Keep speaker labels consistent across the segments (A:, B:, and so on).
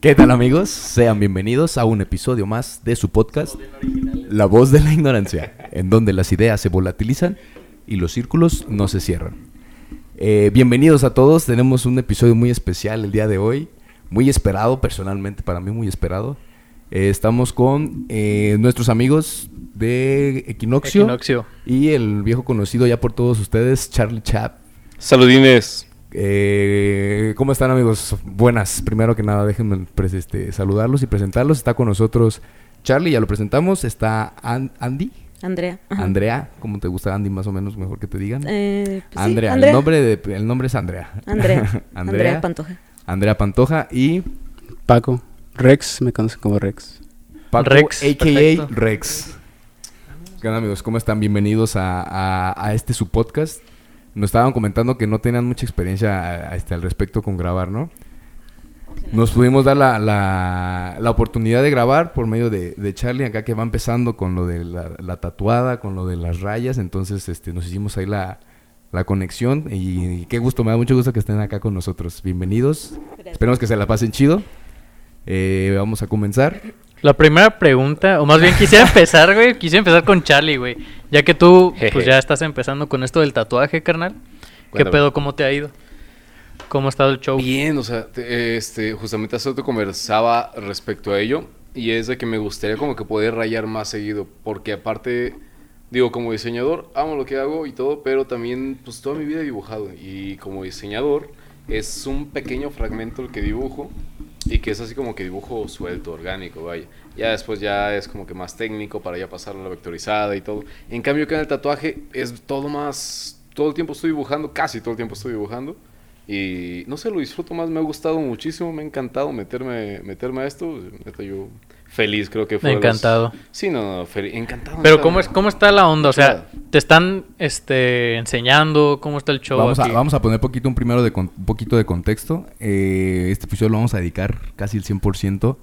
A: ¿Qué tal amigos? Sean bienvenidos a un episodio más de su podcast La voz de la ignorancia, en donde las ideas se volatilizan y los círculos no se cierran. Eh, bienvenidos a todos, tenemos un episodio muy especial el día de hoy, muy esperado personalmente, para mí muy esperado. Eh, estamos con eh, nuestros amigos de Equinoccio,
B: Equinoccio.
A: y el viejo conocido ya por todos ustedes, Charlie Chap.
C: Saludines.
A: Eh, ¿Cómo están amigos? Buenas. Primero que nada, déjenme pues, este, saludarlos y presentarlos. Está con nosotros Charlie, ya lo presentamos. Está An- Andy.
D: Andrea. Ajá.
A: Andrea, como te gusta Andy más o menos, mejor que te digan.
D: Eh, pues sí,
A: Andrea, El, nombre de- el nombre es Andrea.
D: Andrea. Andrea.
A: Andrea,
D: Pantoja.
A: Andrea Pantoja y
E: Paco. Rex, me conocen como Rex.
A: Paco,
B: Rex,
A: a.k.a.
B: perfecto.
A: Rex. ¿Qué onda, amigos? ¿Cómo están? Bienvenidos a, a- a este su podcast. Nos estaban comentando que no tenían mucha experiencia a- a este, al respecto con grabar, ¿no? Nos pudimos dar la, la- la oportunidad de grabar por medio de, de Charlie acá que va empezando con lo de la, la tatuada, con lo de las rayas. Entonces este, nos hicimos ahí la, la conexión y, qué gusto, me da mucho gusto que estén acá con nosotros. Bienvenidos. Esperemos que se la pasen chido. Eh, vamos a comenzar.
B: La primera pregunta, o más bien quisiera empezar, güey. Quisiera empezar con Charlie, güey. Ya que tú, pues
C: Jeje.
B: ya estás empezando con esto del tatuaje, carnal. ¿Qué
C: Cuéntame.
B: pedo? ¿Cómo te ha ido? ¿Cómo ha estado el show?
C: Bien, o sea, te- este, justamente hace rato conversaba respecto a ello y es de que me gustaría como que poder rayar más seguido, porque aparte, digo, como diseñador, amo lo que hago y todo, pero también pues toda mi vida he dibujado y como diseñador es un pequeño fragmento el que dibujo y que es así como que dibujo suelto, orgánico, vaya. Ya después ya es como que más técnico para ya pasarlo a la vectorizada y todo. En cambio que en el tatuaje es todo más, todo el tiempo estoy dibujando, casi todo el tiempo estoy dibujando. Y no sé, lo disfruto más, me ha gustado muchísimo, me ha encantado meterme, meterme a esto. Neta, yo feliz creo que fue. de los-
B: Encantado.
C: Sí, no, no, fel-
B: Pero
C: encantado. encantado.
B: ¿cómo, es, ¿cómo está la onda? O sea,
C: Chulada.
B: ¿te están este, enseñando? ¿Cómo está el show
A: Vamos a,
B: aquí?
A: vamos a poner poquito un primero de con- un poquito de contexto. Eh, este episodio lo vamos a dedicar casi el 100%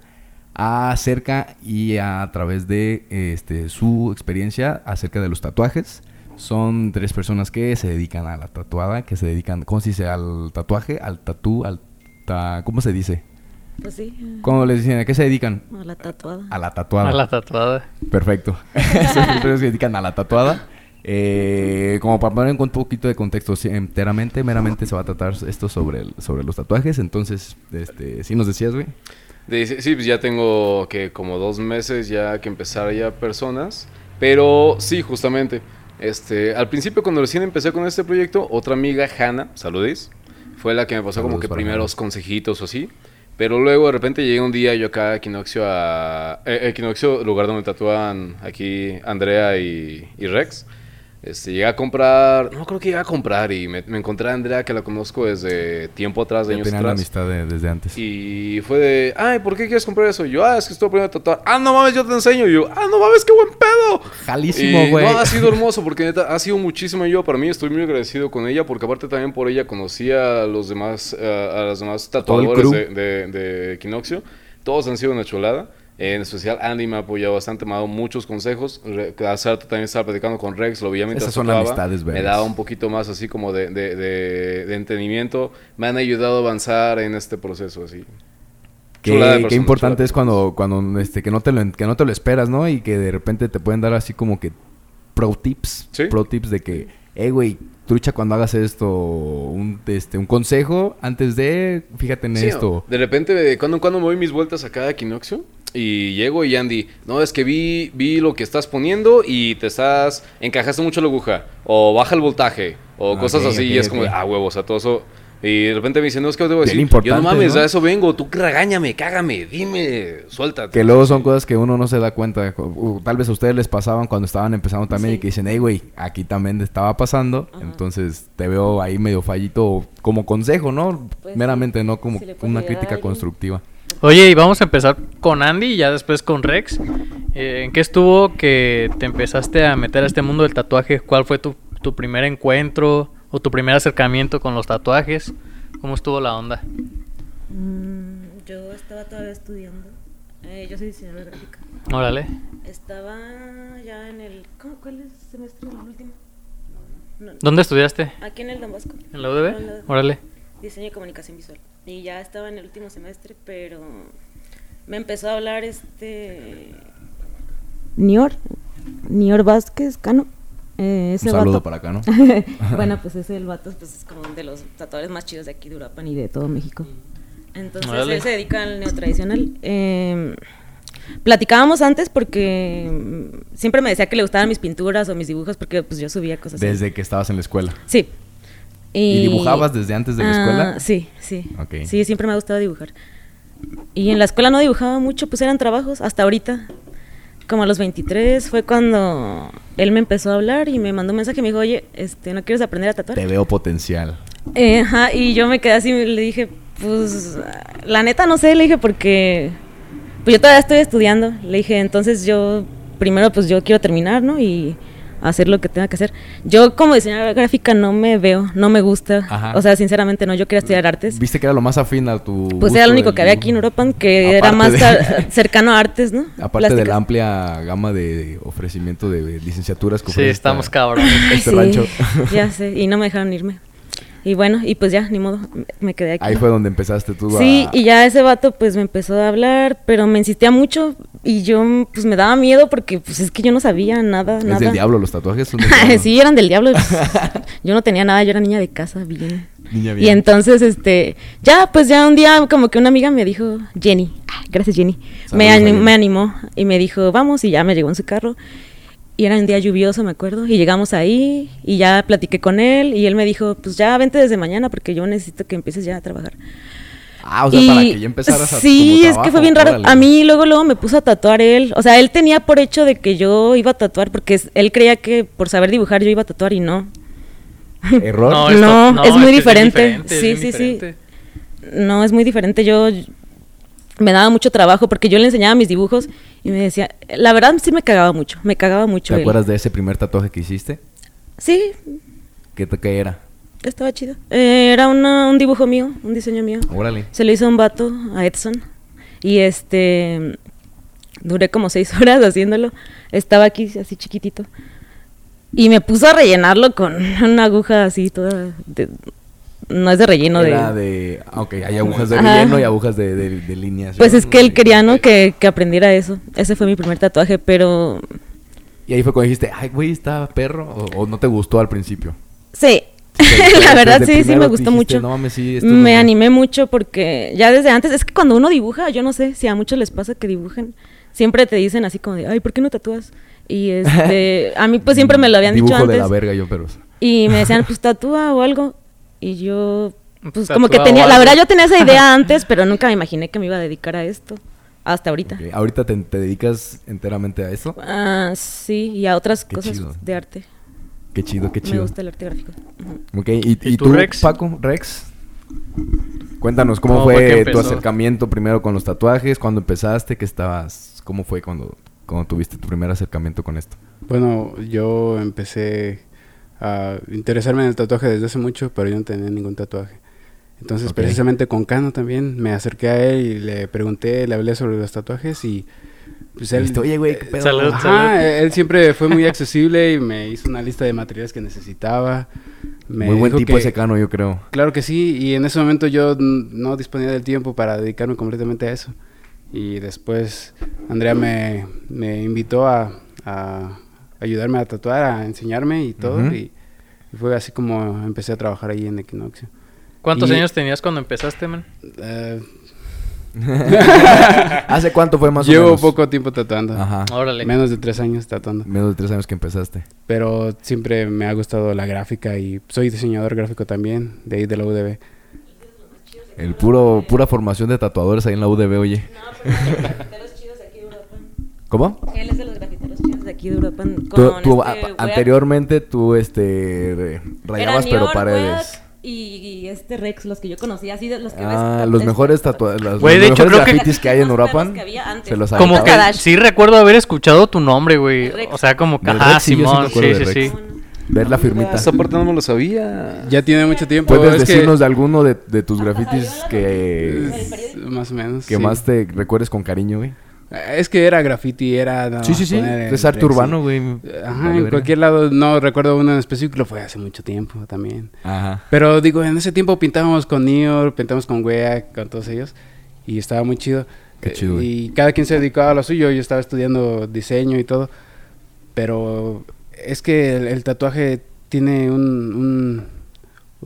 A: a acerca y a través de eh, este, su experiencia acerca de los tatuajes. Son tres personas que se dedican a la tatuada, que se dedican, ¿cómo se dice? Al tatuaje, al tatú, al... ta- ¿Cómo se dice?
D: Pues sí,
A: ¿Cómo les dicen? ¿A qué se dedican?
D: a la tatuada.
A: A la tatuada.
B: A la tatuada.
A: Perfecto. Son personas que se dedican a la tatuada. Eh, como para poner en cuenta un poquito de contexto, sí, enteramente, meramente se va a tratar esto sobre, el- sobre los tatuajes. Entonces, este, sí nos decías, güey.
C: De- sí, pues ya tengo que como dos meses ya que empezar ya personas. Pero sí, justamente. Este, al principio cuando recién empecé con este proyecto, otra amiga, Hanna, saludes, fue la que me pasó como
A: Saludos
C: que
A: para
C: primeros consejitos o así. Pero luego de repente llega un día yo acá a Equinoccio, a, eh, Equinoccio, lugar donde tatúan aquí Andrea y, y Rex. Este, llegué a comprar, no creo que llegué a comprar y me, me encontré a Andrea que la conozco desde tiempo atrás, de
A: Ya
C: años
A: tenían la
C: atrás.
A: amistad de- desde antes.
C: Y fue de, ay, ¿por qué quieres comprar eso? Y yo, ah, es que estoy aprendiendo a tatuar. Ah, no mames, yo te enseño. Y yo, ah, no mames, qué buen pedo.
A: Jalísimo,
C: Y,
A: güey.
C: No, ha sido hermoso porque neta ha sido muchísimo ayuda para mí. Estoy muy agradecido con ella porque aparte también por ella conocí a los demás, eh, a, a los demás
A: todo el
C: tatuadores de,
A: crew.
C: de, de Equinoccio. Todos han sido una chulada. En especial Andy me ha apoyado bastante, me ha dado muchos consejos. Re- Hace rato también estaba platicando con Rex, lo vi mientras
A: Esas son
C: tatuaba.
A: amistades
C: Me
A: verdes.
C: daba un poquito más así como de, de, de, de entendimiento. Me han ayudado a avanzar en este proceso así.
A: Qué,
C: Chulada de
A: qué
C: persona,
A: importante
C: chulada
A: es cuando, cuando este, que, no te lo, que no te lo esperas, ¿no? Y que de repente te pueden dar así como que pro tips.
C: Sí.
A: Pro tips de que, eh, güey, trucha cuando hagas esto, un, este, un consejo antes de, fíjate en
C: Sí,
A: esto.
C: De repente, de cuando en cuando me voy mis vueltas acá de Equinoccio y llego y Andy, no, es que vi, vi lo que estás poniendo y te estás, encajaste mucho la aguja, o baja el voltaje, o
A: Ah,
C: cosas
A: ok,
C: así,
A: ok,
C: y es como,
A: ok.
C: de, ah, huevos, a todo eso. Y de repente me dicen, no, es que no te voy a
A: Bien
C: decir, yo no
A: importante,
C: mames,
A: ¿no?
C: a eso vengo, tú regáñame, cágame, dime, suéltate.
A: Que luego son cosas que uno no se da cuenta. O Tal vez a ustedes les pasaban cuando estaban empezando también y
D: Sí.
A: que dicen, hey, güey, aquí también te estaba pasando. Entonces te veo ahí medio fallito como consejo, ¿no?
D: Pues sí.
A: Meramente, no como
D: Si le puede
A: una
D: ayudar a
A: crítica
D: alguien.
A: constructiva.
B: Oye, y vamos a empezar con Andy y ya después con Rex. Eh, ¿En qué estuvo que te empezaste a meter a este mundo del tatuaje? ¿Cuál fue tu, tu primer encuentro o tu primer acercamiento con los tatuajes? ¿Cómo estuvo la onda?
D: Mm, yo estaba todavía estudiando. Eh, yo soy diseñadora gráfica.
B: Órale.
D: Estaba ya en el. ¿cómo, ¿Cuál es el semestre? El último. No, no.
B: ¿Dónde estudiaste?
D: Aquí en el Don Bosco.
B: ¿En la
D: No, en la-
B: UDB? Órale.
D: Diseño y comunicación visual. Y ya estaba en el último semestre, pero me empezó a hablar este Nior, Nior Vázquez Cano. eh, ese
A: Un saludo
D: vato.
A: para acá, ¿no?
D: bueno, pues ese el vato pues, es como de los tatuadores más chidos de aquí de Uruapan y de todo México. Entonces
B: Órale.
D: él se dedica al neotradicional. Eh, platicábamos antes porque mm, siempre me decía que le gustaban mis pinturas o mis dibujos porque pues yo subía cosas. así.
A: Desde que estabas en la escuela.
D: Sí.
A: ¿Y dibujabas desde antes de la
D: Ah,
A: escuela?
D: Sí, sí.
A: Ok.
D: Sí, siempre me ha gustado dibujar. Y en la escuela no dibujaba mucho, pues eran trabajos, hasta ahorita. Como a los 23 fue cuando él me empezó a hablar y me mandó un mensaje y me dijo, oye, este, ¿no quieres aprender a tatuar?
A: Te veo potencial.
D: Eh, ajá, y yo me quedé así y le dije, pues, la neta no sé, le dije, porque pues yo todavía estoy estudiando. Le dije, entonces yo, primero pues yo quiero terminar, ¿no? Y hacer lo que tenga que hacer. Yo como diseñadora gráfica no me veo, no me gusta.
A: Ajá.
D: O sea, sinceramente no, yo quería estudiar artes.
A: ¿Viste que era lo más afín a tu
D: Pues era
A: gusto
D: lo único
A: del
D: que había
A: dibujo?
D: aquí en Europa, que era
A: Aparte
D: más
A: de-
D: tar- cercano a artes, ¿no?
A: Aparte de la
D: Plásticas.
A: amplia gama de ofrecimiento de licenciaturas que
B: Sí,
A: ofrece
B: estamos
A: esta-
B: cabrones.
D: Ay,
A: este
D: sí,
A: rancho.
D: ya sé, y no me dejaron irme. Y bueno, y pues ya, ni modo, me- me quedé aquí.
A: Ahí fue donde empezaste tú a...
D: Sí, y ya ese vato pues me empezó a hablar, pero me insistía mucho y yo pues me daba miedo porque pues es que yo no sabía nada,
A: Es
D: nada.
A: del diablo, los tatuajes son del diablo.
D: sí, eran del diablo. y, pues, yo no tenía nada, yo era niña de casa, bien.
A: Niña bien.
D: Y entonces, este, ya, pues ya un día como que una amiga me dijo, Jenny, ah, gracias Jenny, me,
A: Saludos a
D: ani-
A: Jenny.
D: me animó y me dijo, vamos, y ya me llegó en su carro. Y era un día lluvioso, me acuerdo, y llegamos ahí y ya platiqué con él y él me dijo, pues ya vente desde mañana porque yo necesito que empieces ya a trabajar.
A: Ah, o sea, para que ya empezaras a...
D: Sí,
A: como
D: es que
A: trabajo,
D: fue bien raro.
A: órale.
D: A mí luego luego me puso a tatuar él. O sea, él tenía por hecho de que yo iba a tatuar porque es- él creía que por saber dibujar yo iba a tatuar y no.
A: Error.
D: No, no, este es muy
B: que
D: diferente.
B: es
D: Sí,
B: bien
D: sí, sí.
B: diferente.
D: No, es muy diferente. Yo me daba mucho trabajo porque yo le enseñaba mis dibujos y me decía, la verdad sí me cagaba mucho, me cagaba mucho.
A: ¿Te
D: él.
A: acuerdas de ese primer tatuaje que hiciste?
D: Sí,
A: ¿Qué, te- qué era?
D: estaba chido. Eh, era una- un dibujo mío, un diseño mío.
A: Órale.
D: Se lo hizo a un vato, a Edson. Y este. Duré como seis horas haciéndolo. Estaba aquí, así chiquitito. Y me puso a rellenarlo con una aguja así toda. de- no es de relleno
A: era
D: de.
A: de... ah, Ok, hay agujas de
D: Ajá.
A: relleno y agujas de, de- de líneas.
D: Pues
A: ¿no?
D: es que él
A: Ok.
D: quería, ¿no? Que, que aprendiera eso. Ese fue mi primer tatuaje, pero.
A: Y ahí fue cuando dijiste, ay, güey, está perro. O, o no te gustó al principio.
D: Sí.
A: Desde-
D: la verdad
A: desde
D: sí, sí me
A: primero
D: gustó
A: dijiste,
D: mucho.
A: "No mames, sí, esto es
D: me
A: lo mío".
D: animé mucho porque ya desde antes, es que cuando uno dibuja, yo no sé si a muchos les pasa que dibujen, siempre te dicen así como de, ay, ¿por qué no tatúas? Y este, a mí pues siempre me lo habían
A: Dibujo
D: dicho antes.
A: de la verga yo, pero...
D: Y me decían, pues tatúa o algo. Y yo, pues
B: Tatúa
D: como que
B: o
D: tenía, la
B: algo.
D: verdad yo tenía esa idea antes, pero nunca me imaginé que me iba a dedicar a esto, hasta ahorita.
A: Ok, Ahorita te, te dedicas enteramente a eso.
D: Ah, sí, y a otras
A: Qué
D: cosas
A: chido.
D: de arte.
A: Qué chido, qué
D: Me
A: chido.
D: gusta el arte gráfico. Ujú.
A: Ok, ¿y, y
B: tú,
A: tú,
B: Rex?
A: Paco, Rex? Cuéntanos, ¿cómo
B: ¿Cómo fue que
A: fue tu
B: empezó?
A: acercamiento primero con los tatuajes? ¿Cuándo empezaste? ¿Qué estabas? ¿Cómo fue cuando, cuando tuviste tu primer acercamiento con esto?
E: Bueno, yo empecé a interesarme en el tatuaje desde hace mucho, pero yo no tenía ningún tatuaje. Entonces,
A: Ok.
E: precisamente con Cano también, me acerqué a él y le pregunté, le hablé sobre los tatuajes y... Pues él,
A: Dijiste, Oye, güey, ¿qué
E: eh,
A: pedo?
B: salud.
E: Ajá, eh, él siempre fue muy accesible y me hizo una lista de materiales que necesitaba. Me
A: Muy buen
E: dijo
A: tipo
E: que-
A: ese cano, yo creo.
E: Claro que sí, y en ese momento yo n- no disponía del tiempo para dedicarme completamente a eso. Y después Andrea me, me invitó a, a ayudarme a tatuar, a enseñarme y todo.
A: Ujú.
E: y, y fue así como empecé a trabajar ahí en Equinoccio.
B: ¿Cuántos
E: Y-
B: años tenías cuando empezaste, man?
E: Eh,
A: ¿Hace cuánto fue más
E: llevo
A: o menos?
E: poco tiempo tatuando.
A: Ajá.
B: Órale.
E: Menos de tres años tatuando.
A: Menos de tres años que empezaste.
E: Pero siempre me ha gustado la gráfica y soy diseñador gráfico también, de ahí de la UDB.
A: El puro, pura formación de tatuadores ahí en la UDB, oye. ¿Cómo?
D: Él es de los grafiteros chidos de aquí de Europa.
A: Tú,
D: con
A: tú,
D: este
A: a-
D: Weak.
A: anteriormente tú, este, re- rayabas
D: Era
A: pero
D: Nior,
A: paredes.
D: Weak Y, y este Rex, los que yo conocía, así de los que
A: Ah,
D: ves-
A: los
D: es-
A: mejores tatuajes, los
B: Güey, de hecho,
A: mejores
B: creo que-
A: grafitis que, hay en
D: Los
A: Uruapan,
D: perros que había antes.
A: se los
D: Como
B: Como
A: aventaban.
B: que
D: Kadash.
B: sí recuerdo haber escuchado tu nombre, güey.
D: El Rex.
B: O sea, como que
A: Del
B: ajá,
A: Rex, sí, yo sí me
B: Simón, sí,
A: acuerdo
B: sí,
A: del
B: sí.
A: Rex. Ver la firmita.
C: Esta parte no me lo sabía.
E: Ya tiene mucho tiempo.
A: ¿Puedes
E: es que-
A: decirnos de alguno de, de tus grafitis que,
E: Es- más o menos.
A: que
E: sí.
A: más te recuerdes con cariño, güey?
E: Es que era graffiti, era... nada más Ah, poner el
A: Es arte
E: Rexy.
A: urbano, güey.
E: Ajá,
A: Vale,
E: en
A: verga.
E: cualquier lado. No recuerdo uno en específico, fue hace mucho tiempo también.
A: Ajá.
E: Pero digo, en ese tiempo pintábamos con Nior, pintábamos con Wea, con todos ellos. Y estaba muy chido. Eh,
A: Qué chido, güey.
E: Y cada quien se dedicaba a lo suyo. Yo estaba estudiando diseño y todo. Pero es que el, el tatuaje tiene un, un,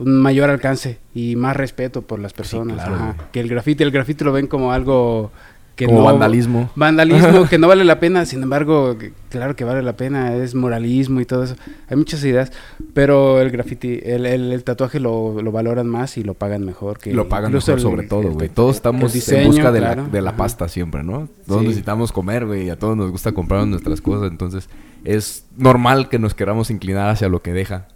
E: un mayor alcance y más respeto por las personas.
A: claro,
E: ajá.
A: güey.
E: Que el grafiti, el grafiti lo ven como algo que
A: Como
E: no...
A: vandalismo.
E: Vandalismo, que no vale la pena. Sin embargo, que- claro que vale la pena. Es moralismo y todo eso. Hay muchas ideas. Pero el grafiti, el, el- el tatuaje lo, lo valoran más y lo pagan mejor. Que
A: Lo pagan
E: incluso
A: mejor
E: el-
A: sobre todo,
E: el
A: güey.
E: ta-
A: Todos
E: el
A: estamos en
E: diseño,
A: busca de, la,
E: claro,
A: de la
E: ajá.
A: pasta siempre, ¿no? Todos
E: Sí.
A: necesitamos comer, güey, y a todos nos gusta comprar nuestras cosas. Entonces, es normal que nos queramos inclinar hacia lo que deja.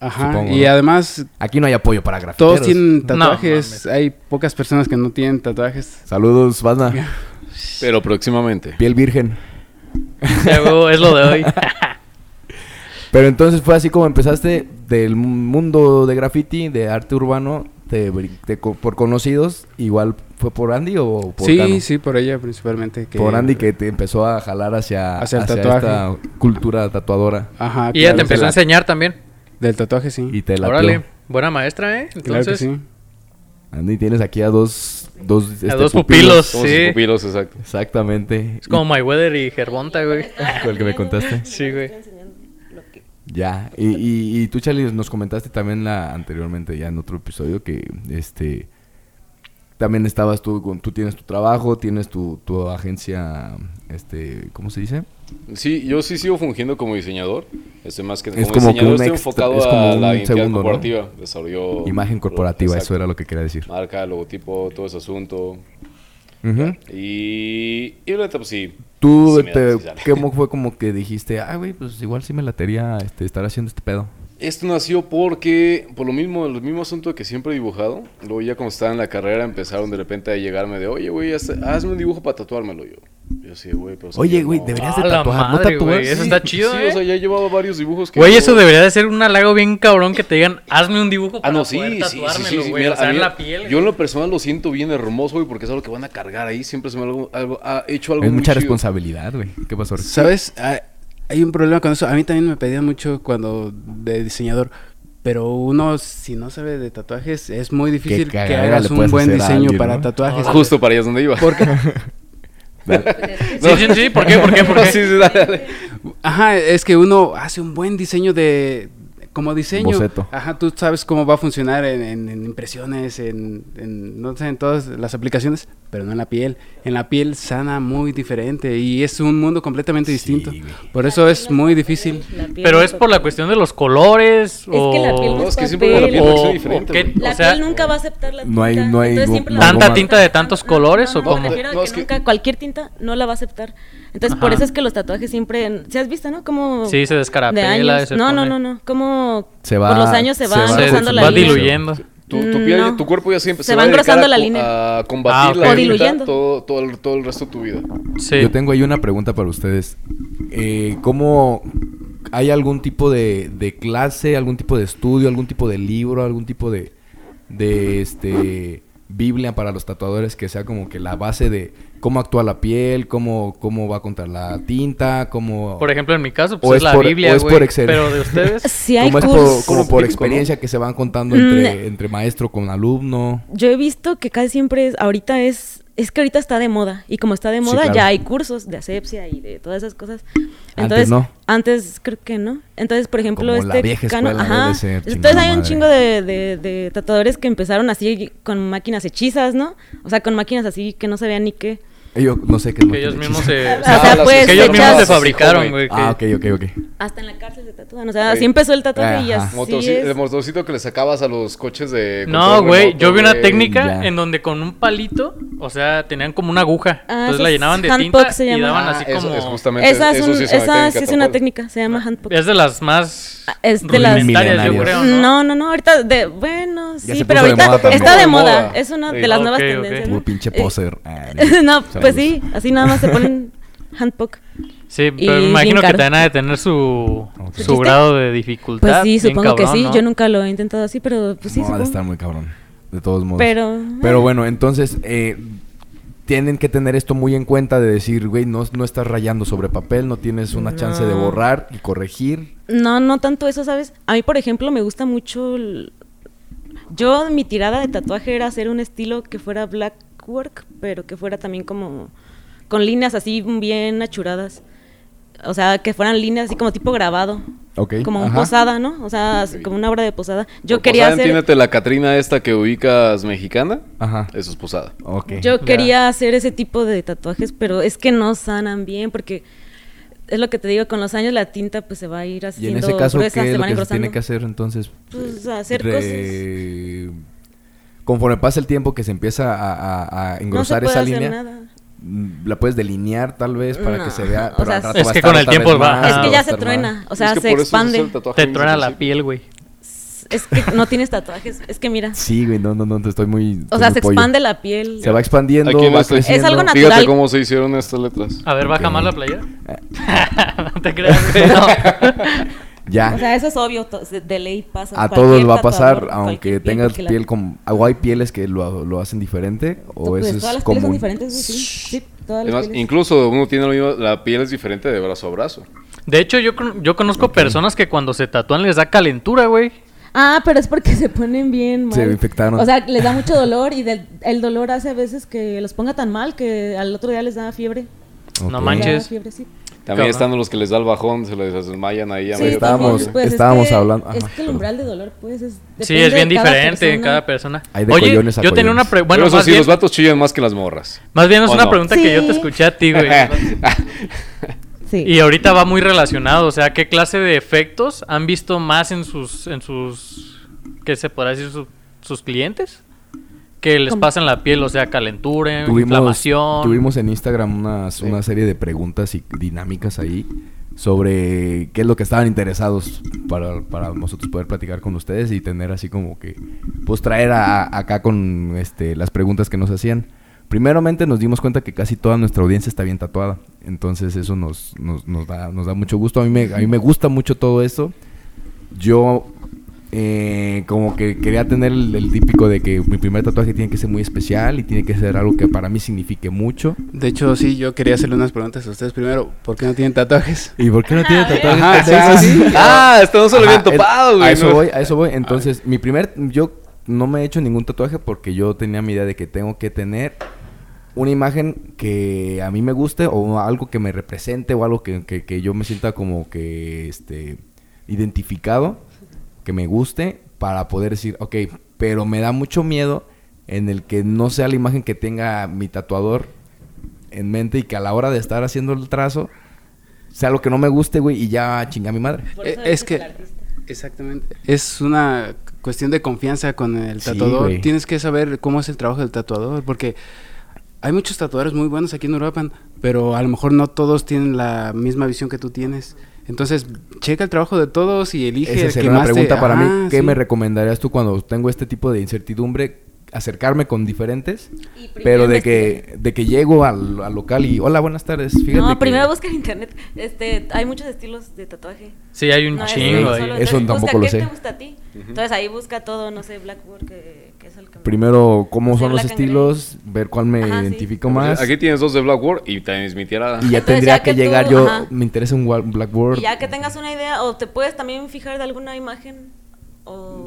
E: Ajá,
A: Supongo,
E: y
A: ¿no?
E: además
A: Aquí no hay apoyo para grafiteros.
E: todos tienen
B: No,
E: tatuajes.
B: mames.
E: Hay pocas personas que no tienen tatuajes.
A: Saludos, banda.
C: Pero próximamente.
A: Piel virgen.
B: Sí, a huevo, es lo de hoy.
A: Pero entonces fue así como empezaste del mundo de graffiti, de arte urbano, te brin- te co- por conocidos. Igual fue por Andy o por
E: sí,
A: Cano?
E: sí, por ella principalmente. que-
A: Por Andy que te empezó a jalar hacia,
E: Hacia el
A: hacia
E: tatuaje.
A: esta cultura tatuadora.
E: Ajá,
B: y ella te
E: claro,
B: empezó a
E: del-
B: enseñar también.
E: Del tatuaje, sí.
A: Y te latió.
B: Órale, buena maestra, ¿eh?
E: claro
B: Entonces,
E: que sí.
A: Andy, tienes aquí a dos... dos
B: a
A: este,
B: dos pupilos,
C: Somos
B: sí.
C: sus pupilos, exacto.
A: Exactamente.
B: Es como Mayweather y Gervonta, güey.
A: Con el que me contaste.
B: Sí, güey.
A: Ya. Y, y, y tú, Charlie, nos comentaste también la anteriormente, ya en otro episodio, que este... También estabas tú, con, tú tienes tu trabajo, tienes tu, tu agencia, este, ¿cómo se dice?
C: Sí, yo sí sigo fungiendo como diseñador. Estoy más que
A: Es
C: como,
A: como que un
C: diseñador, estoy
A: extra-
C: enfocado
A: es como
C: a la
A: un
C: identidad
A: segundo, ¿no?
C: corporativa. Desarrollo.
A: Imagen corporativa, eso
C: exacto.
A: era lo que quería decir.
C: Marca, logotipo, todo ese asunto.
A: Ujú.
C: Y. Y la neta, pues sí.
A: Tú,
C: Sí, mira,
A: te-
C: sí sale.
A: ¿cómo fue como que dijiste, ah, güey, pues igual sí me latería este, estar haciendo este pedo?
C: Esto nació porque, por lo mismo, el mismo asunto que siempre he dibujado. Luego, ya cuando estaba en la carrera, empezaron de repente a llegarme de, oye, güey, haz- hazme un dibujo para tatuármelo yo. Yo sí, güey, pero. o sea,
A: Oye,
C: yo
A: güey,
C: no".
A: deberías
B: A
A: de
B: la
A: tatuar, ¿no
B: madre, güey,
A: tatúas?
B: eso está chido,
C: Sí,
B: ¿eh?
C: o sea, ya llevaba varios dibujos que.
B: Güey,
C: yo-
B: eso debería de ser un halago bien cabrón que te digan, hazme un dibujo para
C: Ah, no, sí,
B: poder
C: sí, sí, sí, sí,
B: tatuármelo,
C: sí,
B: güey.
C: mira,
B: o sea,
C: a
B: en
C: mí-
B: la piel.
C: Yo en lo personal lo siento bien hermoso, güey, porque es algo que van a cargar ahí. Siempre se me algo, algo- ha hecho algo
A: Es
C: muy
A: mucha
C: chido.
A: responsabilidad, güey. ¿Qué pasó? Rick?
E: ¿Sabes? Ah, Hay un problema con eso. A mí también me pedían mucho cuando de diseñador. Pero uno, si no sabe de tatuajes, es muy difícil que
A: cagadera le
E: hagas un
A: puedes
E: buen
A: hacer a
E: diseño
A: alguien,
E: para
A: ¿no?
E: tatuajes.
C: Justo para allá es donde iba.
E: Porque
B: Sí, sí, sí, ¿por qué? ¿Por qué? ¿Por qué?
C: Sí, sí, dale, dale.
E: Ajá, es que uno hace un buen diseño de... Como diseño.
A: Boceto.
E: Ajá, tú sabes cómo va a funcionar en, en- en impresiones, en, en, no sé, en todas las aplicaciones, pero no en la piel. En la piel sana muy diferente y es un mundo completamente distinto.
A: güey.
E: Por eso es muy difícil.
D: La piel
B: Pero
D: no
B: es por la
D: papel.
B: cuestión de los colores o...
D: que la piel
C: No,
D: no
C: es que
D: papel.
C: siempre con la piel
B: O-
C: reacciona
B: o
C: diferente.
B: qué-
C: güey.
B: o
D: La
B: sea-
D: piel nunca va a aceptar la tinta.
A: No hay- no hay
D: entonces
A: gu-
D: siempre la
A: no hay
D: vamos
A: ¿Tanta
D: a aceptar.
B: tinta de tantos colores o cómo?
D: me refiero a
C: No,
D: que
C: es que-
D: nunca- cualquier tinta no la va a aceptar. Entonces, por
B: Ajá.
D: eso es que los tatuajes siempre... ¿Se has visto, no? Como...
B: Sí, se descarapela
D: de años.
B: se
D: No, no,
B: pone-
D: no, no. Como...
A: Se va-
D: Por los años se
A: se
D: va
A: va
D: rozando
B: Se
D: la
B: va
D: línea.
B: diluyendo.
C: Tu, tu
D: Mm,
C: piel-
D: no.
C: tu cuerpo ya siempre
D: Se van
C: va a dedicar
D: engrosando
C: a
D: la
C: co-
D: línea.
C: A combatir
B: Ah,
C: la
B: ok. O
C: línea
D: diluyendo.
C: todo, todo, el, todo el resto de tu vida.
B: Sí.
A: Yo tengo ahí una pregunta para ustedes. Eh, ¿Cómo hay algún tipo de, de clase, algún tipo de estudio, algún tipo de libro, algún tipo de, de este Biblia para los tatuadores que sea como que la base de cómo actúa la piel, cómo, cómo va a contar la tinta, cómo...
B: Por ejemplo, en mi caso,
A: O
B: pues
A: es
B: es, la
A: por-
B: Biblia,
A: o es
B: güey.
A: por Excel.
B: Pero de ustedes...
D: Sí hay
A: ¿Cómo es
D: cursos. Mm.
A: por, como por
C: Típico, ¿no?
A: experiencia que se van contando entre, entre maestro con alumno?
D: Yo he visto que casi siempre es, ahorita es, es que ahorita está de moda y como está de
A: Sí,
D: moda
A: claro.
D: ya hay cursos de asepsia y de todas esas cosas.
A: Antes
D: Entonces,
A: no.
D: Antes creo que no. Entonces, por ejemplo,
A: Como la
D: este
A: vieja
D: cano-
A: escuela
D: ajá.
A: debe ser,
D: Entonces
A: chingada
D: hay un
A: madre.
D: chingo de, de, de tatuadores que empezaron así con máquinas hechizas, ¿no? O sea, con máquinas así que no sabían ni qué.
A: Yo no sé qué es
B: Que ellos
A: máquina
B: mismos
A: hechiza.
B: se...
D: sea,
B: Ah, las-
D: pues,
B: que ellos mismos
D: hechas-
B: se fabricaron, güey. que-
A: Ah, ok, ok, ok.
D: Hasta en la cárcel se tatúan. O sea, así
C: Sí.
D: empezó el tatuaje y
A: Ajá.
D: así
C: Motorci-
D: es.
C: El motorcito que le sacabas a los coches de.
B: No,
C: control
B: güey,
C: remoto,
B: yo vi una
C: güey.
B: técnica
A: Ya.
B: en donde con un palito, o sea, tenían como una aguja.
D: Ah,
B: entonces
D: eso
B: la
D: es
B: llenaban de
D: handpoke
B: tinta
D: se
B: y
D: llama.
B: daban
C: Ah,
B: así
C: eso-
B: como...
C: es
B: Es,
C: justamente-
D: Esa es,
C: eso
D: un-
C: sí es una
D: esa sí
C: técnica Ah.
D: es una
C: tal cual.
D: técnica, se llama handpoke.
B: de las más
D: Ah, es de las-
B: rudimentarias, yo
A: Milenarias.
B: creo, ¿no?
D: No, no, no, ahorita de bueno,
A: Ya
D: sí,
A: se
D: pero
A: puso de
D: ahorita
A: moda también.
D: está de
C: Moda,
D: moda,
C: moda.
D: es una
C: Sí.
D: de las
B: Ah,
D: nuevas
B: ok, ok.
D: tendencias.
A: Puro
D: ¿no?
A: pinche
D: Eh,
A: poser. Ah,
D: no,
A: saludos.
D: pues sí, así nada más se ponen handpoke.
B: Sí,
D: Y
B: pero me imagino
D: bien
B: que
D: caro.
B: también ha de tener su,
A: Ok.
B: su
D: ¿Chiste?
B: grado de dificultad.
D: Pues sí,
B: bien
D: supongo que
B: cabrón,
D: sí,
B: ¿no?
D: yo nunca lo he intentado así, pero pues sí,
A: no, ha de
D: supongo.
A: estar muy cabrón. De todos modos.
D: Pero,
A: Pero bueno, entonces eh, tienen que tener esto muy en cuenta de decir, güey, no, no estás rayando sobre papel, no tienes una chance de
D: No.
A: borrar y corregir.
D: No, no tanto eso, ¿sabes? A mí, por ejemplo, me gusta mucho. el- Yo, mi tirada de tatuaje era hacer un estilo que fuera black brickwork, pero que fuera también como con líneas así bien achuradas. O sea, que fueran líneas así como tipo grabado.
A: Ok,
D: Como un
A: ajá.
D: posada, ¿no? O sea, así
C: Ok.
D: como una obra de posada. Yo
C: Por
D: quería
C: posada,
D: hacer...
C: Entiéndete la Catrina esta que ubicas mexicana.
A: Ajá.
C: Eso es posada.
A: Ok.
D: Yo
B: Ya.
D: quería hacer ese tipo de tatuajes, pero es que no sanan bien porque es lo que te digo, con los años la tinta pues se va a ir
A: y
D: haciendo
A: en ese caso,
D: gruesa,
A: ¿qué
D: se
A: es lo
D: van
A: que se tiene
D: engrosando.
A: que hacer entonces?
D: Pues, hacer
A: cosas. Conforme pasa el tiempo que se empieza a, a- a engrosar
D: no se
A: esa
D: puede
A: línea,
D: hacer nada.
A: mm, la puedes delinear tal vez para que
D: No,
A: se vea.
D: o
A: pero
D: sea,
A: al rato
D: Es
A: va a
B: que
A: estar
B: con el
A: otra vez
B: tiempo va-
A: más,
D: es
B: Ah,
D: que
A: va a
D: ya se
A: estar
D: truena,
A: más.
D: o sea,
C: Es que
D: se
C: por eso es el
D: expande.
C: tatuaje
B: Te
C: desde
B: truena
C: el
B: la
C: principio.
B: piel, güey.
D: Es que no tienes tatuajes, es que mira,
A: Sí, güey, no, no, no, te estoy muy.
D: o sea, se
A: estoy muy pollo.
D: expande la piel.
A: Se va expandiendo,
C: Aquí en
A: va
C: este- Es
A: creciendo.
D: algo natural.
C: Fíjate cómo se hicieron estas letras.
B: A ver, baja
A: Ok.
B: más la playera. no te creas, güey. no.
A: Ya.
D: O sea, eso es obvio, to- se- de ley pasa.
A: a
D: cualquier
A: todos va a pasar,
D: tatuador,
A: aunque
D: cualquier piel,
A: tengas
D: porque la-
A: piel con... O hay pieles que lo, lo hacen diferente, o
D: Pues,
A: eso es
D: todas las pieles son
A: común.
D: diferentes, güey, sí. Sí, todas las
C: Además,
D: pieles.
C: incluso uno tiene lo mismo, la piel es diferente de brazo a brazo.
B: De hecho, yo, con- yo conozco personas que cuando se tatúan les da calentura, güey.
D: Ah, pero es porque se ponen bien mal.
A: Se infectaron.
D: O sea, les da mucho dolor y del- el dolor hace a veces que los ponga tan mal que al otro día les da fiebre.
A: Ok.
B: No
D: Les da
B: manches.
D: fiebre, sí.
C: También
B: Cabrón.
C: están los que les da el bajón, se les desmayan ahí a
D: Sí,
C: medio
A: estábamos-
C: tatuaje.
D: Pues es
A: estábamos
D: que-
A: hablando-
D: Es
A: ajá,
D: que el
A: perdón.
D: umbral de dolor, pues, es...
B: Sí,
D: depende
B: es bien
D: de cada
B: diferente en cada persona.
A: Hay de
B: Oye,
A: collones a
B: yo tenía una
A: collones.
B: pregunta. Bueno,
C: Pero eso
B: más,
C: sí, los
B: bien,
C: vatos chillan más que las morras.
B: más bien es
C: ¿O
B: una
C: no?
B: pregunta que yo te
D: Sí.
B: escuché a ti, güey.
D: Sí.
B: y ahorita va muy relacionado. O sea, ¿qué clase de efectos han visto más en sus. en sus ¿Qué se podrá decir? Su- sus clientes? Que les
D: ¿Cómo?
B: pasan la piel, o sea, calentura,
A: Tuvimos,
B: inflamación.
A: tuvimos en Instagram unas- una serie de preguntas y dinámicas ahí sobre qué es lo que estaban interesados para, para nosotros poder platicar con ustedes y tener así como que, pues traer a- a- acá con este, las preguntas que nos hacían. Primeramente nos dimos cuenta que casi toda nuestra audiencia está bien tatuada, entonces eso nos, nos, nos da, nos da mucho gusto, a mí me, a mí me gusta mucho todo eso. Yo eh, como que quería tener el, el típico de que mi primer tatuaje tiene que ser muy especial y tiene que ser algo que para mí signifique mucho.
E: De hecho, sí, yo quería hacerle unas preguntas a ustedes primero. ¿Por qué no tienen tatuajes?
A: ¿Y por qué no tiene tatuajes?
E: Ajá,
A: pendejos?
E: sí, sí.
C: Ah, esto no se lo
A: Ajá,
C: habían
A: el-
C: topado, güey.
A: A eso
C: ¿no?
A: voy, a eso voy. Entonces, mi primer... Yo no me he hecho ningún tatuaje porque yo tenía mi idea de que tengo que tener una imagen que a mí me guste o algo que me represente o algo que, que- que yo me sienta como que este identificado, que me guste para poder decir, ok, pero me da mucho miedo en el que no sea la imagen que tenga mi tatuador en mente y que a la hora de estar haciendo el trazo sea lo que no me guste, güey, y ya chinga mi madre.
D: Por
E: Eh,
D: eso
E: es
D: dices
E: que...
D: el artista.
E: Exactamente. Es una cuestión de confianza con el
A: Sí,
E: tatuador.
A: güey.
E: Tienes que saber cómo es el trabajo del tatuador, porque hay muchos tatuadores muy buenos aquí en Europa, pero a lo mejor no todos tienen la misma visión que tú tienes. Entonces, checa el trabajo de todos y elige
A: Esa
E: el
A: sería
E: que
A: una
E: más te-
A: pregunta para mí.
E: Ajá,
A: ¿Qué
E: sí.
A: me recomendarías tú cuando tengo este tipo de incertidumbre? Acercarme con diferentes,
D: Y primero
A: pero de
D: investigar.
A: que, de que llego al, al local y hola, buenas tardes. Fíjate
D: No,
A: que-
D: primero busca en internet. Este, hay muchos estilos de tatuaje.
B: Sí, hay un
D: No, es
B: chingo
D: solo-
B: ahí.
A: Eso
D: entonces,
A: tampoco
D: busca
A: lo
D: qué
A: sé.
D: te gusta a ti. Entonces ahí busca todo, no sé, Blackboard, que, que es el que... me-
A: Primero, cómo
D: Hacer
A: son los
D: black and grey.
A: estilos, ver cuál me
D: Ajá, sí.
A: identifico más.
C: Pues, Aquí tienes dos de Blackboard y también es mi tirada.
A: Y ya
D: Entonces,
A: tendría
D: ya
A: que,
D: que tú-
A: llegar yo,
D: ajá.
A: me interesa un wa- un blackboard.
D: Y ya que tengas una idea, o te puedes también fijar de alguna imagen o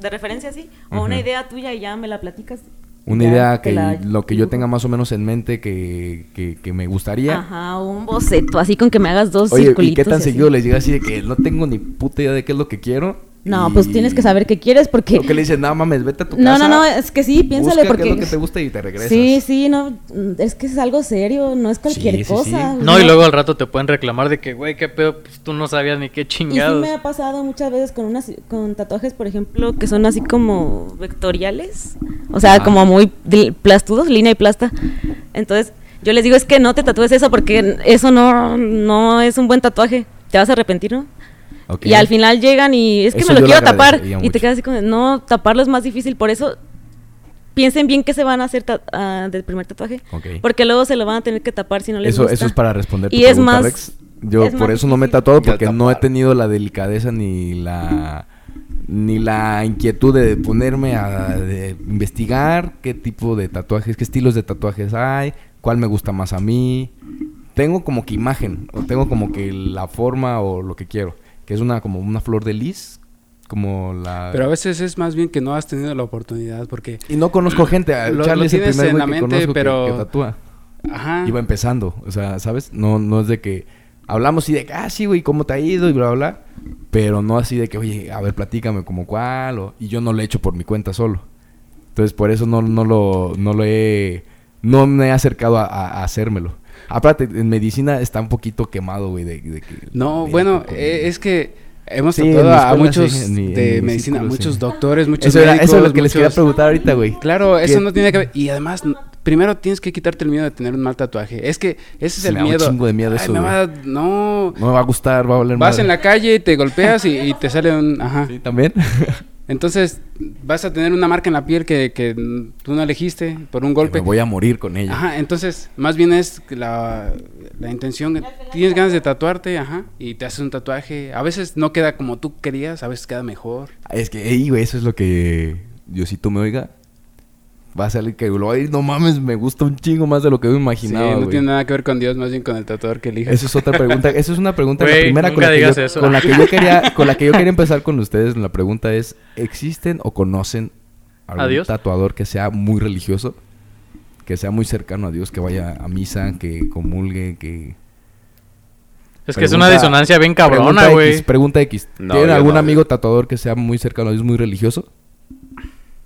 D: de referencia, sí, o una
A: Ujú.
D: idea tuya y ya me la platicas.
A: Una
D: Ya
A: idea
D: te
A: que
D: la
A: lo que yo
D: dibujo.
A: tenga más o menos en mente que, que, que me gustaría.
D: Ajá, o un boceto, así con que me hagas dos
A: Oye,
D: circulitos.
A: ¿y qué tan
D: así.
A: seguido les llega así de que no tengo ni puta idea de qué es lo que quiero?
D: No,
A: y-
D: pues tienes que saber qué quieres porque...
A: ¿O qué le dicen? No mames, vete a tu
D: No,
A: casa.
D: no, no, es que sí, piénsale
A: busca
D: porque...
A: qué es lo que te gusta y te regresas.
D: Sí, sí, no, mm, es que es algo serio, no es cualquier
A: Sí, sí,
D: cosa.
A: sí.
B: No, y luego al rato te pueden reclamar de que, güey, qué pedo, pues tú no sabías ni qué
D: Y sí
B: chingados.
D: me ha pasado muchas veces con unas con tatuajes, por ejemplo, que son así como vectoriales, o sea,
A: Ajá.
D: como muy di- plastudos, línea y plasta. Entonces, yo les digo es que no te tatúes eso porque eso no no es un buen tatuaje. Te vas a arrepentir, ¿no?
A: Ok.
D: Y al final llegan y es que
A: Eso
D: me
A: yo lo
D: lo quiero tapar
A: agradecería
D: y
A: mucho.
D: te quedas así como, no, taparlo es más difícil, por eso piensen bien qué se van a hacer ta- ah, del primer tatuaje,
A: Ok.
D: porque luego se lo van a tener que tapar si no les
A: Eso,
D: gusta.
A: eso es para responder tu
D: Y es
A: pregunta,
D: más
A: Rex. Yo
D: es
A: por
D: más
A: eso no me he
D: difícil.
A: tatuado
C: Ya
A: porque no he
C: taparon.
A: tenido la delicadeza ni la ni la inquietud de ponerme a de investigar qué tipo de tatuajes, qué estilos de tatuajes hay, cuál me gusta más a mí. Tengo como que imagen o tengo como que la forma o lo que quiero, que es una como una flor de lis Como la...
E: Pero a veces es más bien que no has tenido la oportunidad porque...
A: Y no conozco gente. a-
E: Lo-
A: Charlie
E: lo
A: es el
E: tienes
A: primer
E: en la
A: güey que
E: mente,
A: conozco que-
E: pero- Ah.
A: que tatúa.
E: Ajá.
A: Iba empezando, o sea, ¿sabes? No, no es de que hablamos y de que, ah, sí, güey, ¿cómo te ha ido? Y bla, bla, bla. Pero no así de que, oye, a ver, platícame como cuál. o- Y yo no lo he hecho por mi cuenta solo. Entonces, por eso no, no, lo, no lo he... No me he acercado a, a- a hacérmelo. Aparte, en medicina está un poquito quemado, güey, de, de que...
E: No,
A: de-
E: bueno,
A: con-
E: eh, es que hemos
A: Sí, en mi
E: tratado a
A: escuela,
E: muchos
A: sí, en mi- en
E: de
A: mi
E: medicina,
A: círculo,
E: muchos
A: sí.
E: doctores, muchos
A: Eso, era- eso es lo
E: médicos,
A: que les quería
E: muchos-
A: preguntar ahorita, güey.
E: Claro, eso
A: Que-
E: no tiene que ver. Y además, n- primero tienes que quitarte el miedo de tener un mal tatuaje. Es que ese es
A: Sí,
E: el
A: me da un
E: miedo.
A: chingo de miedo
E: Ay,
A: eso,
E: me
A: güey.
E: va a- no.
A: No me va a gustar, va a valer
E: Vas
A: madre.
E: en la calle y te golpeas y, y te sale un. Ajá.
A: Sí, también.
E: Entonces, vas a tener una marca en la piel que, que mm, tú no elegiste por un golpe.
A: Me voy a morir con ella.
E: Ajá, entonces, más bien es que la, la intención. que Tienes ganas de tatuarte, ajá, y te haces un tatuaje. A veces no queda como tú querías, a veces queda mejor.
A: Es que, ey, güey, eso es lo que Diosito me oiga. Va a salir que lo ay, no mames, me gusta un chingo más de lo que yo imaginaba,
E: sí, no
A: güey.
E: tiene nada que ver con Dios, más bien con el tatuador que elijas.
A: Eso es otra pregunta. Eso es una pregunta. la
B: Güey,
A: primera con
B: nunca
A: la, que
B: digas
A: yo,
B: eso.
A: con la que yo quería, con la que yo quería empezar con ustedes. La pregunta es: ¿existen o conocen algún
B: ¿A Dios?
A: tatuador que sea muy religioso, que sea muy cercano a Dios, que vaya a misa, que comulgue, que
B: Es que es una
A: Pregunta-
B: disonancia bien
A: pregunta
B: cabrona,
A: X,
B: güey.
A: Pregunta X.
C: No,
A: ¿Tienen
C: yo
A: algún
C: no.
A: amigo tatuador que sea muy cercano a Dios, muy religioso?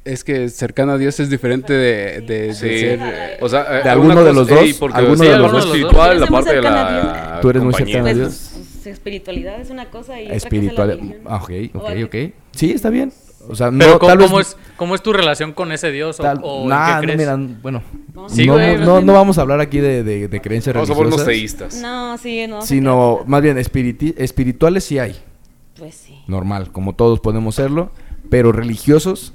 E: Es que cercano a Dios es diferente de, de- de
C: Sí,
E: ser.
C: o sea, eh,
A: ¿De alguno
C: una
A: de
C: cosa-
A: los dos?
C: ey, porque
A: ¿Alguno
C: sí,
A: de los
C: alguno
B: dos?
C: espiritual,
D: Yo
C: la
D: soy muy
C: parte de
D: cercana
C: la.
A: Tú eres muy
C: compañía.
A: cercana a
D: Pues,
A: Dios.
D: su espiritualidad es una cosa y
A: espiritual.
D: otra cosa es la
A: ah, Ok,
D: religión.
A: ok,
D: O-
A: ok. Sí, está bien. O sea,
B: Pero
A: no,
B: ¿cómo,
A: tal vez.
B: cómo es, ¿cómo es tu relación con ese Dios? ¿O,
A: tal-
B: o en
A: nah,
B: qué
A: no,
B: crees?
A: mira, bueno.
D: No.
B: Sí,
A: no,
B: güey,
A: no, no,
D: no-
A: no vamos a hablar aquí de, de, de creencias
C: Vamos a
A: religiosas.
C: ponernos
A: Pues,
C: teístas.
D: No, sí, no.
A: Sino, más bien, espiriti- espirituales sí hay.
D: Pues sí.
A: Normal, como todos podemos serlo. Pero religiosos,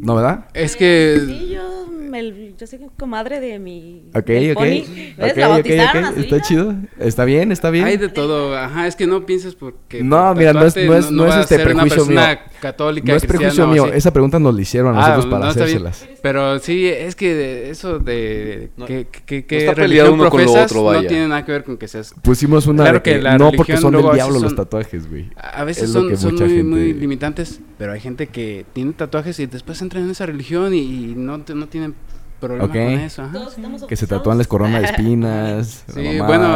A: ¿no, verdad?
E: Es que.
D: Sí, yo, me- yo soy comadre de mi.
A: Ok,
D: del
A: ok.
D: Pony.
A: okay,
D: ¿Ves?
A: ok,
D: La bautizaron
A: ok,
D: a su
A: Está
D: hija.
A: chido. Está bien, está bien.
E: Hay de todo, ajá, es que no piensas porque...
A: No,
E: por
A: mira, no es-
E: tatuarte
A: no es- no es
E: vas a
A: este
E: ser una
A: prejuicio mío.
E: persona católica,
A: no es prejuicio
E: cristiana, o
A: mío.
E: así.
A: Esa pregunta nos la hicieron a
E: Ah,
A: nosotros para
E: no, está bien.
A: hacérselas.
E: Pero sí, es que de- eso de
C: No.
E: que, que,
C: No
E: que
C: está peleado
E: religión
C: uno con lo
E: profesas
C: otro,
E: no
C: vaya.
E: tiene nada que ver con que seas...
A: Pusimos una
E: Claro
A: de que,
E: que la
A: no porque
E: religión
A: son del
E: luego a veces
A: diablo los
E: son-
A: tatuajes, güey.
E: A
A: Es
E: veces
A: lo
E: son,
A: que
E: son
A: mucha
E: muy,
A: gente-
E: muy limitantes, pero hay gente que tiene tatuajes y después entra en esa religión y, y no, te- no tienen problema
A: Ok.
E: con eso. ajá.
D: Todos estamos
A: Que se
D: bautizados.
A: tatúan las coronas de espinas. la
E: Sí,
A: mamada.
E: bueno,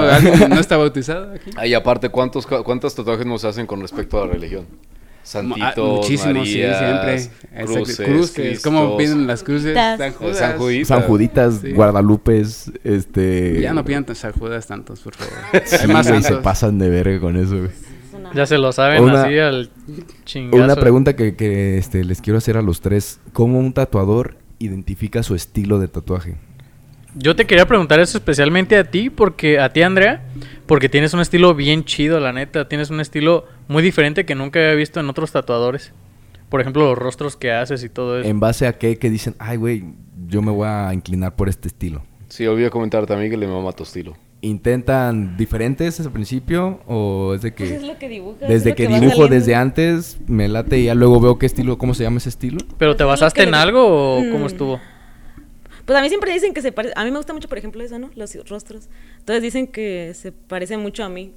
E: alguien no está bautizado aquí. ah,
C: Ay, Ah, aparte, ¿cuántos, ca- ¿cuántos tatuajes nos hacen con respecto a la religión?
E: Ah,
C: Santitos,
E: Muchísimos, sí,
C: Marías,
E: siempre.
C: Cruces,
E: cruces
C: Cristos,
E: ¿cómo
C: Eh,
E: piden las cruces?
D: Juditas.
E: San Judas.
C: San Juditas.
A: San Juditas,
E: Sí.
A: Guadalupes, este...
E: Ya no pidan tan San Judas tantos, por favor.
A: Sí,
E: Hay más
A: güey, se
E: santos.
A: pasan de verga con eso, güey.
D: Es una-
B: Ya se lo saben
A: Una-
B: así al chingazo.
A: Una pregunta que, que, este, les quiero hacer a los tres. ¿Cómo un tatuador identifica su estilo de tatuaje?
B: Yo te quería preguntar eso especialmente a ti, porque a ti, Andrea, porque tienes un estilo bien chido, la neta. Tienes un estilo muy diferente que nunca había visto en otros tatuadores. Por ejemplo, los rostros que haces y todo
E: Pues
B: eso.
A: ¿En base a qué que dicen, ay, güey, yo me voy a inclinar por este estilo?
C: Sí, olvidé comentar también que le mama tu estilo.
A: ¿Intentan diferentes al principio o es de
D: Pues es
A: que...
D: lo que dibujas.
A: Desde que dibujo desde antes, me late y ya luego veo qué estilo, cómo se llama ese estilo.
B: ¿Pero te
D: Pues es lo
B: basaste
D: que
B: en
D: le-
B: algo o
D: Mm.
B: cómo estuvo?
D: Pues a mí siempre dicen que se parece. A mí me gusta mucho, por ejemplo, eso, ¿no? Los rostros. Entonces dicen que se parece mucho a mí.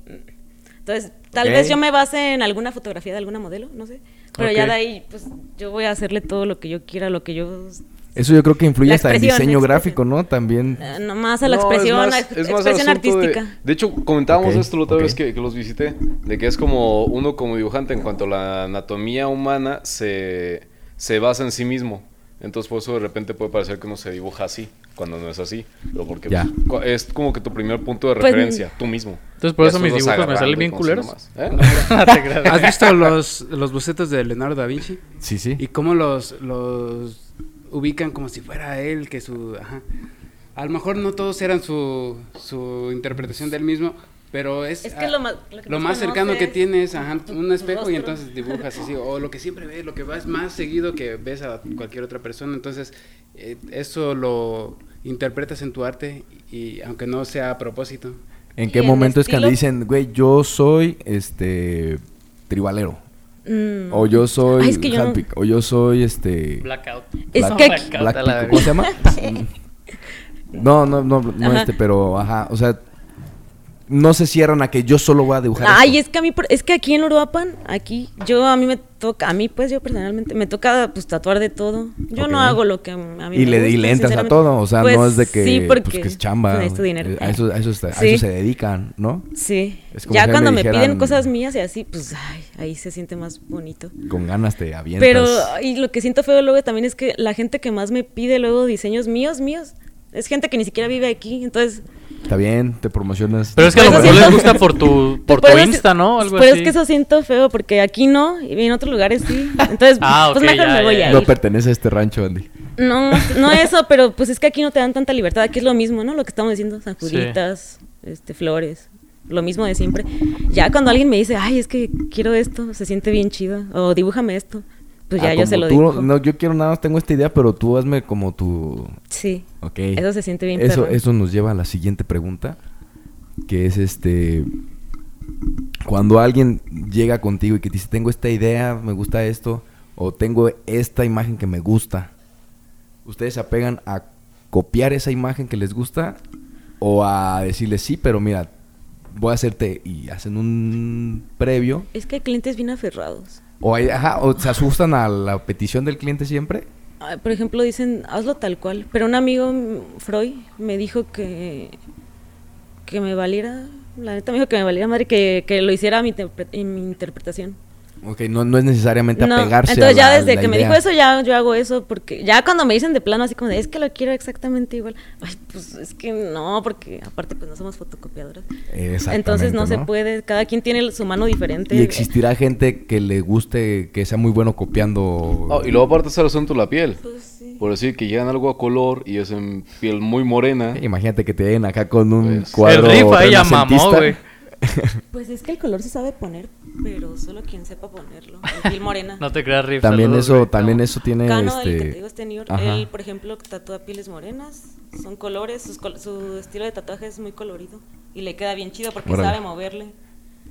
D: Entonces, tal
A: Ok.
D: vez yo me base en alguna fotografía de alguna modelo, no sé. Pero ya
B: Ok.
D: de ahí, pues yo voy a hacerle todo lo que yo quiera, lo que yo.
A: Eso yo creo que influye
D: La
A: hasta en
D: expresión, la
A: diseño
D: expresión.
A: gráfico, ¿no? También.
D: eh, nomás a la
C: No, es
D: expresión,
C: más-
D: la
C: es
D: ex-
C: más asunto
D: expresión
C: de-
D: artística.
C: De, hecho, comentábamos
A: Ok,
C: esto la otra
A: ok.
C: vez que, que los visité, de que es como uno como dibujante en cuanto a la anatomía humana se, se basa en sí mismo. Entonces, por eso de repente puede parecer que uno se dibuja así, cuando no es así. Pero porque
A: Ya.
C: pues, cu- es como que tu primer punto de
D: Pues,
C: referencia, tú mismo.
B: Entonces, por
C: Ya
B: eso mis
C: después vas
B: dibujos me
C: agarrando
B: salen bien
C: y
B: culeros.
C: conoces nomás, ¿eh?
B: No te creas.
E: ¿Has visto los, los bocetos de Leonardo da Vinci?
A: Sí, sí.
E: Y cómo los, los ubican como si fuera él, que su... Ajá. A lo mejor no todos eran su, su interpretación del mismo, pero es...
D: Es que
E: ah,
D: lo más- lo que
E: lo
D: más
E: más cercano que
D: conoces,
E: tienes, ajá,
D: tu-
E: un
D: tu
E: espejo
D: rostro.
E: y entonces dibujas así, o lo que siempre ves, lo que vas más seguido que ves a cualquier otra persona, entonces eh, eso lo interpretas en tu arte y aunque no sea a propósito.
A: ¿En
D: ¿Y
A: qué
D: el
A: momento es que le
D: estilo?
A: dicen, güey, yo soy este tribalero?
D: Mm.
A: O yo soy
D: Ay, es que yo no-
A: handpick, o yo soy este
B: Blackout.
D: Es
A: black-
D: que-
A: black-
B: Blackout a la
A: ¿cómo se
B: verga.
A: llama? no, no, no, no este, pero ajá, o sea, no se cierran a que yo solo voy a dibujar.
D: Ay,
A: esto.
D: es que a mí, por- es que aquí en Uruapan, aquí, yo, a mí me toca, a mí pues yo personalmente, me toca pues tatuar de todo. Yo no
A: Ok.
D: hago lo que a mí
A: Y
D: me
A: le, y
D: gusta,
A: le entras a
D: sinceramente.
A: todo, o sea,
D: Pues,
A: no es de que,
D: Sí,
A: pues,
D: porque
A: que es chamba. eh,
D: pues, necesito dinero.
A: A eso, a eso está- a
D: Sí.
A: eso se dedican, ¿no?
D: Sí.
A: Es como si a
D: Ya
A: mí me
D: cuando me,
A: dijeran-
D: piden cosas mías y así, pues ay, ahí se siente más bonito.
A: Con ganas te avientas.
D: Pero y lo que siento feo luego también es que la gente que más me pide luego diseños míos, míos, es gente que ni siquiera vive aquí, entonces
A: Está bien, te promocionas. Pues,
B: Pero es que a lo
D: Por eso
B: mejor les
D: siento-
B: gusta por tu, por
D: Pero
B: tu
D: es-
B: Insta, ¿no? Algo
D: pero
B: así.
D: es que eso siento feo porque aquí no y en otros lugares sí. Entonces,
B: Ah,
D: pues
B: ok,
D: mejor
B: ya,
D: me voy
B: ya, ya.
D: a
A: No
D: ir.
A: pertenece a este rancho, Andy.
D: No, no eso, pero pues es que aquí no te dan tanta libertad. Aquí es lo mismo, ¿no? Lo que estamos diciendo, sanjuritas, este, flores, lo mismo de siempre. Ya cuando alguien me dice, ay, es que quiero esto, se siente bien chido, o dibújame esto, pues ya
A: Ah,
D: yo se
A: como
D: lo
A: tú,
D: dibujo.
A: No, yo quiero nada más, tengo esta idea, pero tú hazme como tu...
D: Sí,
A: Ok.
D: eso se siente bien
A: Eso,
D: perrón.
A: eso nos lleva a la siguiente pregunta, que es este... Cuando alguien llega contigo y que te dice, tengo esta idea, me gusta esto, o tengo esta imagen que me gusta, ¿ustedes se apegan a copiar esa imagen que les gusta o a decirle, sí, pero mira, voy a hacerte y hacen un previo?
D: Es que hay clientes bien aferrados.
A: O, hay- ajá, o se asustan a la petición del cliente siempre.
D: Ah, Por ejemplo, dicen, hazlo tal cual. Pero un amigo, mm, Freud, me dijo que, que me valiera, la neta me dijo que me valiera madre, que, que lo hiciera a mi, interpre- en mi interpretación.
A: Ok, no, no es necesariamente
D: No,
A: apegarse a
D: entonces
A: la
D: ya desde
A: la
D: que me
A: idea.
D: dijo eso, ya yo hago eso, porque ya cuando me dicen de plano así como de, es que lo quiero exactamente igual, ay, pues es que no, porque aparte pues no somos fotocopiadoras.
A: Exactamente,
D: Entonces no, se
A: ¿no?
D: puede, cada quien tiene su mano diferente.
A: Y existirá gente que le guste, que sea muy bueno copiando.
C: Ah, y luego aparte está el asunto de la piel.
D: Pues, sí.
C: Por decir que llegan algo a color y es en piel muy morena.
A: Imagínate que te den acá con un
C: Pues,
A: cuadro.
B: el riff ahí ya mamó,
A: renacentista.
B: güey.
D: Pues es que el color se sabe poner, pero solo quien sepa ponerlo. En piel morena.
B: No te creas, Riff.
A: También
B: saludos,
A: eso,
B: güey.
A: también
B: No.
A: eso tiene
D: Cano,
A: este.
D: el que te digo, este New York,
A: ajá.
D: él, por ejemplo, tatúa pieles morenas, son colores, sus col- su estilo de tatuaje es muy colorido y le queda bien chido porque
A: Órale.
D: sabe moverle.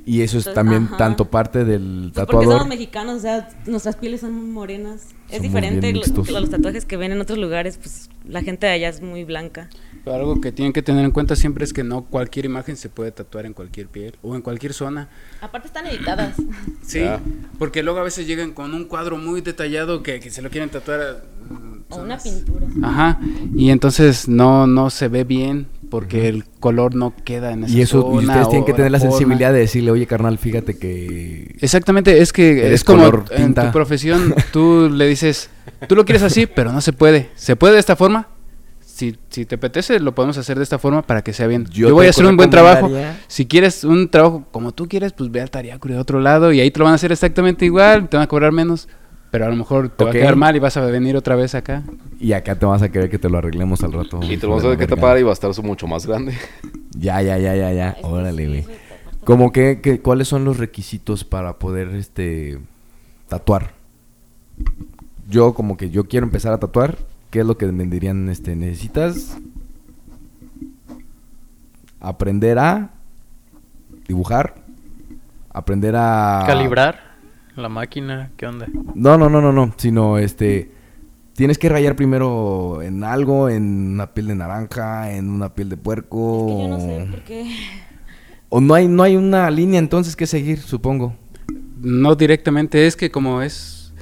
A: Y eso es
D: Entonces,
A: también
D: ajá.
A: tanto parte del
D: Pues porque
A: tatuador.
D: somos mexicanos, o sea, nuestras pieles son morenas.
A: Somos
D: es diferente
A: bien
D: lo-
A: mixtos.
D: que los tatuajes que ven en otros lugares, pues la gente de allá es muy blanca.
E: Pero algo que tienen que tener en cuenta siempre es que no cualquier imagen se puede tatuar en cualquier piel o en cualquier zona.
D: Aparte están editadas.
E: Sí,
C: Ah.
E: porque luego a veces llegan con un cuadro muy detallado que, que se lo quieren tatuar. a, mm,
D: o una
E: zonas.
D: pintura.
E: Ajá, y entonces no, no se ve bien porque el color no queda en esa
A: Y eso, y
E: zona
A: ustedes tienen que
E: o
A: tener la
E: forma.
A: sensibilidad de decirle, oye, carnal, fíjate que.
E: Exactamente, es que
A: Eres
E: es como
A: color
E: en
A: tinta.
E: tu profesión, tú le dices, tú lo quieres así, pero no se puede. ¿Se puede de esta forma? Si, si te apetece, lo podemos hacer de esta forma para que sea bien.
A: Yo
E: Yo, voy
A: te
E: a hacer un buen trabajo.
A: recomendaría-
E: Si quieres un trabajo como tú quieres, pues ve al Tariaco y de otro lado y ahí te lo van a hacer exactamente igual, te van a cobrar menos, pero a lo mejor te va a
A: Ok.
E: quedar mal y vas a venir otra vez acá.
A: Y acá te vas a querer que te lo arreglemos al rato.
C: Y te
A: hijo
C: lo vamos
A: de la
C: a ver que
A: verga.
C: tapar y va a estar su mucho más grande.
A: Ya, ya, ya, ya, ya.
D: Es que
A: Órale,
D: sí,
A: güey.
D: güey, aparte-
A: Como que, que- ¿cuáles son los requisitos para poder, este, tatuar? Yo como que yo quiero empezar a tatuar. ¿Qué es lo que me dirían, este, necesitas? Aprender a dibujar. Aprender a...
B: Calibrar la máquina, ¿qué onda?
A: No, no, no, no, no. Sino, este, tienes que rayar primero en algo, en una piel de naranja, en una piel de
D: Es
A: puerco.
D: que yo no
A: o-
D: sé por qué.
A: O no hay, no hay una línea entonces que seguir, supongo.
E: No directamente, es que como es...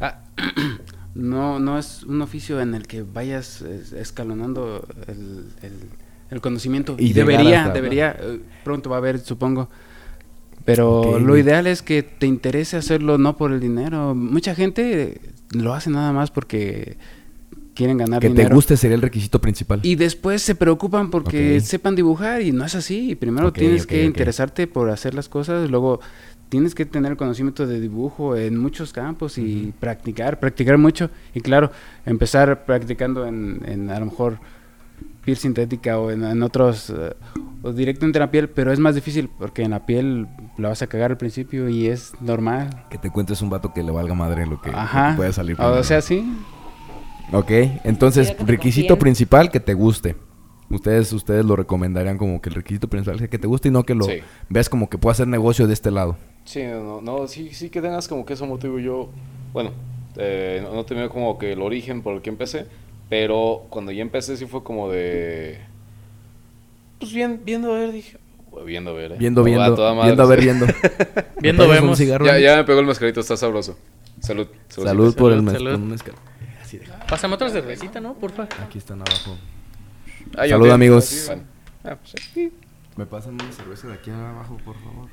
E: ah, no, no es un oficio en el que vayas es- escalonando el, el- el conocimiento.
A: Y
E: Y,
A: llegar
E: debería,
A: hasta-
E: debería, eh, pronto va a haber, supongo. Pero
A: Ok.
E: lo ideal es que te interese hacerlo no por el dinero. Mucha gente lo hace nada más porque quieren ganar
A: Que
E: Ah, dinero.
A: te guste sería el requisito principal.
E: Y después se preocupan porque
A: Ok.
E: sepan dibujar y no es así. Y Primero
A: Ok,
E: tienes
A: ok,
E: que
A: ok.
E: interesarte por hacer las cosas, luego tienes que tener conocimiento de dibujo en muchos campos y practicar, practicar mucho. Y claro, empezar practicando en, en a lo mejor piel sintética o en, en otros, eh, o directamente en la piel, pero es más difícil porque en la piel la vas a cagar al principio y es normal.
A: Que te encuentres un vato que le valga madre lo que, lo que
E: Ajá.
A: pueda salir.
E: o
A: primero.
E: sea, sí.
A: ok, entonces,
D: Quiero que te
A: requisito
D: confíen.
A: principal que te guste. Ustedes, ustedes lo recomendarían como que el requisito principal sea que te guste y no que lo
C: Sí.
A: veas como que pueda hacer negocio de este lado.
C: Sí, no, no, sí, sí que tengas como que ese motivo. Yo, bueno, eh, no, no tenía como que el origen por el que empecé, pero cuando ya empecé sí fue como de... Pues bien, viendo a ver, dije, Viendo a ver, ¿eh?
A: Viendo,
C: Oh,
A: viendo.
C: a toda madre.
A: viendo a ver, viendo.
B: Viendo
A: ¿Me pasas un
B: vemos.
A: cigarro,
C: Ya,
A: Alex?
C: ya me pegó el mascarito, está sabroso. Salud.
A: Salud, por el mes.
B: salud.
A: con un mezcal. Así de-
B: Pásame otra cervecita, ¿no? Porfa.
A: Aquí están abajo.
C: Ah, yo
A: Salud,
C: entiendo.
A: amigos.
C: Sí, bueno. Ah, pues, sí.
A: Me pasan una cerveza de aquí abajo, por favor.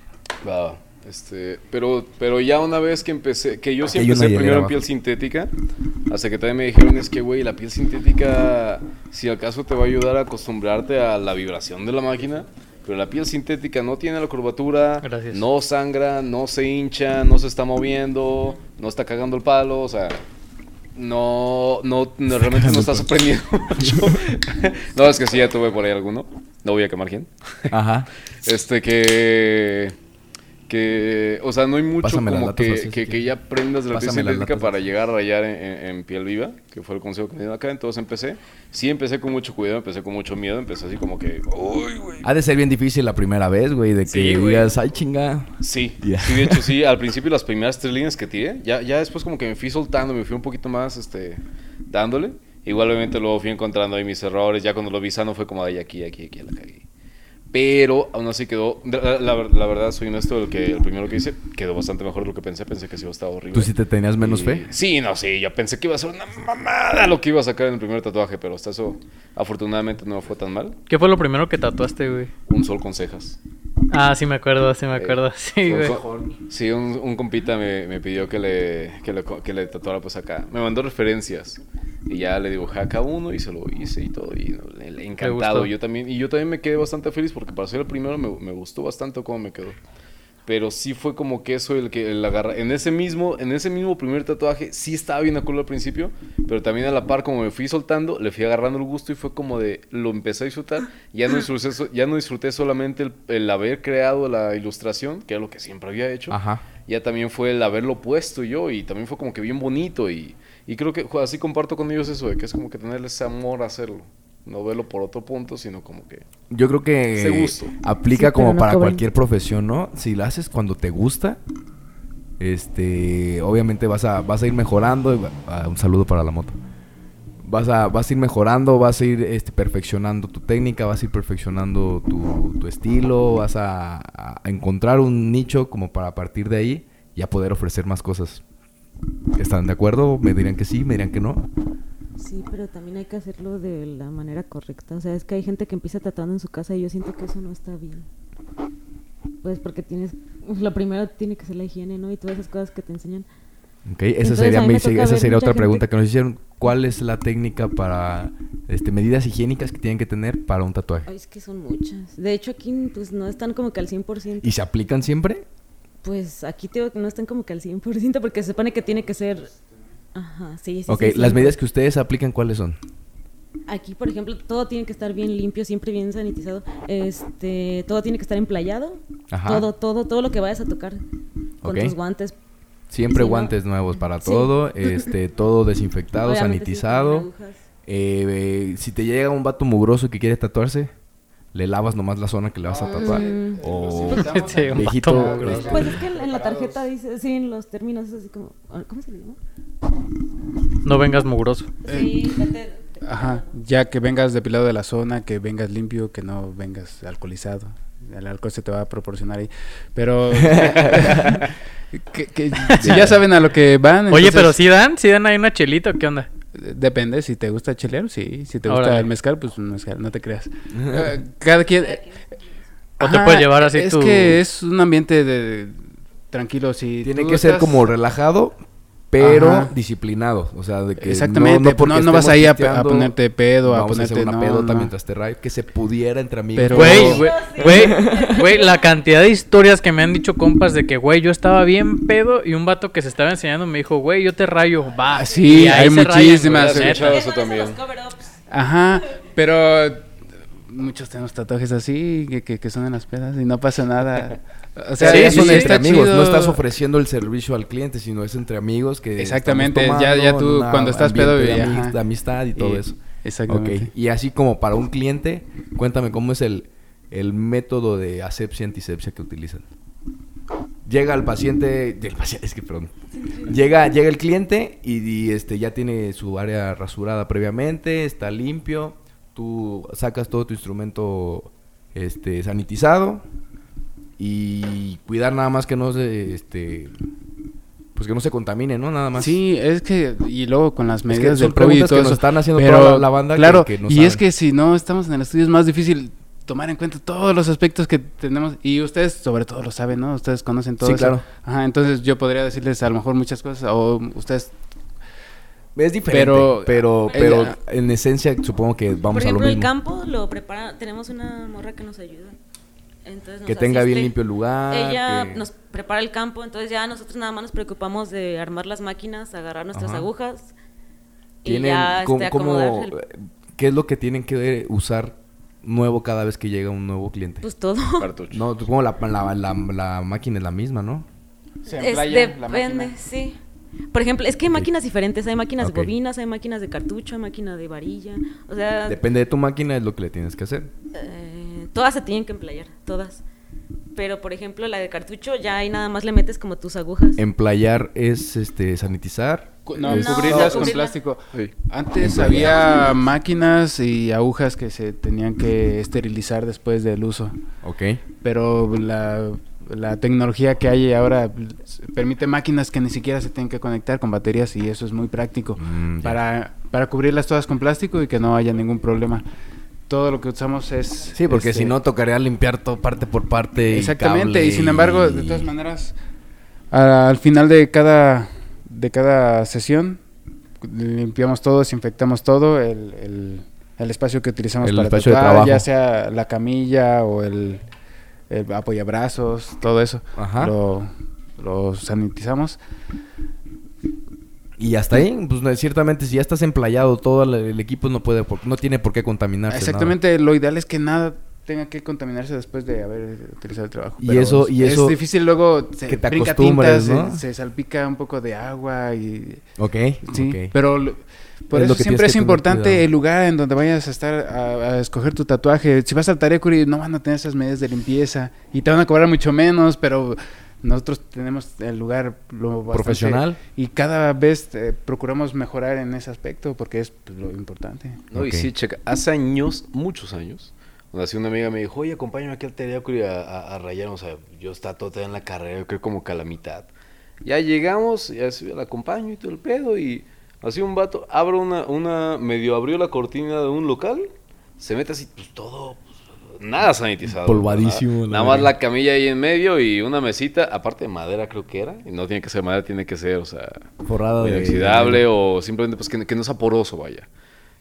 C: Va, va. Este, pero, pero ya una vez que empecé, que yo
A: Aquí
C: sí
A: hay una
C: empecé
A: hielera
C: primero en
A: abajo.
C: piel sintética, hasta que también me dijeron es que, güey, la piel sintética, si acaso te va a ayudar a acostumbrarte a la vibración de la máquina, pero la piel sintética no tiene la curvatura,
B: Gracias.
C: no sangra, no se hincha, no se está moviendo, no está cagando el palo, o sea, no, no, no, realmente no está sorprendido mucho. no, es que sí, ya tuve por ahí alguno, no voy a quemar quién.
A: Ajá.
C: Este que. Que. O sea, no hay mucho
A: Pásame las
C: como
A: latas
C: que,
A: así, si
C: que, que
A: quieres.
C: ya aprendas de la piel
A: Pásame las
C: sintética
A: latas
C: para
A: así.
C: llegar a rayar en, en- en piel viva, que fue el consejo que me dieron acá. Entonces empecé. Sí, empecé con mucho cuidado, empecé con mucho miedo, empecé así como que. Uy, güey.
A: Ha de ser bien difícil la primera vez, güey, de que
C: Sí, güey.
A: digas, ay, chinga.
C: Sí,
A: Ya.
C: sí, de hecho sí, al principio las primeras tres líneas que tiré, ya, ya después como que me fui soltando, me fui un poquito más este, dándole. Igual obviamente luego fui encontrando ahí mis errores, ya cuando lo vi sano fue como, ay, aquí, aquí, aquí, la cagué. Pero aún así quedó, la, la- la verdad soy honesto, el, que, el primero que hice quedó bastante mejor de lo que pensé, pensé que sí iba a estar horrible.
A: ¿Tú sí te tenías menos
C: Y-
A: fe?
C: Sí, no, sí, yo pensé que iba a ser una mamada lo que iba a sacar en el primer tatuaje, pero hasta eso afortunadamente no me fue tan mal.
B: ¿Qué fue lo primero que tatuaste, güey?
C: Un sol con cejas.
B: Ah, sí me acuerdo, sí me
C: Eh,
B: acuerdo. Sí,
C: un
B: güey.
C: co- sí, un, un compita me, me pidió que le, que, le, co- que le tatuara pues acá. Me mandó referencias. Y ya le dibujé acá uno y se lo hice y todo. Y no, le- le- encantado.
B: gustó.
C: Yo también, y yo también me quedé bastante feliz porque para ser el primero me, me gustó bastante cómo me quedó. Pero sí fue como que eso el que el agarra. En ese mismo, en ese mismo primer tatuaje, sí estaba bien a culo al principio. Pero también a la par, como me fui soltando, le fui agarrando el gusto y fue como de lo empecé a disfrutar. Ya no disfruté, so- ya no disfruté solamente el, el haber creado la ilustración, que era lo que siempre había hecho
A: Ajá.
C: ya también fue el haberlo puesto yo y también fue como que bien bonito y, y creo que jo, así comparto con ellos eso de que es como que tener ese amor a hacerlo, no verlo por otro punto, sino como que
A: Yo creo que
C: Ese gusto.
A: aplica
D: Sí, pero
A: como
D: no
A: para
D: cobran.
A: cualquier profesión, ¿no? Si la haces cuando te gusta, este, obviamente vas a, vas a ir mejorando. y va- ah, un saludo para la moto. Vas a, vas a ir mejorando, vas a ir este, perfeccionando tu técnica, vas a ir perfeccionando tu, tu estilo, vas a, a- a encontrar un nicho como para partir de ahí y a poder ofrecer más cosas. ¿Están de acuerdo? Me dirán que sí, me dirán que no.
D: Sí, pero también hay que hacerlo de la manera correcta. O sea, es que hay gente que empieza tatuando en su casa y yo siento que eso no está bien. Pues porque tienes. Lo primero tiene que ser la higiene, ¿no? Y todas esas cosas que te enseñan.
A: Ok, esa
D: Entonces,
A: sería,
D: a mí me
A: mi-
D: toca
A: esa
D: ver
A: sería
D: mucha
A: otra
D: gente-
A: pregunta que nos hicieron. ¿Cuál es la técnica para este, medidas higiénicas que tienen que tener para un tatuaje?
D: Ay, es que son muchas. De hecho, aquí pues no están como que al 100%.
A: ¿Y se aplican siempre?
D: Pues aquí te digo que no están como que al 100% porque se supone que tiene que ser... Ajá, sí, sí.
A: ok,
D: sí, sí.
A: las medidas que ustedes aplican, ¿cuáles son?
D: Aquí, por ejemplo, todo tiene que estar bien limpio, siempre bien sanitizado. Este, todo tiene que estar emplayado.
A: Ajá.
D: Todo, todo, todo lo que vayas a tocar. Con
A: Ok.
D: tus guantes.
A: Siempre
D: Sí, ¿no?
A: guantes nuevos para
D: Sí.
A: todo, este, todo desinfectado,
D: Obviamente, sí, con
A: sanitizado.
D: agujas.
A: Eh, eh, si te llega un vato mugroso que quiere tatuarse, le lavas nomás la zona que le vas a tatuar.
D: Mm.
A: O
B: Sí, un vato
A: viejito,
B: mugroso.
A: este,
D: Pues es que en, en la tarjeta dice, sí, en los términos es así como... ah, ¿Cómo se le llama?
B: No vengas mugroso.
D: Sí, date...
E: Ajá, ya que vengas depilado de la zona, que vengas limpio, que no vengas alcoholizado. El alcohol se te va a proporcionar ahí. Pero. que- que- si ya saben a lo que van.
B: Oye,
E: entonces,
B: pero si dan, si dan ahí una chelita, o ¿qué onda?
E: Depende, si te gusta chelear, sí. Si te gusta
B: Órale.
E: el mezcal, pues un mezcal, no te creas. Eh, Cada quien.
B: O te puedes llevar así
E: Es
B: tu-
E: que es un ambiente de. Tranquilo, si.
A: Tiene
E: tú
A: que ser
E: estás-
A: como relajado, pero
E: Ajá.
A: disciplinado. O sea, de que no-
E: Exactamente,
A: no,
E: no,
A: porque
E: no, vas
A: estemos
E: ahí a, pe- a
A: pisteando,
E: ponerte pedo, a
A: vamos
E: ponerte
A: hacer una
E: no,
A: pedota
E: no.
A: mientras te rayo, que se pudiera entre amigos.
E: Pero-
B: Güey, güey, güey, güey, la cantidad de historias que me han dicho compas de que, güey, yo estaba bien pedo y un vato que se estaba enseñando me dijo, güey, yo te rayo, va.
E: Ah, sí,
B: Y ahí
E: hay
B: se rayan,
E: muchísimas.
B: güey, la
C: Escuchado
B: neta.
C: eso también.
E: Ajá, pero muchos tenemos tatuajes así que, que, que son en las pedas y no pasa nada. O sea,
A: Sí,
E: es
A: son
E: un-
B: sí,
A: entre
E: está
A: amigos,
E: chido.
A: no estás ofreciendo el servicio al cliente, sino es entre amigos que estamos
E: Exactamente,
A: tomando
E: ya, ya
A: en
E: tú
A: una
E: cuando estás
A: ambiente
E: pedo
A: de,
E: y-
A: amig-
E: ajá.
A: de amistad y todo eso.
E: Exactamente.
A: Ok, Y así como para un cliente, cuéntame cómo es el, el método de asepsia antisepsia que utilizan. Llega el paciente, del paciente, es que perdón. Llega, llega el cliente y, y, este ya tiene su área rasurada previamente, está limpio, tú sacas todo tu instrumento este, sanitizado y cuidar nada más que no se, este, pues que no se contamine, ¿no? Nada más.
E: Sí, es que, y luego con las
A: que
E: medidas
A: son
E: del COVID y
A: preguntas
E: todo
A: que nos
E: eso,
A: están haciendo toda la- la banda que-
E: Claro,
A: que no
E: y es
A: saben.
E: que si no estamos en el estudio es más difícil tomar en cuenta todos los aspectos que tenemos. Y ustedes, sobre todo, lo saben, ¿no? Ustedes conocen todo
A: Sí,
E: eso.
A: claro.
E: Ajá, entonces yo podría decirles a lo mejor muchas cosas, o ustedes.
A: Es diferente, pero,
E: Pero- ah,
A: pero,
E: Ella-
A: en esencia supongo que vamos
D: Por
A: a lo
D: ejemplo,
A: mismo.
D: el campo lo prepara, tenemos una morra que nos ayuda. Entonces nos
A: que tenga bien
D: asiste.
A: limpio el lugar.
D: Ella
A: que-
D: nos prepara el campo, entonces ya nosotros nada más nos preocupamos de armar las máquinas, agarrar nuestras
A: Ajá.
D: agujas y
A: tienen
D: ya
A: cómo-
D: este,
A: cómo-
D: acomodar el-
A: qué es lo que tienen que usar nuevo cada vez que llega un nuevo cliente.
D: pues todo.
C: Cartucho.
A: no, supongo la, la, la, la máquina es la misma, ¿no?
D: Es- depende, sí. Por ejemplo, es que hay máquinas diferentes, hay máquinas
A: Ok.
D: de bobinas, hay máquinas de cartucho, hay máquinas de varilla, o sea,
A: Depende de tu máquina es lo que le tienes que hacer.
D: eh, todas se tienen que emplayar, todas. Pero por ejemplo, la de cartucho ya ahí nada más le metes como tus agujas.
A: Em Emplayar es este sanitizar.
E: No,
A: es-
D: No,
E: cubrirlas con
D: cubrirlas.
E: plástico.
C: Sí.
E: Antes había máquinas y agujas que se tenían que esterilizar después del uso.
A: Ok.
E: Pero la, la tecnología que hay ahora permite máquinas que ni siquiera se tienen que conectar con baterías y eso es muy práctico
A: Mm, ya.
E: para, para cubrirlas todas con plástico y que no haya ningún problema. Todo lo que usamos es...
A: Sí, porque
E: este,
A: si no tocaría limpiar todo parte por parte. y
E: Exactamente,
A: cable
E: y, sin embargo, de
A: y-
E: todas maneras, a- al final de cada, de cada sesión, limpiamos todo, desinfectamos todo, el, el- el espacio que utilizamos
A: El
E: para
A: espacio de
E: tatuar,
A: trabajo.
E: ya sea la camilla o el, el apoyabrazos, todo eso,
A: Ajá.
E: lo, lo sanitizamos.
A: Y hasta ahí, pues no, ciertamente si ya estás emplayado, todo el, el equipo no puede, por- pues no tiene por qué contaminarse. nada.
E: Exactamente, lo ideal es que nada tenga que contaminarse después de haber utilizado el trabajo.
A: Y
E: pero
A: eso- y
E: es
A: eso-
E: difícil luego se
A: que te
E: brinca
A: acostumbres,
E: tintas,
A: ¿no?
E: se, se salpica un poco de agua y
A: Ok.
E: Sí,
A: ok.
E: pero lo- por
A: Es lo
E: eso
A: que
E: siempre
A: tienes
E: es
A: que tener
E: importante
A: cuidado.
E: el lugar en donde vayas a estar a, a escoger tu tatuaje. Si vas al Tarekuri no van a tener esas medidas de limpieza y te van a cobrar mucho menos, pero nosotros tenemos el lugar lo bastante-
A: Profesional.
E: y cada vez eh, procuramos mejorar en ese aspecto porque es pues, lo importante.
C: No,
A: Ok.
C: y sí, checa. Hace años, muchos años, donde así una amiga me dijo, oye, acompáñame aquí al Teriacuri a, a, a rayar. O sea, yo estaba toda en la carrera, yo creo como que a la mitad. Ya llegamos, y así la acompaño y todo el pedo. Y así un vato abre una, una, medio abrió la cortina de un local, se mete así, pues todo, pues, nada sanitizado.
A: Polvadísimo,
C: Nada,
A: la
C: nada más
A: verga.
C: la camilla ahí en medio y una mesita, aparte de madera creo que era. Y no tiene que ser madera, tiene que ser, o sea,
A: Forrado
C: o
A: de-
C: inoxidable o simplemente pues que, que no sea poroso, vaya.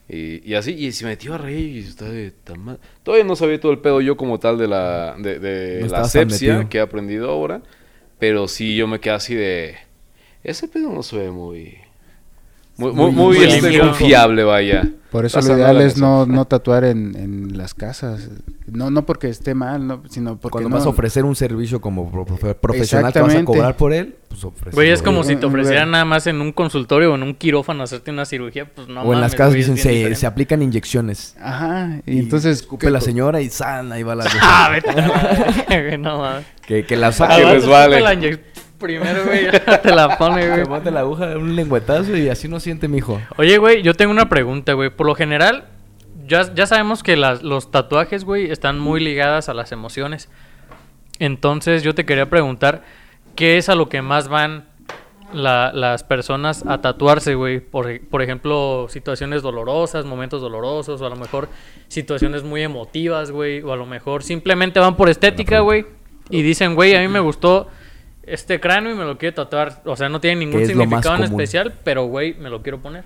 C: Y, y así, y se metió a reír y está de tan mal. Todavía no sabía todo el pedo yo como tal de la, de, de
A: No
C: la
A: estabas tan
C: asepsia
A: metido.
C: que he aprendido ahora, pero sí yo me quedé así de... Ese pedo no se ve muy... Muy, muy,
A: Muy
C: muy, este,
B: limpio.
C: confiable, vaya.
E: Por eso
C: Estás
E: lo
C: hablando
E: ideal
C: de
E: es
C: la
E: no, no tatuar en, en las casas. No, no porque esté mal, no, sino porque
A: Cuando
E: no,
A: vas a ofrecer un servicio como pro- profe- profesional que vas a
E: Exactamente.
A: cobrar por él, pues ofrecer.
B: Güey, es como
E: un-
B: si te
E: un lugar.
B: ofrecieran nada más en un consultorio o en un quirófano hacerte una cirugía, pues no
A: o en las
B: mames,
A: casas
B: güey, es
A: dicen,
B: bien
A: se,
B: diferente.
A: se aplican inyecciones.
E: Ajá, y, entonces... pues,
A: escupe la señora y sana ahí va la.
B: Ah, vete. a la verga, güey, no mames.
A: que, que la
C: Ah,
B: Al
A: saque.
C: que
B: vato
A: güey.
C: les vale.
B: te la inyec- Primero, güey, te la pone,
A: Que
B: güey.
A: mate la aguja de un lengüetazo y así no siente mi hijo.
B: Oye, güey, yo tengo una pregunta, güey. Por lo general, ya, ya sabemos que las- los tatuajes, güey, están muy ligadas a las emociones. Entonces, yo te quería preguntar, ¿qué es a lo que más van la- las personas a tatuarse, güey? Por, e- por ejemplo, situaciones dolorosas, momentos dolorosos, o a lo mejor situaciones muy emotivas, güey, o a lo mejor simplemente van por estética, güey, y dicen, güey, a mí me gustó este cráneo y me lo quiero tatuar. O sea, no tiene ningún
A: es lo más
B: significado en
A: común?
B: especial, pero, güey, me lo quiero poner.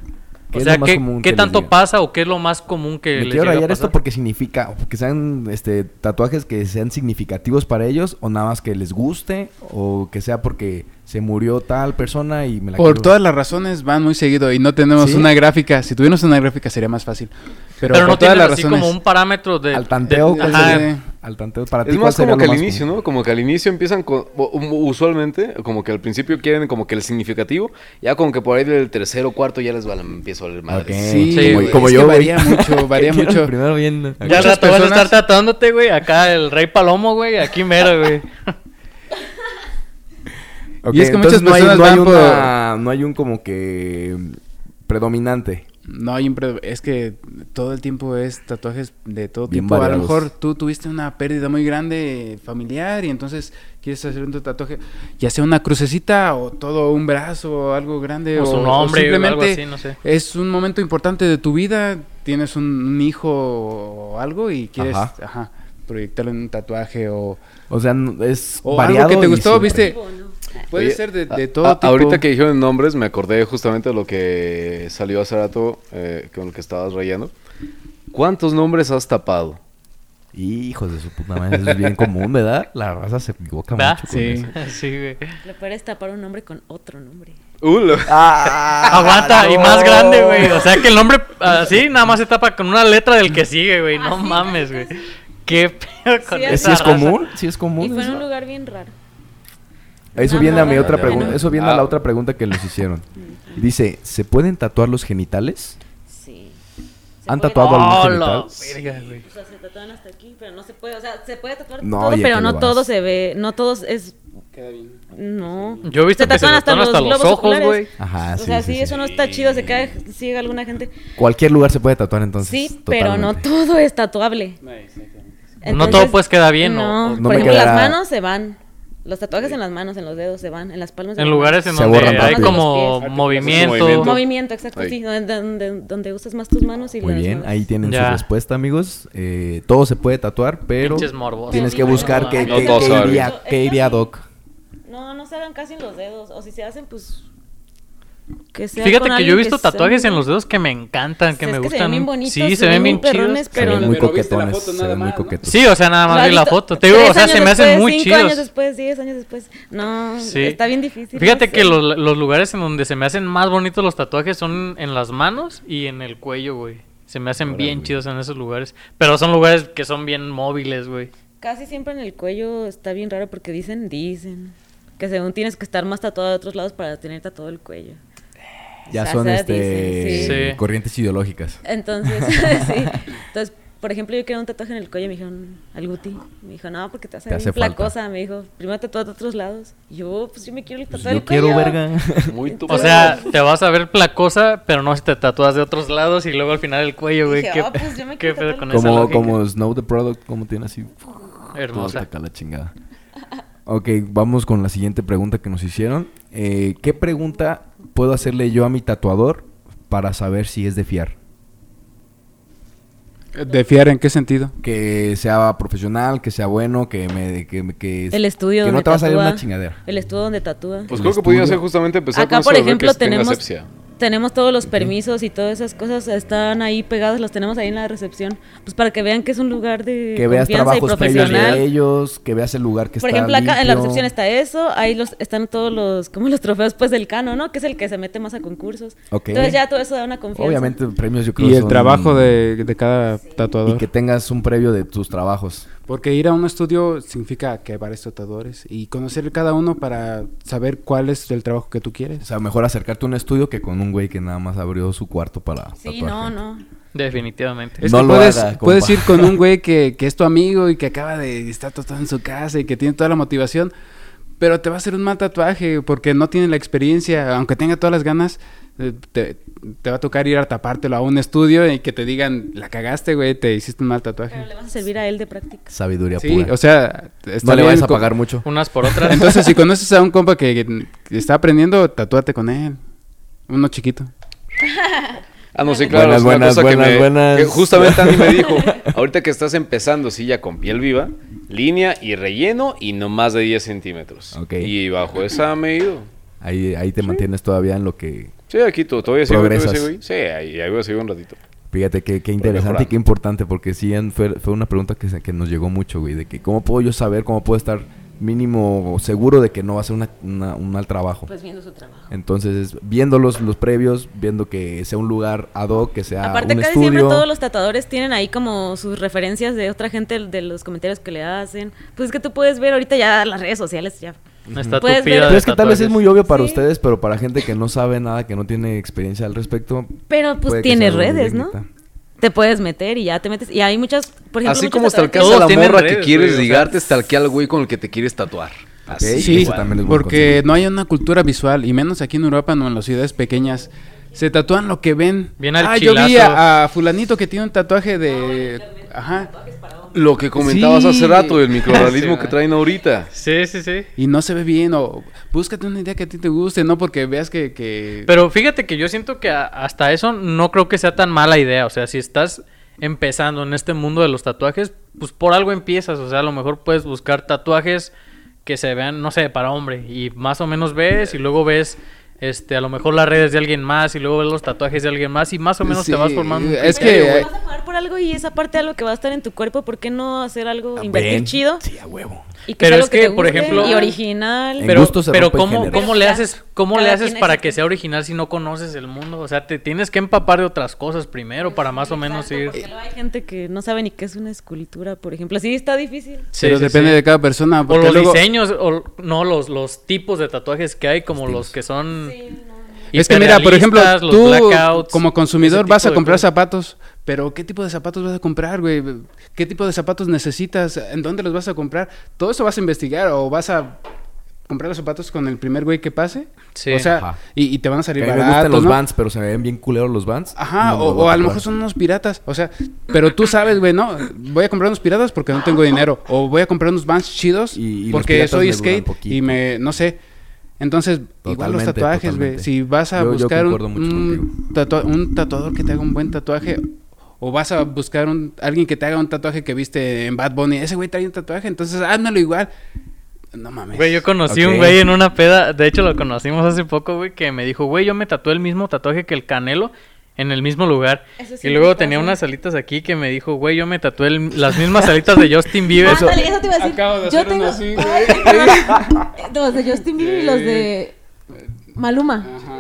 A: ¿Qué
B: O
A: es
B: sea,
A: lo más
B: ¿qué,
A: común
B: qué
A: que les
B: tanto
A: digan?
B: pasa o qué es lo más común que
A: Me
B: les
A: quiero
B: llega a
A: rayar
B: pasar?
A: esto porque significa que sean este tatuajes que sean significativos para ellos o nada más que les guste o que sea porque se murió tal persona y me la
E: Por
A: quiero-
E: todas las razones van muy seguido y no tenemos
A: ¿Sí?
E: una gráfica. Si tuviéramos una gráfica sería más fácil.
B: Pero,
E: Pero, por
B: no
E: todas
B: tienen
E: las
B: así
E: razones.
B: como un parámetro de...
A: al tanteo,
E: de-
A: ¿cuál
E: ajá.
A: sería? al tanteo para ti
C: Es
A: cuál
C: más
A: sería
C: como que
A: lo
C: al
A: más
C: inicio,
A: común?
C: ¿no? Como que al inicio empiezan con, u- u- usualmente, como que al principio quieren como que el significativo, ya como que por ahí del tercero o cuarto ya les vale, empiezo a oler madre.
A: Ok.
E: Sí,
B: Sí,
E: güey,
B: güey.
A: Como
E: es que
A: yo, güey.
E: varía mucho, varía
A: Quiero
E: mucho.
A: Primero bien.
B: Ya al
E: muchas
B: rato vas a
E: personas-
B: estar tatuándote, güey. Acá el rey palomo, güey. Aquí mero, güey.
A: Ok,
E: Y es que
A: entonces
E: muchas
A: no hay,
E: personas
A: no hay
E: van
A: una- no hay un como que mm, predominante.
E: No hay un pre- Es que todo el tiempo es tatuajes de todo
A: Bien
E: tipo. A lo
A: variados.
E: mejor tú tuviste una pérdida muy grande eh, familiar y entonces quieres hacer un tatuaje, ya sea una crucecita o todo un brazo o algo grande.
B: O su nombre o algo así, no sé.
E: Es un momento importante de tu vida, tienes un, un hijo o algo y quieres
A: Ajá.
E: ajá, proyectarlo en un tatuaje o,
A: O sea, no- es
E: o
A: variado
E: algo que
A: y
E: te gustó,
A: siempre.
E: ¿viste?
D: Bueno,
E: Puede
C: Oye,
E: ser de,
C: a-
E: de todo
C: a-
E: tipo.
C: Ahorita que dijeron nombres, me acordé justamente de lo que salió hace rato eh, con lo que estabas rayando. ¿Cuántos nombres has tapado?
A: Hijos de su puta madre, eso es bien común, ¿verdad? La raza se equivoca
B: ¿Verdad?
A: mucho con
E: Sí.
A: eso.
B: Sí, güey.
D: Lo peor es tapar un nombre con otro nombre.
C: Uh, lo-
B: Aguanta, y más
A: no.
B: grande, güey. O sea que el nombre así nada más se tapa con una letra del que sigue, güey. No
D: Así,
B: mames, güey.
D: neta,
B: Qué pedo con
D: Sí,
A: ¿Eh,
B: esa
A: ¿Sí es
B: raza?
A: común? ¿Sí es común?
D: Y fue en
A: eso?
D: un lugar bien raro.
A: Eso
D: Ah,
A: viene a mi
D: no,
A: otra
D: no,
A: pregunta.
D: no.
A: Eso viene a la
C: Ah.
A: otra pregunta que les hicieron. Dice, ¿se pueden tatuar los genitales?
D: Sí. Se
A: ¿Han
D: puede-
A: tatuado algún
B: Oh,
A: genital?
B: la verga, güey.
D: O sea, se tatúan hasta aquí, pero no se puede, o sea, se puede tatuar
A: No,
D: todo,
A: oye,
D: pero
A: ¿qué le
D: no
A: vas?
D: todo se ve, no todos es,
E: Queda bien.
D: no.
B: Yo he visto
D: Se
B: que se
D: tatúan hasta
B: tatúan
D: los
B: hasta los
D: globos
B: ojos,
D: oculares.
B: güey.
A: Ajá,
D: o
A: sí,
D: sea,
A: sí,
D: sí,
A: sí.
D: eso no está chido, se cae, sigue alguna gente.
A: Cualquier lugar se puede tatuar entonces.
D: sí, pero no
A: totalmente.
D: todo es tatuable.
B: No todo, pues, queda bien, ¿no?
A: No
D: No, por
A: me
D: ejemplo,
A: quedará-
D: las manos se van. Los tatuajes en las manos, en los dedos se van, en las palmas. se
B: En
D: van.
B: lugares en
A: Se
B: donde
A: borran
B: hay
A: rápido.
B: como
E: Articulación.
B: movimiento.
C: Movimiento.
D: Movimiento, exacto,
C: Ahí.
D: sí, donde, donde, donde usas más tus manos y
A: Muy
D: las
A: bien,
D: manos.
A: ahí tienen su
B: Ya.
A: respuesta, amigos. Eh, todo se puede tatuar, pero
B: Pinches morbosos.
A: tienes que
D: Sí,
A: buscar
D: no,
A: qué
C: no
A: qué-
C: todos
A: qué
C: saben.
A: iría, qué iría Doc.
D: No, no se hagan casi en los dedos, o si se hacen, pues que sea
B: Fíjate
D: con
B: que yo he
D: alguien
B: visto
D: sea-
B: tatuajes en los dedos que me encantan, que
D: Sí, es
B: me
D: que se ven
B: gustan.
D: bien bonitos,
B: sí, se ven bien
D: perrones,
B: chidos.
A: Se ven
D: Pero-
A: muy
E: Pero viste la
A: coquetones,
E: foto
A: se
E: nada
A: ven muy
E: más, ¿no?
A: coquetos.
B: Sí, o sea, nada
D: Lo
B: más
D: has
B: vi la
D: visto
B: foto. Te digo, o
D: tres
B: sea, se
D: años
B: me hacen
D: después,
B: muy
D: cinco años
B: chidos.
D: después, 10 años después. No,
B: Sí.
D: está bien difícil.
B: Fíjate
D: no
B: que
D: sé.
B: los, los lugares en donde se me hacen más bonitos los tatuajes son en las manos y en el cuello, güey. Se me hacen bien chidos en esos lugares. Pero son lugares que son bien móviles, güey.
D: Casi siempre en el cuello está bien raro porque dicen, dicen. Que según tienes que estar más tatuado de otros lados para tener tatuado el cuello.
A: Ya
D: O sea,
A: son
D: se
A: este
D: dicen,
B: sí. Sí.
A: corrientes ideológicas.
D: Entonces, sí. Entonces, por ejemplo, yo quería un tatuaje en el cuello y me dijeron, al Guti. Me dijo, no, porque te hace,
A: Te hace
D: bien
A: falta.
D: cosa. Me dijo, primero tatuado de otros lados. Y yo, pues yo me quiero el
A: Pues
D: tatuaje
A: yo
D: del
A: quiero
D: cuello.
A: verga.
C: Muy tu- Pues
B: O sea, te vas a ver placosa, pero no si te tatúas de otros lados y luego al final el cuello, güey.
D: Dije,
B: Qué,
D: "Ah,
B: pe-
D: pues yo me
B: qué
D: quiero
B: pedo
D: tatuar
B: con
D: el
B: esa
A: Como,
B: lógica.
A: como Snow the Product, como tiene así Todo hasta
B: Hermosa.
A: acá la chingada. Ok, vamos con la siguiente pregunta que nos hicieron. Eh, ¿Qué pregunta puedo hacerle yo a mi tatuador para saber si es de fiar?
E: ¿De fiar en qué sentido?
A: Que sea profesional, que sea bueno, que me... Que, me- que-
D: El estudio
A: Que
D: donde
A: no te va a salir
D: tatúa.
A: una chingadera.
D: El estudio donde tatúa.
C: pues
A: el
C: creo que podría
A: estudio.
C: ser justamente empezar
D: Acá,
C: con eso
D: por
C: de ver que
D: ejemplo,
C: si tenga
D: tenemos,
C: asepsia.
D: tenemos todos los permisos y todas esas cosas están ahí pegados, los tenemos ahí en la recepción, pues para que vean que es un lugar de
A: Que veas
D: confianza y
A: trabajos previos de
D: profesional.
A: ellos, que veas el lugar que
D: Por
A: está
D: ejemplo, acá en la
A: limpio.
D: recepción está eso, ahí los, están todos los, como los trofeos pues del Cano, ¿no? Que es el que se mete más a concursos.
A: Ok.
D: Entonces ya todo eso da una confianza.
A: Obviamente premios yo creo
E: Y el
A: son-
E: trabajo de, de cada tatuador.
A: Y que tengas un previo de tus trabajos.
E: Porque ir a un estudio significa que hay varios tatuadores y conocer cada uno para saber cuál es el trabajo que tú
A: O
E: quieres.
A: sea, mejor acercarte a un estudio que con un güey que nada más abrió su cuarto para
D: Sí,
A: tatuar
D: no,
A: gente.
D: no.
B: Definitivamente.
E: Es
A: No
E: que
A: lo
E: puedes,
A: haga, compa.
E: puedes ir con un güey que, que es tu amigo y que acaba de estar tatuado en su casa y que tiene toda la motivación, pero te va a hacer un mal tatuaje porque no tiene la experiencia, aunque tenga todas las ganas, eh, te, te va a tocar ir a tapártelo a un estudio y que te digan, la cagaste, güey, te hiciste un mal
D: Pero le
E: tatuaje.
D: vas a servir a él de práctica.
A: Sabiduría
E: Sí,
A: pura.
E: o sea, está
A: no le
E: bien
A: vayas a
E: co-
A: pagar mucho.
B: Unas por otras.
E: Entonces, si conoces a un compa que, que está aprendiendo, tatúate con él. Uno chiquito.
C: Ah, no, sí,
A: Buenas,
C: claro. es una
A: buenas,
C: cosa que
A: buenas,
C: me-
A: buenas.
C: que justamente Andy me dijo, ahorita que estás empezando, sí, ya con piel viva, línea y relleno y no más de 10 centímetros.
A: Ok.
C: Y bajo esa me he ido.
A: Ahí, ahí te mantienes todavía en lo que...
C: Sí, aquí to- todavía sigo, todavía
A: Progresas.
C: sigo ahí. Sí, ahí, ahí voy a seguir un ratito.
A: Fíjate qué, qué interesante y
C: mejorando.
A: qué importante, porque sí, en- fue, fue una pregunta que, se- que nos llegó mucho, güey, de que cómo puedo yo saber, cómo puedo estar mínimo seguro de que no va a ser una- una- un mal trabajo.
D: Pues viendo su trabajo.
A: Entonces, viendo los, los previos, viendo que sea un lugar ad hoc, que sea
D: Aparte,
A: un
D: casi
A: estudio.
D: siempre todos los tatuadores tienen ahí como sus referencias de otra gente, de los comentarios que le hacen. Pues es que tú puedes ver ahorita ya las redes sociales, ya.
B: Está
D: Puedes ver-
B: tupida
A: Pero
B: de
A: es que tal vez es
B: tatuajes.
A: muy obvio para
D: Sí.
A: ustedes, pero para gente que no sabe nada, que no tiene experiencia al respecto,
D: Pero pues
A: puede que
D: tiene
A: sea algo muy
D: redes, ¿no?
A: técnica.
D: Te puedes meter y ya te metes. Y hay muchas, por ejemplo,
C: Así
D: muchos
C: como
D: tatuadores-
C: stalkeas a
B: Todos
C: la
B: tienen
C: morra que
B: redes,
C: quieres
B: güey, o sea.
C: ligarte, stalkea al güey con el que te quieres tatuar. Así,
A: Sí,
E: Sí,
A: eso también es buen
E: porque no hay una cultura visual, y menos aquí en Europa, no en las ciudades pequeñas. se tatúan lo que ven.
B: Bien al
E: ah, yo vi
B: chilazo.
E: a, a fulanito que tiene un tatuaje de... Ajá.
C: Lo que comentabas
E: Sí.
C: hace rato, el microrealismo
B: Sí,
C: que
B: man.
C: traen ahorita.
B: Sí, sí, sí.
E: Y no se ve bien o búscate una idea que a ti te guste, no porque veas que... que...
B: Pero fíjate que yo siento que a- hasta eso no creo que sea tan mala idea. O sea, si estás empezando en este mundo de los tatuajes, pues por algo empiezas. O sea, a lo mejor puedes buscar tatuajes que se vean, no sé, para hombre. Y más o menos ves y luego ves... Este, a lo mejor las redes de alguien más y luego ves los tatuajes de alguien más y más o menos
E: Sí,
B: te vas formando. un
E: es
B: criterio,
E: que- eh,
B: güey.
D: vas a pagar por algo y esa parte algo que va a estar en tu cuerpo, ¿por qué no hacer algo, invertir
A: Ven.
D: chido?
A: Sí, a huevo.
D: Y que
B: Pero
D: sea
B: es
D: algo que,
B: que,
D: te
B: por
D: guste
B: ejemplo-
D: y original.
A: En
B: Pero,
A: gusto se
B: pero
A: rompen
B: ¿cómo,
A: géneros.
B: ¿cómo le
D: Pero
B: haces, cómo
D: cada
B: le haces
D: quien es
B: para
D: así.
B: que sea original si no conoces el mundo? O sea, te tienes que empapar de otras cosas primero para más o menos
D: Exacto,
B: ir...
D: porque luego hay gente que no sabe ni qué es una escultura, por ejemplo. Así está difícil.
B: Sí,
E: Pero
B: sí,
E: depende
B: sí.
E: de cada persona.
B: O
E: porque
B: los
E: luego-
B: diseños, o no, los, los tipos de tatuajes que hay, como los que son.
E: Es que mira, por ejemplo,
B: hiperrealistas, los
E: tú
B: blackouts,
E: como consumidor
B: ese
E: vas
B: tipo
E: a
B: de
E: comprar
B: cosas.
E: zapatos, pero ¿qué tipo de zapatos vas a comprar, güey? ¿Qué tipo de zapatos necesitas? ¿En dónde los vas a comprar? Todo eso vas a investigar o vas a comprar los zapatos con el primer güey que pase.
B: Sí.
E: O sea,
A: Ajá.
E: y, y te van a salir
A: Que a mí me
E: baratos,
A: gustan los
E: ¿no?
A: Vans, pero se me ven bien culeros los Vans.
E: Ajá,
A: No me
E: o,
A: los voy
E: o a lo
A: comprar.
E: mejor son unos piratas, o sea, pero tú sabes, güey, no, voy a comprar unos piratas porque no tengo dinero, o voy a comprar unos Vans chidos
A: Y- y los
E: porque
A: piratas me
E: soy
A: duran
E: skate y
A: poquito.
E: me, no sé, entonces, igual los
A: Totalmente,
E: tatuajes, güey,
A: totalmente.
E: si vas a
A: Yo- yo
E: buscar un,
A: concuerdo mucho
E: un, tatua- un tatuador que te haga un buen tatuaje, o vas a buscar un, alguien que te haga un tatuaje que viste en Bad Bunny, ese güey trae un tatuaje, entonces házmelo igual, no mames.
B: Güey, yo conocí un
A: Ok.
B: güey en una peda, de hecho lo conocimos hace poco, güey, que me dijo, güey, yo me tatué el mismo tatuaje que el Canelo en el mismo lugar.
D: Eso sí ¿eh?
B: Y
D: me
B: luego
D: pasa.
B: tenía unas alitas aquí que me dijo, güey, yo me tatué el- las mismas alitas de Justin Bieber.
D: Ah, Ándale, eso te iba a decir.
E: Acabo de
D: Yo
E: hacer uno
D: tengo-
E: así,
D: Ay, Los de Justin Bieber y los de Maluma.
E: Eh, Ajá.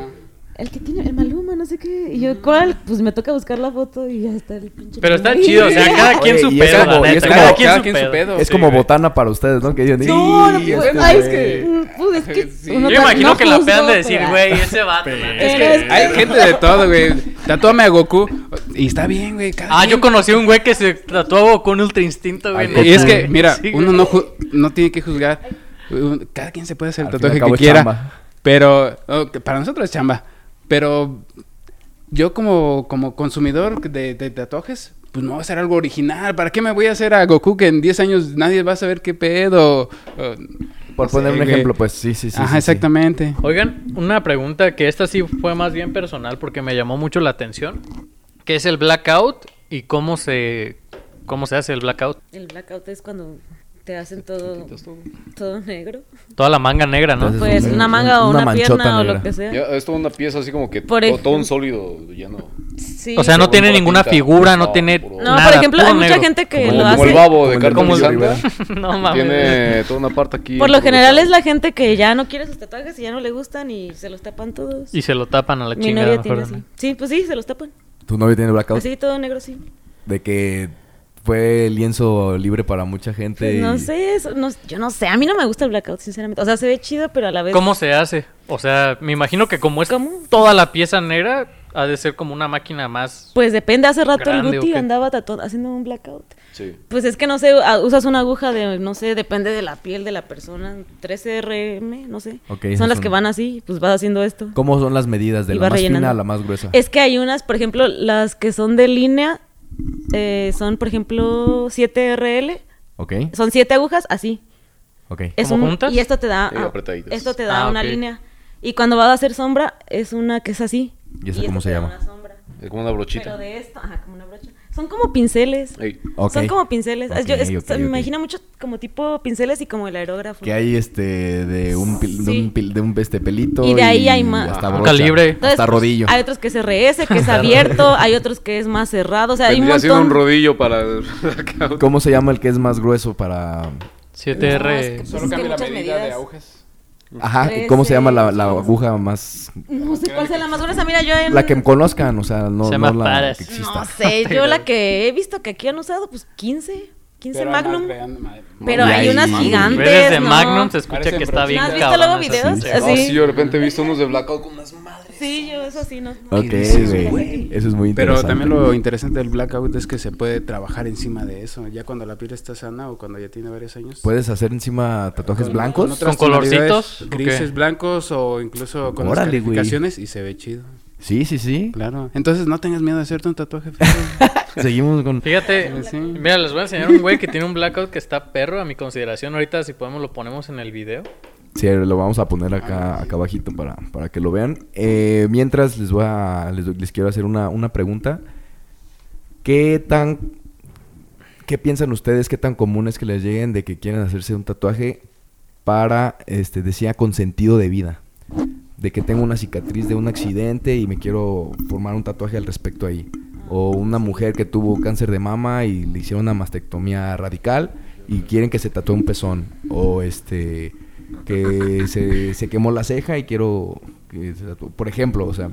D: El que tiene, el Maluma, no sé qué. Y yo, ¿cuál? Pues me toca buscar la foto y ya está el pinche.
B: Pero está
D: Maluma.
B: chido, o sea, cada
A: Oye,
B: quien su
A: y es
B: pedo, la
A: como- y es
B: neta,
A: como-
B: cada quien
E: cada
B: su
E: quien su
B: pedo.
E: pedo.
A: Es
B: Sí,
A: como
B: güey.
A: botana para ustedes, ¿no? Que dicen,
D: No, no,
A: "Y
D: pues,
A: este
D: ay, es
A: güey".
D: que, mm, pues, es que
E: Sí.
D: uno
B: Yo
D: no-
B: imagino
D: no
B: que la pedan de
D: juzgo,
B: decir,
D: pero-
B: güey, ese vato. la neta".
D: Es
E: Es
D: que-
E: que
A: Eh,
E: hay gente de todo, güey. Tatúame a Goku. Y está bien, güey. cada
B: Ah,
E: quien.
B: yo conocí a un güey que se tatuó con Ultra Instinto, güey.
A: Ay,
B: neta,
E: Y es que,
B: güey.
E: mira,
B: Sí,
E: uno
B: güey.
E: no, ju- no tiene que juzgar. Un- Cada quien se puede hacer el
A: Al fin y
E: tatuaje
A: al cabo
E: que
A: es
E: quiera.
A: chamba.
E: Pero oh, que para nosotros es chamba. Pero yo como, como consumidor de, de tatuajes, pues no va a ser algo original. ¿Para qué me voy a hacer a Goku que en 10 años nadie va a saber qué pedo? O-
A: Por
E: no sé,
A: poner un
E: güey.
A: ejemplo, pues sí, sí, sí.
E: eh, Ajá,
A: sí, sí.
E: exactamente.
B: Oigan, una pregunta que esta sí fue más bien personal porque me llamó mucho la atención. ¿Qué es el blackout y cómo se, cómo se hace el blackout?
D: El blackout es cuando te hacen todo, todo negro.
B: Toda la manga negra, ¿no?
A: Entonces,
D: Pues
A: un-
D: una manga o
A: una
D: una,
A: manchota
D: pierna o
A: negra.
D: lo que sea.
C: Ya, es toda una pieza así como que
D: Por
C: to-
D: ej-
C: todo un sólido, ya no.
D: Sí.
B: o sea, no
C: Puro
B: tiene
C: pura
B: ninguna
C: tinta.
B: figura, no,
C: No,
B: tiene
C: puro-
D: No,
B: nada.
D: por ejemplo,
B: puro
D: hay mucha
B: negro.
D: gente que
A: Como
D: lo
A: el-
C: como
D: hace.
C: el babo
A: Como
C: de
A: el
C: Carmen
A: Emilio
C: Miranda.
B: no mames.
C: Tiene toda una parte aquí.
B: pues,
D: Por lo general es la gente que ya no quiere sus tatuajes y ya no le gustan y se los tapan todos.
B: Y se lo tapan a la
D: Mi
B: chingada.
D: novia
B: mejor,
D: tiene
B: ¿no?
D: así. Sí, pues sí, se los tapan.
A: Tu novio tiene blackout.
D: Así todo negro, Pues sí.
A: De que fue lienzo libre para mucha gente.
D: No
A: y-
D: sé, eso, no- yo no sé. A mí no me gusta el blackout, sinceramente. O sea, se ve chido, pero a la vez.
B: ¿Cómo se hace? O sea, me imagino que como es
D: ¿Cómo?
B: toda la pieza negra, ha de ser como una máquina más...
D: Pues depende. Hace rato
B: Grande,
D: el
B: ¿o
D: Guti
B: qué?
D: andaba tatu- haciendo un blackout.
C: Sí.
D: Pues es que no sé, a- usas una aguja de, no sé, depende de la piel de la persona, 3RM, no sé.
A: Ok,
D: son
A: esas
D: las
A: son-
D: que van así, pues vas haciendo esto.
A: ¿Cómo son las medidas? De
D: Y
A: la
D: vas
A: más
D: rellenando.
A: fina a la más gruesa.
D: Es que hay unas, por ejemplo, las que son de línea, eh, son, por ejemplo, 7RL,
A: Ok,
D: son 7 agujas, así.
A: ok.
D: Es
B: ¿Como
D: un-
B: juntas?
D: Y esto te da,
C: Sí,
D: ah,
C: apretaditas.
D: esto te da
B: Ah,
D: una
B: ok.
D: línea. Y cuando vas a hacer sombra, es una que es así.
A: ¿Y esa
D: esto
A: cómo se
D: te da
A: llama?
D: una sombra.
C: Es como una
D: Pero
C: brochita.
D: de esto, ajá, como una brocha. Son como pinceles.
C: Ey,
A: Ok.
D: Son como pinceles. Ah,
A: Ok,
D: yo, es-
A: ok,
D: se
A: ok.
D: Me imagino mucho como tipo pinceles y como el aerógrafo.
A: Que hay este de un pil- de
D: Sí.
A: un, pil- de un este pelito
D: Y de ahí hay más.
A: hasta
C: Un
A: brocha,
B: calibre.
D: Entonces, pues,
A: hasta rodillo.
D: Hay otros que es RS, que es abierto, hay otros que es más cerrado. O sea, hay un
C: Vendría siendo
D: montón.
C: un rodillo para el blackout.
A: ¿Cómo se llama el que es más grueso para
B: 7R...
D: No, es que- Solo Es cambia la muchas medida de medidas.
E: agujas.
A: Ajá, ¿cómo se
D: Trece,
A: llama la, la aguja más
D: No sé cuál sea la más gruesa. Mira, yo en...
A: la que conozcan, o sea, no, no
B: Se llama
A: la
B: Paras.
A: que exista.
D: No sé, yo la que he visto que aquí han usado, pues 15. 15 Magnum. Pero
A: Y
D: hay
A: ahí-
D: unas
A: Magnum.
B: En
D: gigantes,
B: vez de
D: ¿no?
B: Magnum se escucha
E: Parecen
B: que está
E: brochas.
B: bien
D: ¿No has visto
B: cabrón.
D: luego
B: esa
D: videos?
B: pinche-
D: Así.
C: No, Ah, sí, de repente he visto unos de blackout con unas madres.
D: Sí, yo eso sí, no. no.
A: Ok,
E: dices,
A: güey. Eso es muy interesante.
E: Pero también lo interesante del blackout es que se puede trabajar encima de eso. Ya cuando la piel está sana o cuando ya tiene varios años.
A: puedes hacer encima tatuajes
E: con-
A: blancos.
E: otras
B: ¿Con colorcitos?
E: tonalidades, Grises,
B: Ok.
E: blancos o incluso con las
A: Órale, güey.
E: calificaciones y se ve chido.
A: Sí, sí, sí.
E: Claro. Entonces no tengas miedo de hacerte un tatuaje. feo.
A: Seguimos con...
B: Fíjate,
E: Sí.
B: mira, les voy a enseñar un güey que tiene un blackout que está perro. A mi consideración, ahorita si podemos lo ponemos en el video.
A: Sí, lo vamos a poner acá, acá abajito para, para que lo vean. Eh, mientras les voy a, les, les quiero hacer una, una pregunta. ¿Qué tan, qué piensan ustedes, qué tan común es que les lleguen de que quieren hacerse un tatuaje para, este, decía, con sentido de vida? De que tengo una cicatriz de un accidente y me quiero formar un tatuaje al respecto ahí. O una mujer que tuvo cáncer de mama y le hicieron una mastectomía radical y quieren que se tatúe un pezón. O este que se, se quemó la ceja y quiero que se tatúe. Por ejemplo, o sea,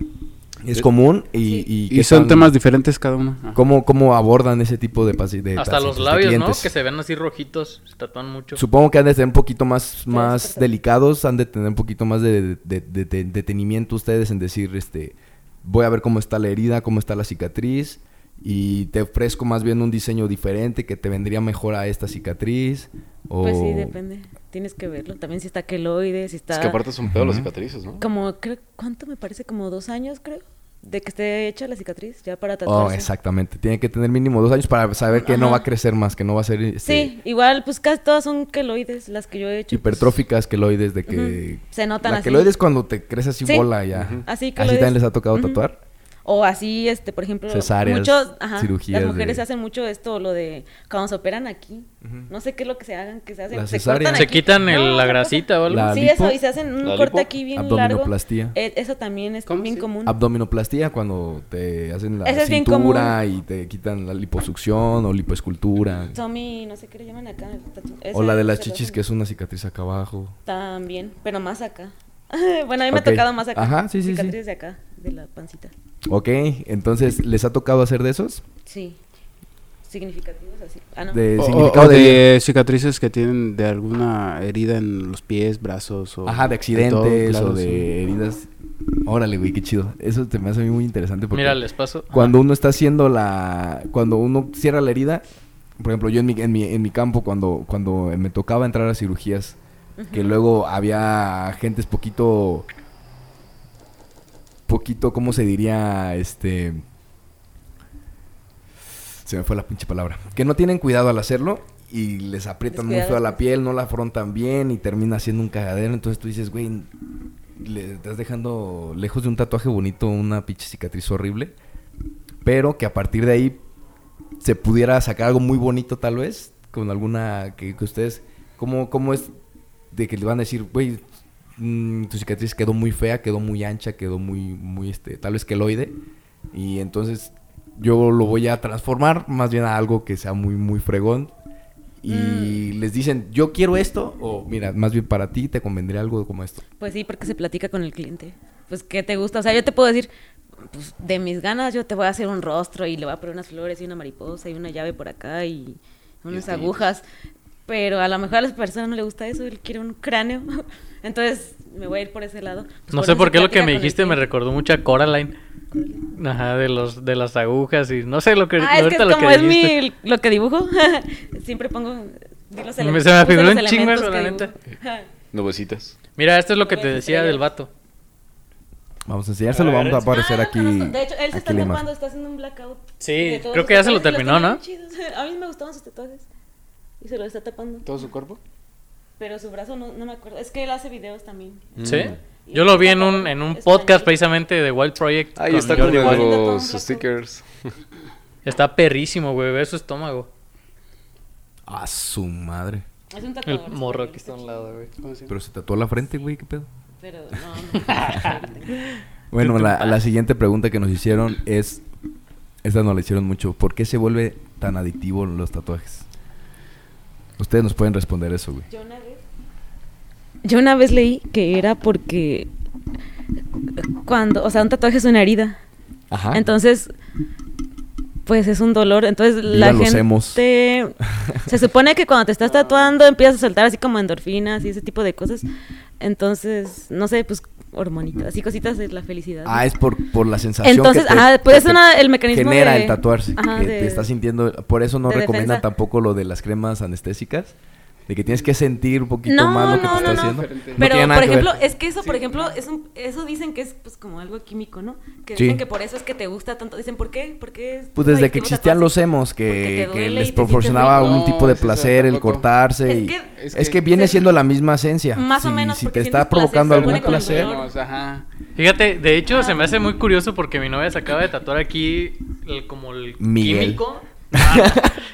A: es
B: Eh,
A: común y... y
E: y
A: qué
E: son
A: tan-
E: temas diferentes cada uno.
A: ¿Cómo, cómo abordan ese tipo de paci- de
B: Hasta
A: pacientes,
B: los
A: de
B: labios, ¿no?
A: clientes?
B: Que se ven así rojitos, se tatúan mucho.
A: Supongo que han de ser un poquito más, más delicados, han de tener un poquito más de, de- de- de- de- detenimiento ustedes en decir, este, voy a ver cómo está la herida, cómo está la cicatriz y te ofrezco más bien un diseño diferente que te vendría mejor a esta cicatriz o...
D: Pues sí, depende. Tienes que verlo. También si está queloide, si está...
C: Es que aparte son pedos las
A: Ujú.
C: cicatrices, ¿no?
D: Como, creo, ¿cuánto me parece? Como dos años, creo. De que esté hecha la cicatriz, ya para
A: Oh,
D: tatuarse.
A: exactamente. Tiene que tener mínimo dos años para saber que no va a crecer más, que no va a ser este,
D: Sí, igual, pues casi todas son queloides las que yo he hecho. pues,
A: hipertróficas, queloides, de que...
D: Ujú. Se notan
A: la
D: así.
A: queloides cuando te crece así
D: Sí.
A: bola ya.
C: Ujú.
D: Así
A: Así
D: queloides.
A: también les ha tocado
D: Ujú.
A: tatuar.
D: O así, este, por ejemplo,
A: Cesáreas,
D: muchos, ajá,
A: cirugías
D: las mujeres
A: de-
D: hacen mucho esto, lo de cuando se operan aquí. No sé qué es lo que se hagan, que se hacen.
A: Las
D: se
A: cesáreas.
D: cortan
B: Se
D: aquí.
B: quitan el- la
D: otra cosa.
B: grasita o algo.
A: La
D: sí,
A: lipo.
D: eso, y se hacen un
C: La
D: corte
C: lipo.
D: aquí bien
A: Abdominoplastía.
D: largo. Eh, eso también es
E: ¿Cómo
D: bien
E: sí?
D: común.
A: Abdominoplastia cuando te hacen la
D: Eso es bien
A: cintura y te quitan la liposucción o lipoescultura.
D: Tommy, no sé qué le llaman acá. tatu-
A: o la
D: esa
A: de las
D: se lo
A: chichis
D: hacen.
A: que es una cicatriz acá abajo.
D: También, pero más acá. bueno, a mí me
A: Ok.
D: ha tocado más acá.
A: Ajá, sí, sí, sí.
D: Cicatrices de acá, de la pancita.
A: Ok, entonces, ¿les ha tocado hacer de esos?
D: Sí. Significativos así. Ah, no.
A: De
E: O,
A: significado
E: o
A: de-
E: de cicatrices que tienen de alguna herida en los pies, brazos o...
A: Ajá, de accidentes
E: todo, claro,
A: o de
E: sí.
A: heridas. Órale, güey, qué chido. Eso te me hace a mí muy interesante porque
B: Mira, les paso.
A: cuando uno está haciendo la... Cuando uno cierra la herida, por ejemplo, yo en mi, en mi, en mi campo cuando, cuando me tocaba entrar a cirugías, que luego había gentes poquito... Poquito, ¿cómo se diría? Este... Se me fue la pinche palabra. Que no tienen cuidado al hacerlo y les aprietan muy
D: Descuidado.
A: feo a la piel, no la afrontan bien y termina siendo un cagadero. Entonces tú dices, güey, le estás dejando lejos de un tatuaje bonito una pinche cicatriz horrible. Pero que a partir de ahí se pudiera sacar algo muy bonito tal vez. Con alguna que, que ustedes... ¿cómo, ¿Cómo es de que le van a decir, güey, mm, tu cicatriz quedó muy fea, quedó muy ancha, quedó muy, muy, este, tal vez queloide? Y entonces yo lo voy a transformar más bien a algo que sea muy, muy fregón.
D: Mm.
A: Y les dicen, yo quiero esto, o mira, más bien para ti te convendría algo como esto.
D: Pues sí, porque se platica con el cliente. Pues, ¿qué te gusta? O sea, yo te puedo decir, pues, de mis ganas, yo te voy a hacer un rostro y le voy a poner unas flores y una mariposa y una llave por acá y unas agujas. Pero a lo mejor a las personas no le gusta eso, él quiere un cráneo. Entonces, me voy a ir por ese lado. Pues,
B: No
D: por
B: sé
D: eso
B: por
D: se
B: qué lo que
D: platica
B: me
D: con el
B: dijiste me
D: cliente.
B: recordó mucho a Coraline. Ajá, de, los, de las agujas y no sé lo que.
D: Ah, es que
B: ahorita lo
D: como
B: que
D: es
B: dijiste.
D: mi, lo que dibujo, siempre pongo... di los
B: Se
D: elemen-
B: me
D: uso
B: figuró
D: los
B: un chingo
D: elementos
B: eso,
D: que
B: la
D: dibujo.
C: Nubecitas.
B: Mira, esto es lo que te
D: Como las
B: decía del
D: estrellas.
B: vato.
A: Vamos a enseñárselo, vamos a aparecer
D: Ah,
A: aquí.
D: conozco. De hecho, él
A: aquí
D: se está
A: la imagen.
D: tapando, está haciendo un blackout.
B: Sí,
D: de todos
B: creo
D: sus
B: que ya se lo
D: tatuajes, y
B: terminó,
D: tiene
B: ¿no?
D: bien chidos. A mí me gustaban sus tatuajes. Y se lo está tapando.
C: ¿Todo su cuerpo?
D: Pero su brazo no, no me acuerdo. Es que él hace videos también.
C: Mm.
B: ¿Sí? Yo lo vi en un, en un podcast precisamente de Wild Project.
C: Ahí
B: con
C: está con
B: Jordi
D: el-
B: Wild.
C: los stickers.
B: Está perrísimo, güey. Ve su estómago.
A: A su madre.
D: Es un
B: El
D: tatuador.
B: morro que está a un lado, güey.
A: Pero se tatuó la frente, güey, qué pedo.
D: Pero no, no.
A: Bueno, la, la siguiente pregunta que nos hicieron es... Esta nos la hicieron mucho. ¿Por qué se vuelve tan adictivo los tatuajes? Ustedes nos pueden responder eso, güey.
D: Yo una vez. Yo una vez leí que era porque. Cuando. O sea, un tatuaje es una herida.
A: Ajá.
D: Entonces, pues es un dolor. Entonces la
A: Vivan los
D: gente
A: emos.
D: se supone que cuando te estás tatuando empiezas a soltar así como endorfinas y ese tipo de cosas. Entonces, no sé, pues hormonitas, así cositas de la felicidad. ¿no?
A: Ah, es por, por la sensación
D: Entonces,
A: que te,
D: ajá, pues
A: que
D: es
A: te
D: una- el mecanismo
A: genera
D: de-
A: el tatuarse,
D: ajá,
A: que
D: de-
A: te estás sintiendo, por eso no
D: de
A: recomiendan
D: defensa.
A: tampoco lo de las cremas anestésicas, De que tienes que sentir un poquito
D: No,
A: más lo que
D: no,
A: te
D: no,
A: está
D: no.
A: haciendo.
E: Diferente.
A: No
D: Pero,
A: tiene nada
D: por
A: que ver.
D: ejemplo, es que eso, por ejemplo, es un- eso dicen que es pues como algo químico, ¿no? Que
A: Sí.
D: dicen que por eso es que te gusta tanto. Dicen, ¿por qué? ¿Por qué es
A: Pues desde que
D: adictivo
A: existían
D: tatuarse?
A: los emos
D: Porque te
A: que, que
D: duele y te
A: les
D: sientes
A: proporcionaba
D: rico.
A: un
E: No,
A: tipo de
E: es eso,
A: placer el
E: tampoco.
A: cortarse.
D: Es
A: y-
D: que-
A: Es,
E: Es
A: que,
E: que-
A: viene
D: se-
A: siendo la misma esencia.
D: Más o
A: Si-
D: menos,
A: Si
D: porque
A: te está
D: sientes placer,
A: provocando
D: se
A: algún
D: une con el
A: placer.
D: dolor.
E: Ajá.
B: Fíjate, de hecho se me hace muy curioso porque mi novia se acaba de tatuar aquí el- como el
A: Miguel.
B: químico. Ah,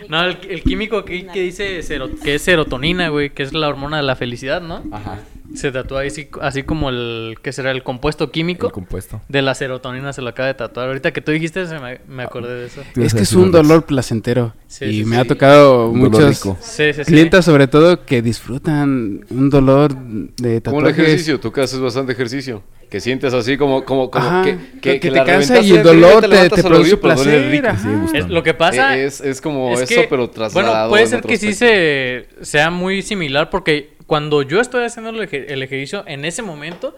B: no, el, el químico que, que dice sero- que es serotonina, güey, que es la hormona de la felicidad, ¿no?
C: Ajá.
B: Se tatúa así, así como el, ¿qué será? El compuesto químico
A: El compuesto.
B: de la serotonina se lo acaba de tatuar. Ahorita que tú dijiste, se me, me acordé de eso.
A: Tú
E: Es que
A: sabes
E: es un
A: si lo ves.
E: dolor placentero.
B: Sí,
E: y
B: sí,
E: me
B: sí.
E: ha tocado
A: pues. Un dolor
E: muchos
A: rico.
B: Sí, sí, sí.
E: clientes, sobre todo, que disfrutan un dolor de
C: Como el
E: tatuajes.
C: ejercicio, tú que haces bastante ejercicio. Que sientes así como, como, como
E: Ajá,
C: que,
E: que te
C: la
E: cansa
C: reventaste
E: y el
C: de arriba
E: dolor te-
C: levantas
E: te
C: al orgullo,
E: produce
C: pero duele
E: placer,
C: rico. E-,
E: ajá.
A: Sí, gusta.
B: Es- lo que pasa
C: Es, es como
B: Es
C: eso,
B: que,
C: pero trasladado.
B: Bueno, puede
C: en
B: ser
C: otro
B: que sí
C: aspecto.
B: se, sea muy similar porque cuando yo estoy haciendo el, ejer- el ejercicio, en ese momento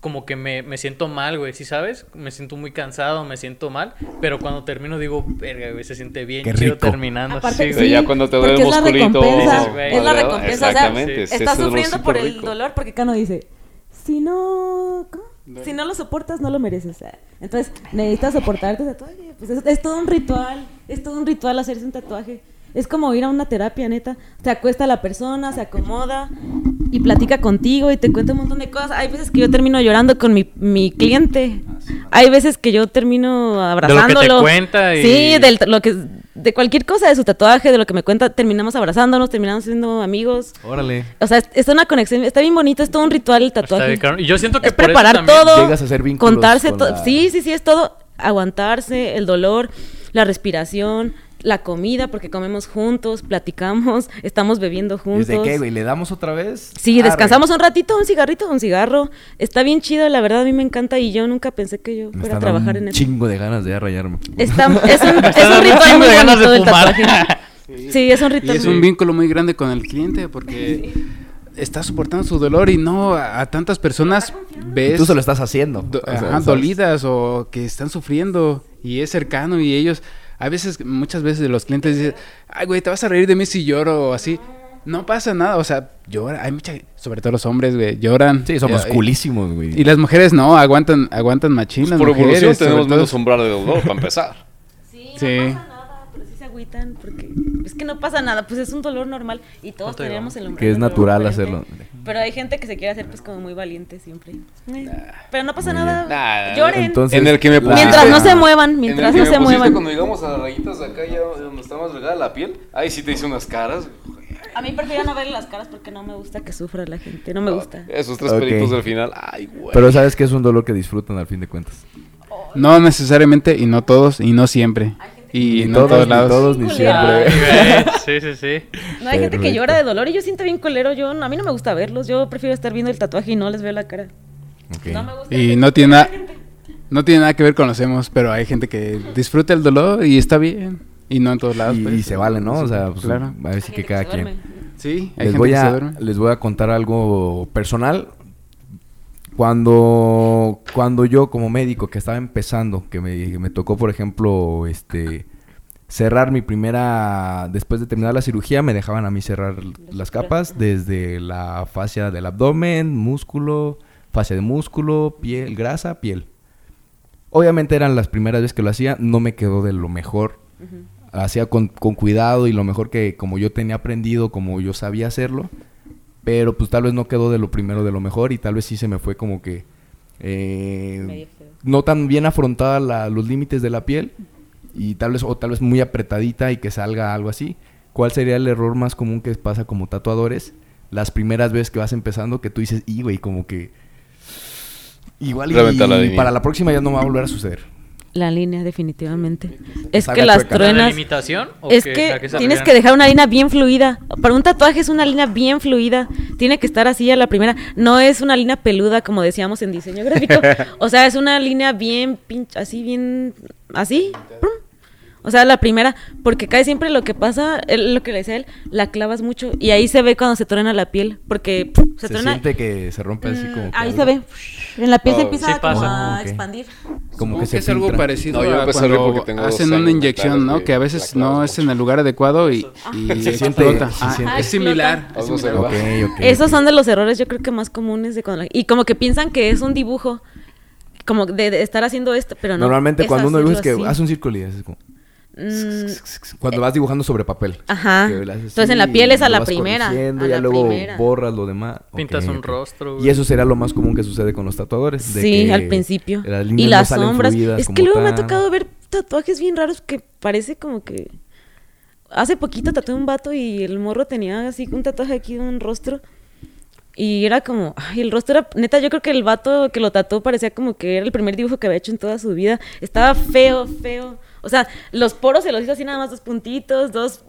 B: como que me, me siento mal, güey, ¿sí sabes? Me siento muy cansado, me siento mal, pero cuando termino digo, verga, güey, se siente bien
A: Qué
B: chido
A: rico".
C: Ah,
B: terminando.
D: Aparte,
B: sí,
C: O sea,
B: güey.
C: ya cuando te duele el
D: porque es la
C: musculito.
D: recompensa,
C: o-
B: es
D: la
C: madreado,
D: recompensa, o sea,
C: Exactamente. es-
D: Estás
C: ese dolor
D: sufriendo por el
C: superrico.
D: dolor porque Cano dice, si no, ¿cómo? si no lo soportas, no lo mereces. ah". Entonces, necesitas soportarte ese tatuaje. Pues es, es todo un ritual, es todo un ritual hacerse un tatuaje. Es como ir a una terapia, neta. Se acuesta la persona, se acomoda y platica contigo y te cuenta un montón de cosas. Hay veces que yo termino llorando con mi, mi cliente.
B: Ah,
D: Hay veces que yo termino
B: te
D: abrazándolo.
B: cuenta y-
D: Sí, del t- lo que de cualquier cosa de su tatuaje, de lo que me cuenta, terminamos abrazándonos, terminamos siendo amigos.
A: Órale.
D: O sea, es, es una conexión, está bien bonito, es todo un ritual el
B: Está
D: tatuaje.
B: bien, cabrón. Y yo siento que
D: es
B: por eso
D: preparar
B: también-
D: todo,
A: llegas a hacer vínculos
D: contarse
A: con
D: todo.
A: la-
D: Sí, sí, sí, es todo aguantarse, el dolor, la respiración, la comida porque comemos juntos, platicamos, estamos bebiendo juntos.
A: ¿Desde qué, güey? ¿Le damos otra vez?
D: Sí,
A: Arre.
D: descansamos un ratito, un cigarrito, un cigarro. Está bien chido, la verdad a mí me encanta y yo nunca pensé que yo
A: Me
D: fuera
A: está
D: a
A: dando
D: trabajar
A: un
D: en eso.
A: chingo de ganas de rayarme.
D: Está- es un, es
B: Me
D: un
B: dan un
D: ritual
B: chingo
D: muy
B: de ganas de
D: bonito del
B: fumar.
D: tatuaje. Sí, es un
E: Y
D: ritual.
E: es un vínculo muy grande con el cliente porque está soportando su dolor y no a, a tantas personas ves
A: Tú se lo estás haciendo.
E: do-
A: O sea,
E: ajá,
A: ¿sabes?
E: dolidas o que están sufriendo y es cercano y ellos a veces muchas veces los clientes dicen, "Ay, güey, te vas a reír de mí si lloro" o así. No pasa nada, o sea, llora, hay mucha, sobre todo los hombres, güey, lloran.
A: Sí, somos
E: Y-
A: culísimos, güey.
E: Y las mujeres no, aguantan aguantan machín
C: Pues
E: las
C: por evolución
E: mujeres, sobre
C: tenemos
E: todo.
C: menos umbral de dolor, para empezar.
D: Sí,
E: Sí.
D: no pasa nada, pero sí se agüitan porque es que no pasa nada, pues es un dolor normal y todos
B: ¿Cuánto
D: tenemos el umbral
A: Que es
D: de dolor
A: natural
D: diferente.
A: hacerlo.
D: Pero hay gente que se quiere hacer pues como muy valiente siempre. Eh, Pero no pasa
A: Muy
D: nada.
C: Nah,
D: Lloren.
A: Entonces,
C: En el que me
A: la-
D: mientras no se
A: Ah.
D: muevan, mientras
C: En el
D: no
C: que
D: se
C: me pusiste
D: muevan.
C: Cuando llegamos a las rayitas acá, ya donde está más delgada la piel, ahí sí te hice unas caras. güey.
D: A mí prefiero no verle las caras porque no me gusta que sufra la gente, no me gusta.
C: Esos tres
A: Ok.
C: pelitos del final, ay, güey.
A: Pero sabes que es un dolor que disfrutan al fin de cuentas.
E: No necesariamente y no todos y no siempre. Y,
A: Ni
E: no en
A: todos,
E: todos
A: ni
E: lados.
A: todos, ni
D: Culea.
A: siempre.
B: Ay, güey, Sí, sí, sí.
D: No hay gente que
A: Perfecto.
D: llora de dolor y yo siento bien colero, yo no- a mí no me gusta verlos, yo prefiero estar viendo el tatuaje y no les veo la cara.
A: Ok.
D: No me gusta.
E: Y
D: que-
E: no tiene, na- no tiene nada que ver con los emos, pero hay gente que disfruta el dolor y está bien. Y no en todos lados.
A: Y,
E: pues.
A: y se vale, ¿no? O sea, pues,
E: claro.
A: a ver si
D: Hay
A: que
D: gente
A: cada
D: se
A: quien.
D: duerme.
E: Sí,
A: les
E: hay gente
A: voy
E: que se
A: a
E: duerme.
A: les voy a contar algo personal cuando cuando yo como médico que estaba empezando que me, que me tocó por ejemplo este cerrar mi primera después de terminar la cirugía me dejaban a mí cerrar las capas desde la fascia del abdomen músculo fascia de músculo piel grasa piel Obviamente eran las primeras veces que lo hacía, no me quedó de lo mejor. Hacía con, con cuidado y lo mejor que como yo tenía aprendido, como yo sabía hacerlo, pero pues tal vez no quedó de lo primero de lo mejor y tal vez sí se me fue como que eh,
D: Medio feo.
A: no tan bien afrontada la- los límites de la piel y tal vez o tal vez muy apretadita y que salga algo así. ¿Cuál sería el error más común que pasa como tatuadores? Las primeras veces que vas empezando que tú dices, "Y güey, como que igual y,
C: Reventar la línea.
A: para la próxima ya no va a volver a suceder."
D: La línea, definitivamente. Es
A: Saca
D: que las
A: chueca.
B: ¿La
D: truenas.
B: limitación? o
D: Es
B: qué?
D: que
B: ¿A qué se
D: tienes
B: refieren?
D: que dejar una línea bien fluida. Para un tatuaje es una línea bien fluida. Tiene que estar así a la primera. No es una línea peluda como decíamos en diseño gráfico. O sea, es una línea bien pinche, así, bien, así. prum. O sea, la primera, porque casi siempre lo que pasa, él- lo que le decía él, la clavas mucho y ahí se ve cuando se truena la piel, porque pff, se,
A: Se,
D: truena.
A: siente que se rompe así como.
D: mm,
A: que
D: ahí
A: algo-
D: se ve, pff, en la piel se
C: Oh,
D: empieza
B: sí
D: como
A: pasa.
D: a
A: Ah, ok.
D: expandir.
A: Como que, se
E: es algo
A: filtra.
E: parecido
C: No, yo
E: a
C: empecé a reír
E: cuando
C: porque tengo dos
E: hacen
C: años,
E: una
C: me
E: inyección,
C: aclaras
E: ¿no?
C: que
E: Que a
C: la
E: veces
C: clavas
E: no es
C: mucho.
E: en el lugar adecuado y, y
A: Se siente,
E: explota.
A: se
E: Ah,
A: siente.
E: es similar.
D: Explota.
E: es
C: Algo
E: similar.
C: se-
A: Ok, ok.
D: Esos
A: ok.
D: son de los errores, yo creo que más comunes de cuando la- y como que piensan que es un dibujo, como de, de estar haciendo esto, pero no.
A: Normalmente
D: es
A: cuando uno dibuja es que
D: hacerlo
A: hace un círculo y haces como.
D: así. Mm,
A: Cuando vas dibujando sobre papel.
D: Ajá.
A: Que le haces
D: Entonces,
A: así
D: en la piel
A: y
D: es a
A: lo
D: la
A: vas
D: primera,
A: corrigiendo
D: a
A: Y ya
D: la
A: luego
D: primera.
A: borras lo demás.
B: Pintas
A: Ok,
B: un
A: ok.
B: rostro,
A: Y
B: güey.
A: eso será lo más común que sucede con los tatuadores. de
D: sí,
A: que
D: al principio.
A: las líneas
D: y
A: no
D: las
A: salen
D: sombras.
A: fluidas
D: Es que
A: como
D: luego me ha
A: tal.
D: tocado ver tatuajes bien raros que parece como que. Hace poquito tatué un vato y el morro tenía así un tatuaje aquí de un rostro. Y era como, ay, el rostro era, neta, yo creo que el vato que lo tatuó parecía como que era el primer dibujo que había hecho en toda su vida. Estaba feo, feo. O sea, los poros se los hizo así nada más dos puntitos, dos,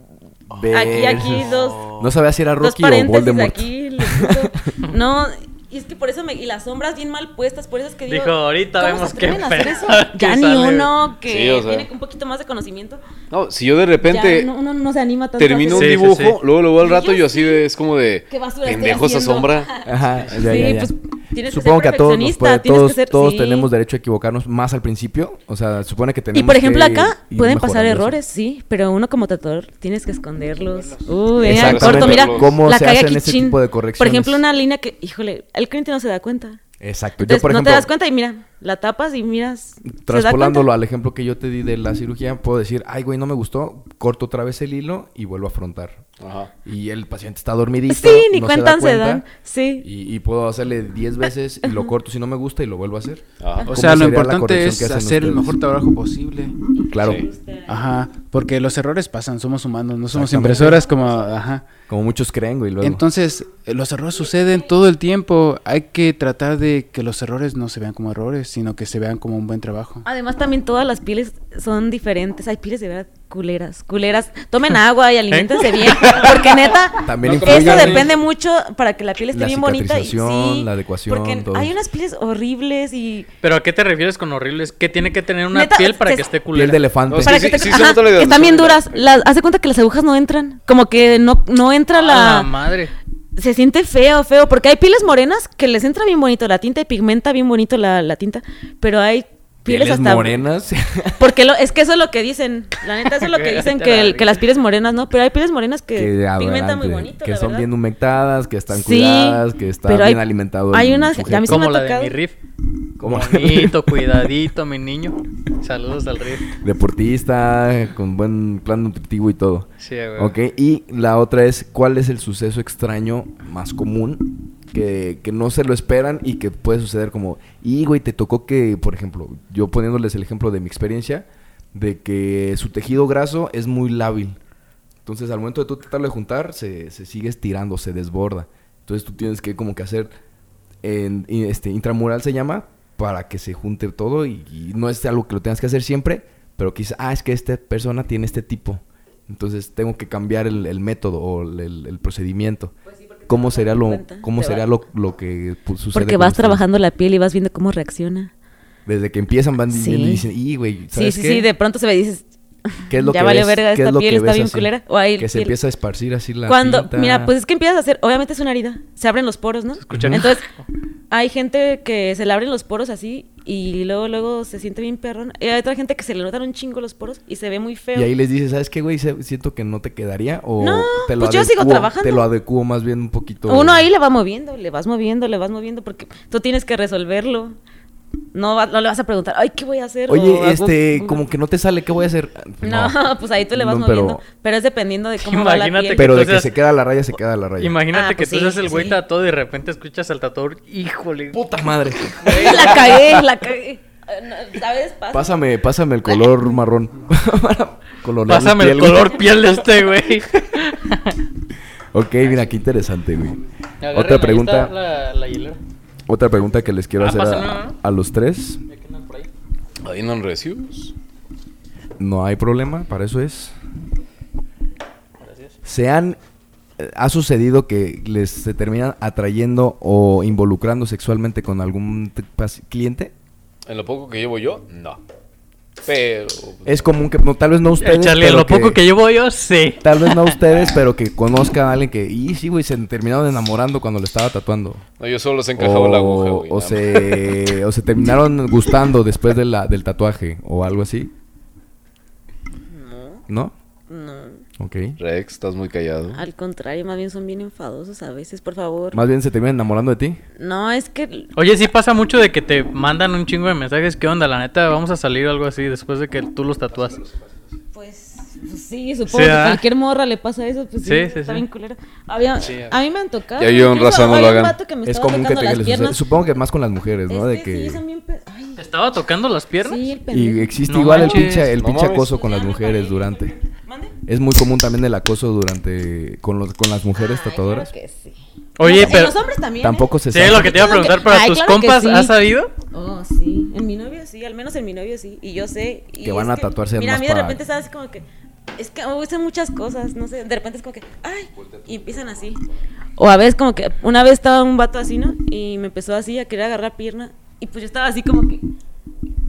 D: aquí, aquí, dos,
A: No sabía si era
D: los
A: Rocky o
D: paréntesis
A: Voldemort.
D: aquí, le puso- no, y es que por eso me, y las sombras bien mal puestas, por eso es que digo,
B: Dijo, ahorita
D: ¿cómo
B: vemos
D: se
B: qué
D: atreven a hacer
B: pedo
D: eso?
B: que
D: Ya ni
B: sale.
D: uno que
C: Sí, o sea.
D: tiene un poquito más de conocimiento,
C: No, si yo de
D: ya
C: repente
D: no, uno no se anima tanto. a
C: termino un
D: hacer
B: Sí, sí,
C: dibujo,
B: sí.
C: luego lo veo al
D: Yo
C: rato y yo así
D: sí.
C: de- es como de.
D: ¿Qué basura estoy
C: Pendejo esa
D: haciendo?"
C: sombra.
A: Ajá,
D: Sí,
A: ya, ya, ya.
D: pues, tienes que
A: supongo
D: ser
A: que a todos nos puede-
D: perfeccionista, tienes
A: todos,
D: que ser-
A: todos
D: sí.
A: tenemos derecho a equivocarnos más al principio, o sea, supone que tenemos
D: Y por ejemplo
A: que
D: acá
A: ir
D: pueden pasar
A: mejorando eso.
D: errores, sí, pero uno como tatuador tienes que esconderlos. Uy, mira,
A: Exactamente.
D: corto, mira,
A: ¿Cómo
D: la
A: se
D: cagué
A: hacen
D: aquí,
A: ese
D: chin.
A: tipo de
D: Por
A: correcciones?
D: ejemplo, una línea que, híjole, el cliente no se da cuenta.
A: Exacto. Pues
D: Entonces,
A: yo por
D: no
A: ejemplo,
D: te das cuenta y mira, la tapas y miras. ¿se da
A: traspolándolo
D: cuenta?
A: al ejemplo que yo te di de la cirugía, puedo decir, "Ay, güey, no me gustó", corto otra vez el hilo y vuelvo a afrontar.
C: Ajá.
A: Y el paciente está dormidito,
D: Sí, ni
A: no
D: cuenta
A: se da
D: se dan.
A: cuenta,
D: Sí.
A: Y, y puedo hacerle 10 veces y lo corto si no me gusta y lo vuelvo a hacer.
C: Ajá.
E: Ah. O
A: ¿Cómo
E: sea, lo
A: sería la
E: importante
A: corrección
E: es
A: que hacen
E: hacer el
A: ustedes?
E: mejor trabajo posible.
A: Claro.
C: Sí.
E: Ajá, porque los errores pasan, somos humanos, no somos
A: Exactamente.
E: impresoras como, ajá.
A: Como muchos creen, güey, luego.
E: Entonces, eh, los errores suceden todo el tiempo. Hay que tratar de que los errores no se vean como errores, sino que se vean como un buen trabajo.
D: Además, también todas las pieles son diferentes. Hay pieles de verdad culeras, culeras. Tomen agua y alimentense bien. Porque neta,
A: También
D: eso
A: influye, güey.
D: depende mucho para que la piel esté
A: La
D: bien bonita. Y,
A: cicatrización,
D: sí,
A: la adecuación,
D: Porque
A: todo
D: hay
A: eso.
D: unas pieles horribles y.
B: ¿Pero a qué te refieres con horribles? ¿Qué tiene que tener una
D: Neta,
B: piel para
D: se-
B: que esté culera?
A: Piel de elefante.
C: O sea,
D: para
C: sí,
D: que
C: sí
D: te,
C: se
D: ajá,
C: nota la
D: que están bien
C: diferencia.
D: duras. Las, hace cuenta que las agujas no entran. Como que no, no entra
B: A la
D: la.
B: madre.
D: Se siente feo, feo. Porque hay pieles morenas que les entra bien bonito la tinta y pigmenta bien bonito la, la tinta. Pero hay pieles,
A: pieles
D: hasta.
A: morenas.
D: Porque lo, es que eso es lo que dicen. La neta, eso es lo que dicen que, el- que las pieles morenas, ¿no? Pero hay pieles morenas que,
A: que
D: pigmentan
A: adelante,
D: muy bonito.
A: que
D: la
A: son
D: verdad.
A: bien humectadas, que están
D: Sí,
A: cuidadas, que están
D: pero hay-
A: bien alimentados.
D: hay unas- a mí sí me
B: Como
D: ha
B: la de
D: tocado.
B: mi riff.
A: Como-
B: Bonito, cuidadito, mi niño. Saludos al riff.
A: Deportista, con buen plan nutritivo y todo.
B: Sí, güey.
A: Ok, y la otra es, ¿cuál es el suceso extraño más común que, que no se lo esperan y que puede suceder como, y güey, te tocó que, por ejemplo, yo poniéndoles el ejemplo de mi experiencia, de que su tejido graso es muy lábil. Entonces, al momento de tú tratarlo de juntar, se, se sigue estirando, se desborda. Entonces, tú tienes que como que hacer, en, y, este, intramural se llama, para que se junte todo y, y no es algo que lo tengas que hacer siempre, pero quizás, ah, es que esta persona tiene este tipo. Entonces, tengo que cambiar el, el método o el, el- el procedimiento.
D: Pues
A: ¿Cómo sería lo,
D: cuenta,
A: cómo
D: te
A: sería
D: va-
A: lo, lo que pu- sucede?
D: Porque
A: con
D: vas
A: ustedes?
D: trabajando la piel y vas viendo cómo reacciona.
A: Desde que empiezan van
D: Sí.
A: viendo y dicen, y güey,
D: Sí,
A: ¿sabes
D: sí,
A: qué?
D: sí. De pronto se me dices.
A: ¿Qué es lo
D: ya
A: que
D: valió
A: ves?
D: verga,
A: ¿Qué es
D: esta
A: lo
D: piel
A: que
D: está
A: ves
D: bien
A: así?
D: culera. O ahí
A: Que se
D: piel-
A: empieza a esparcir así la
D: Cuando,
A: tinta.
D: mira, pues es que empiezas a hacer, obviamente es una herida, se abren los poros, ¿no? Entonces, hay gente que se le abren los poros así y luego, luego se siente bien perrón. Y hay otra gente que se le notan un chingo los poros y se ve muy feo.
A: Y ahí les dices, ¿sabes qué, güey? Se- Siento que no te quedaría. O
D: No,
A: te
D: pues yo sigo
A: adecuo-
D: trabajando.
A: Te lo adecuo más bien un poquito.
D: Uno ahí le va moviendo, le vas moviendo, le vas moviendo, porque tú tienes que resolverlo. No, va- no le vas a preguntar, ay, ¿qué voy a hacer?
A: Oye,
D: O algo-
A: este,
D: un-
A: como que no te sale, ¿qué voy a hacer?
D: No, pues ahí tú le vas
A: No,
D: moviendo. Pero... es dependiendo de cómo va la
B: Imagínate
D: piel.
B: que-
A: Pero de que
B: Entonces-
A: se queda la raya, se queda la raya.
B: Imagínate
D: Ah, pues
B: que
D: sí,
B: tú eres el güey
D: sí.
B: tatuado y de repente escuchas al tatuador. Híjole.
A: Puta madre.
D: la cagué, la cagué. No, ¿Sabes? Pasa.
A: Pásame, pásame el color marrón. Para colorear la
B: Pásame el
A: piel, güey.
B: color piel de este güey.
A: Ok, mira, qué interesante, güey.
B: Agárrenla, ahí
A: Otra
B: está
A: pregunta,
B: La, la hilera.
A: otra pregunta que les quiero
B: Ah,
A: hacer
B: pásame
A: a,
B: una, ¿no?
A: a los tres.
B: Ya que andan por ahí.
C: Ahí no recibes.
A: No hay problema, para eso es.
B: Gracias.
A: ¿Se han... eh, ¿Ha sucedido que les se terminan atrayendo o involucrando sexualmente con algún t- paci- cliente?
C: En lo poco que llevo yo, no. Pero.
A: Pues,
C: pues,
A: Es común que, no, tal vez no ustedes.
B: Echarle
A: pero
B: lo poco que llevo yo, sí.
A: Tal vez no ustedes, pero que conozcan a alguien que. Y sí, güey, se terminaron enamorando cuando le estaba tatuando.
C: No, yo solo se encajaba
A: O,
C: la aguja, güey.
A: Oh, o
C: nada más.
A: se, o se terminaron gustando después de la, del tatuaje o algo así. No. ¿No? Ok.
C: Rex, estás muy callado.
D: Al contrario, más bien son bien enfadosos a veces, por favor.
A: Más bien se terminan enamorando de ti.
D: No, es que
B: Oye, sí pasa mucho de que te mandan un chingo de mensajes. ¿Qué onda? La neta, vamos a salir o algo así después de que tú los tatúas.
D: Pues, pues sí, supongo que
B: ¿ah?
D: a cualquier morra le pasa eso, pues sí,
B: Sí, sí,
D: está
B: sí.
D: bien culero. Había, a mí me han tocado.
C: Ya hay un
D: incluso
C: raza, no lo
D: había
C: hagan.
D: Un vato que me
A: Es
D: estaba
A: común que
D: tocando
A: te que
D: las
A: les suceda.
D: piernas.
A: Supongo que más con las mujeres, ¿no?
D: Es
A: De
D: que sí,
A: que.
D: son bien pe- Ay,
B: ¿Te estaba tocando las piernas?
D: sí, el pendejo.
A: y existe
B: No
A: igual el
B: manches.
A: pinche, el
C: No
A: pinche
C: mames.
A: acoso con las mujeres durante.
D: ¿Mande?
A: Es muy común también el acoso durante con, los, con las mujeres
D: Ay,
A: tatuadoras.
D: claro que sí.
B: Oye,
D: No, en
B: pero.
D: los hombres también. ¿eh?
A: Tampoco se
B: Sí,
A: sabe.
B: lo que te iba a
D: Claro que-
B: preguntar, para
D: Ay,
B: tus
D: claro que
B: compas,
D: sí.
B: ¿has sabido?
D: Oh, sí. En mi novio sí, al menos en mi novio sí. Y yo sé. y
A: Que
D: es
A: van a tatuarse
D: Mira,
A: más
D: a mí de
A: para-
D: repente sabes como que. Es que me gustan muchas cosas, no sé. De repente es como que. ¡Ay! Y empiezan así. O a veces como que. Una vez estaba un vato así, ¿no? Y me empezó así a querer agarrar pierna. Y pues yo estaba así como que.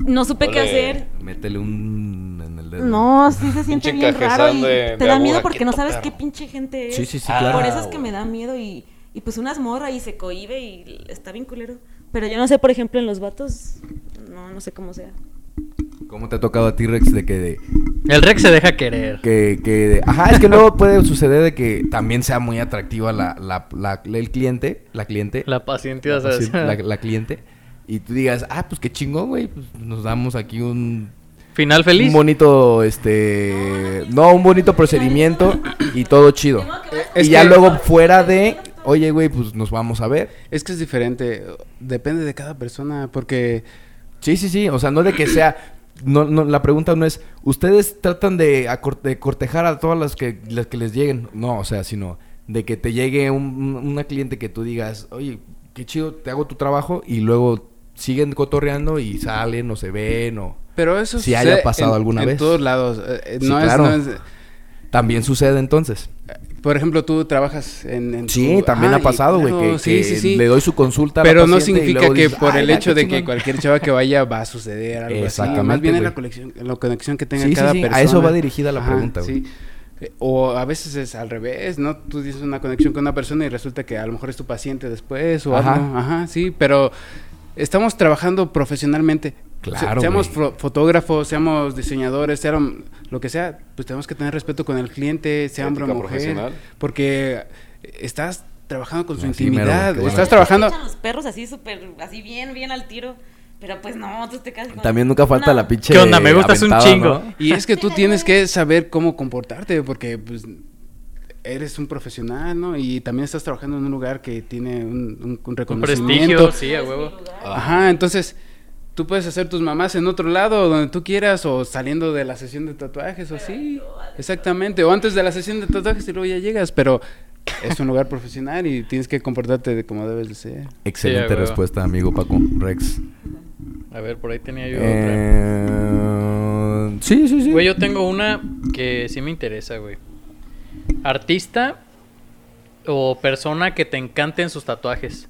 D: No supe qué
C: Ole.
D: hacer.
A: Métele un en el dedo.
D: No, sí se
C: Pinche
D: siente bien raro.
C: cajezón
D: Y
C: de-
D: te
C: de
D: da
C: aguja,
D: miedo porque no
C: quieto,
D: sabes
C: perro.
D: qué pinche gente es.
A: Sí, sí, sí,
C: Ah,
A: claro.
D: Por eso es que me da miedo y, y pues unas morra y se cohibe y está bien culero. Pero yo no sé, por ejemplo, en los vatos, no, no sé cómo sea.
A: ¿Cómo te ha tocado a ti Rex de que de,
B: El Rex se deja querer.
A: que, que ajá, es que luego puede suceder de que también sea muy atractiva la, la, la- el cliente, la cliente,
B: La paciente, ya
A: Sí,
B: sabes.
A: la, la cliente y tú digas, "Ah, pues qué chingón, güey, pues nos damos aquí un
B: Final
A: un
B: feliz.
A: bonito este no, un bonito procedimiento y todo chido."
B: Eh,
E: Es
A: y ya
E: que-
A: luego fuera de, "Oye, güey, pues nos vamos a ver."
E: Es que es diferente, eh, depende de cada persona, porque
A: Sí, sí, sí. O sea, no de que sea. No, no, la pregunta no es, ¿ustedes tratan de, acor- de cortejar a todas las que, las que les lleguen? No, o sea, sino de que te llegue un- un- una cliente que tú digas, oye, qué chido, te hago tu trabajo y luego siguen cotorreando y salen o se ven o...
E: pero eso
A: Si haya
E: sucede
A: pasado
E: en-
A: alguna vez.
E: en todos lados, eh, eh,
A: Sí,
E: no, es-
A: claro.
E: no es,
A: También sucede entonces.
E: por ejemplo, tú trabajas en, en
A: Sí,
E: tu-
A: también
E: Ajá,
A: ha pasado,
E: y-
A: güey,
E: claro,
A: que,
E: sí,
A: que
E: sí, sí.
A: le doy su consulta a la
E: Pero no
A: paciente y
E: significa
A: luego
E: que
A: dices,
E: por
A: "Ay,
E: el
A: la
E: hecho de que
A: chingón".
E: cualquier chava que vaya va a suceder algo así. Más
A: Exactamente,
E: bien es la
A: güey.
E: conexión, la conexión que tenga
A: Sí, sí,
E: cada
A: sí, a
E: persona.
A: eso va dirigida la pregunta, güey.
E: sí. Eh, O a veces es al revés, ¿no? Tú dices una conexión con una persona y resulta que a lo mejor es tu paciente después o
A: Ajá.
E: algo. Ajá, sí, pero estamos trabajando profesionalmente.
A: Claro,
E: Se- seamos
A: güey.
E: fo- fotógrafos, seamos diseñadores, seamos lo que sea, pues tenemos que tener respeto con el cliente, sea hombre o
C: Ética
E: mujer,
C: profesional.
E: porque estás trabajando con su
A: Así mero, güey,
E: intimidad,
A: qué bueno.
E: estás trabajando
D: Echan los perros así súper, así bien, bien al tiro. Pero pues no, tú te casas con-
A: También nunca falta
D: No.
A: la pinche...
B: ¿Qué onda? Me gustas un
A: aventada,
B: chingo.
A: ¿no?
E: Y es que tú tienes que saber cómo comportarte, porque pues, eres un profesional, ¿no? Y también estás trabajando en un lugar que tiene un, un- un
B: Un
E: reconocimiento.
B: prestigio, sí, a huevo.
E: Ajá, entonces tú puedes hacer tus mamás en otro lado, donde tú quieras, o saliendo de la sesión de tatuajes, o así. Exactamente, o antes de la sesión de tatuajes y luego ya llegas, pero es un lugar profesional y tienes que comportarte de como debes de ser.
A: Excelente
B: Sí, a huevo.
A: respuesta, amigo Paco. Rex.
B: A ver, por ahí tenía yo otra.
A: Eh, Sí, sí, sí.
B: Güey, yo tengo una que sí me interesa, güey. Artista o persona que te encanten sus tatuajes.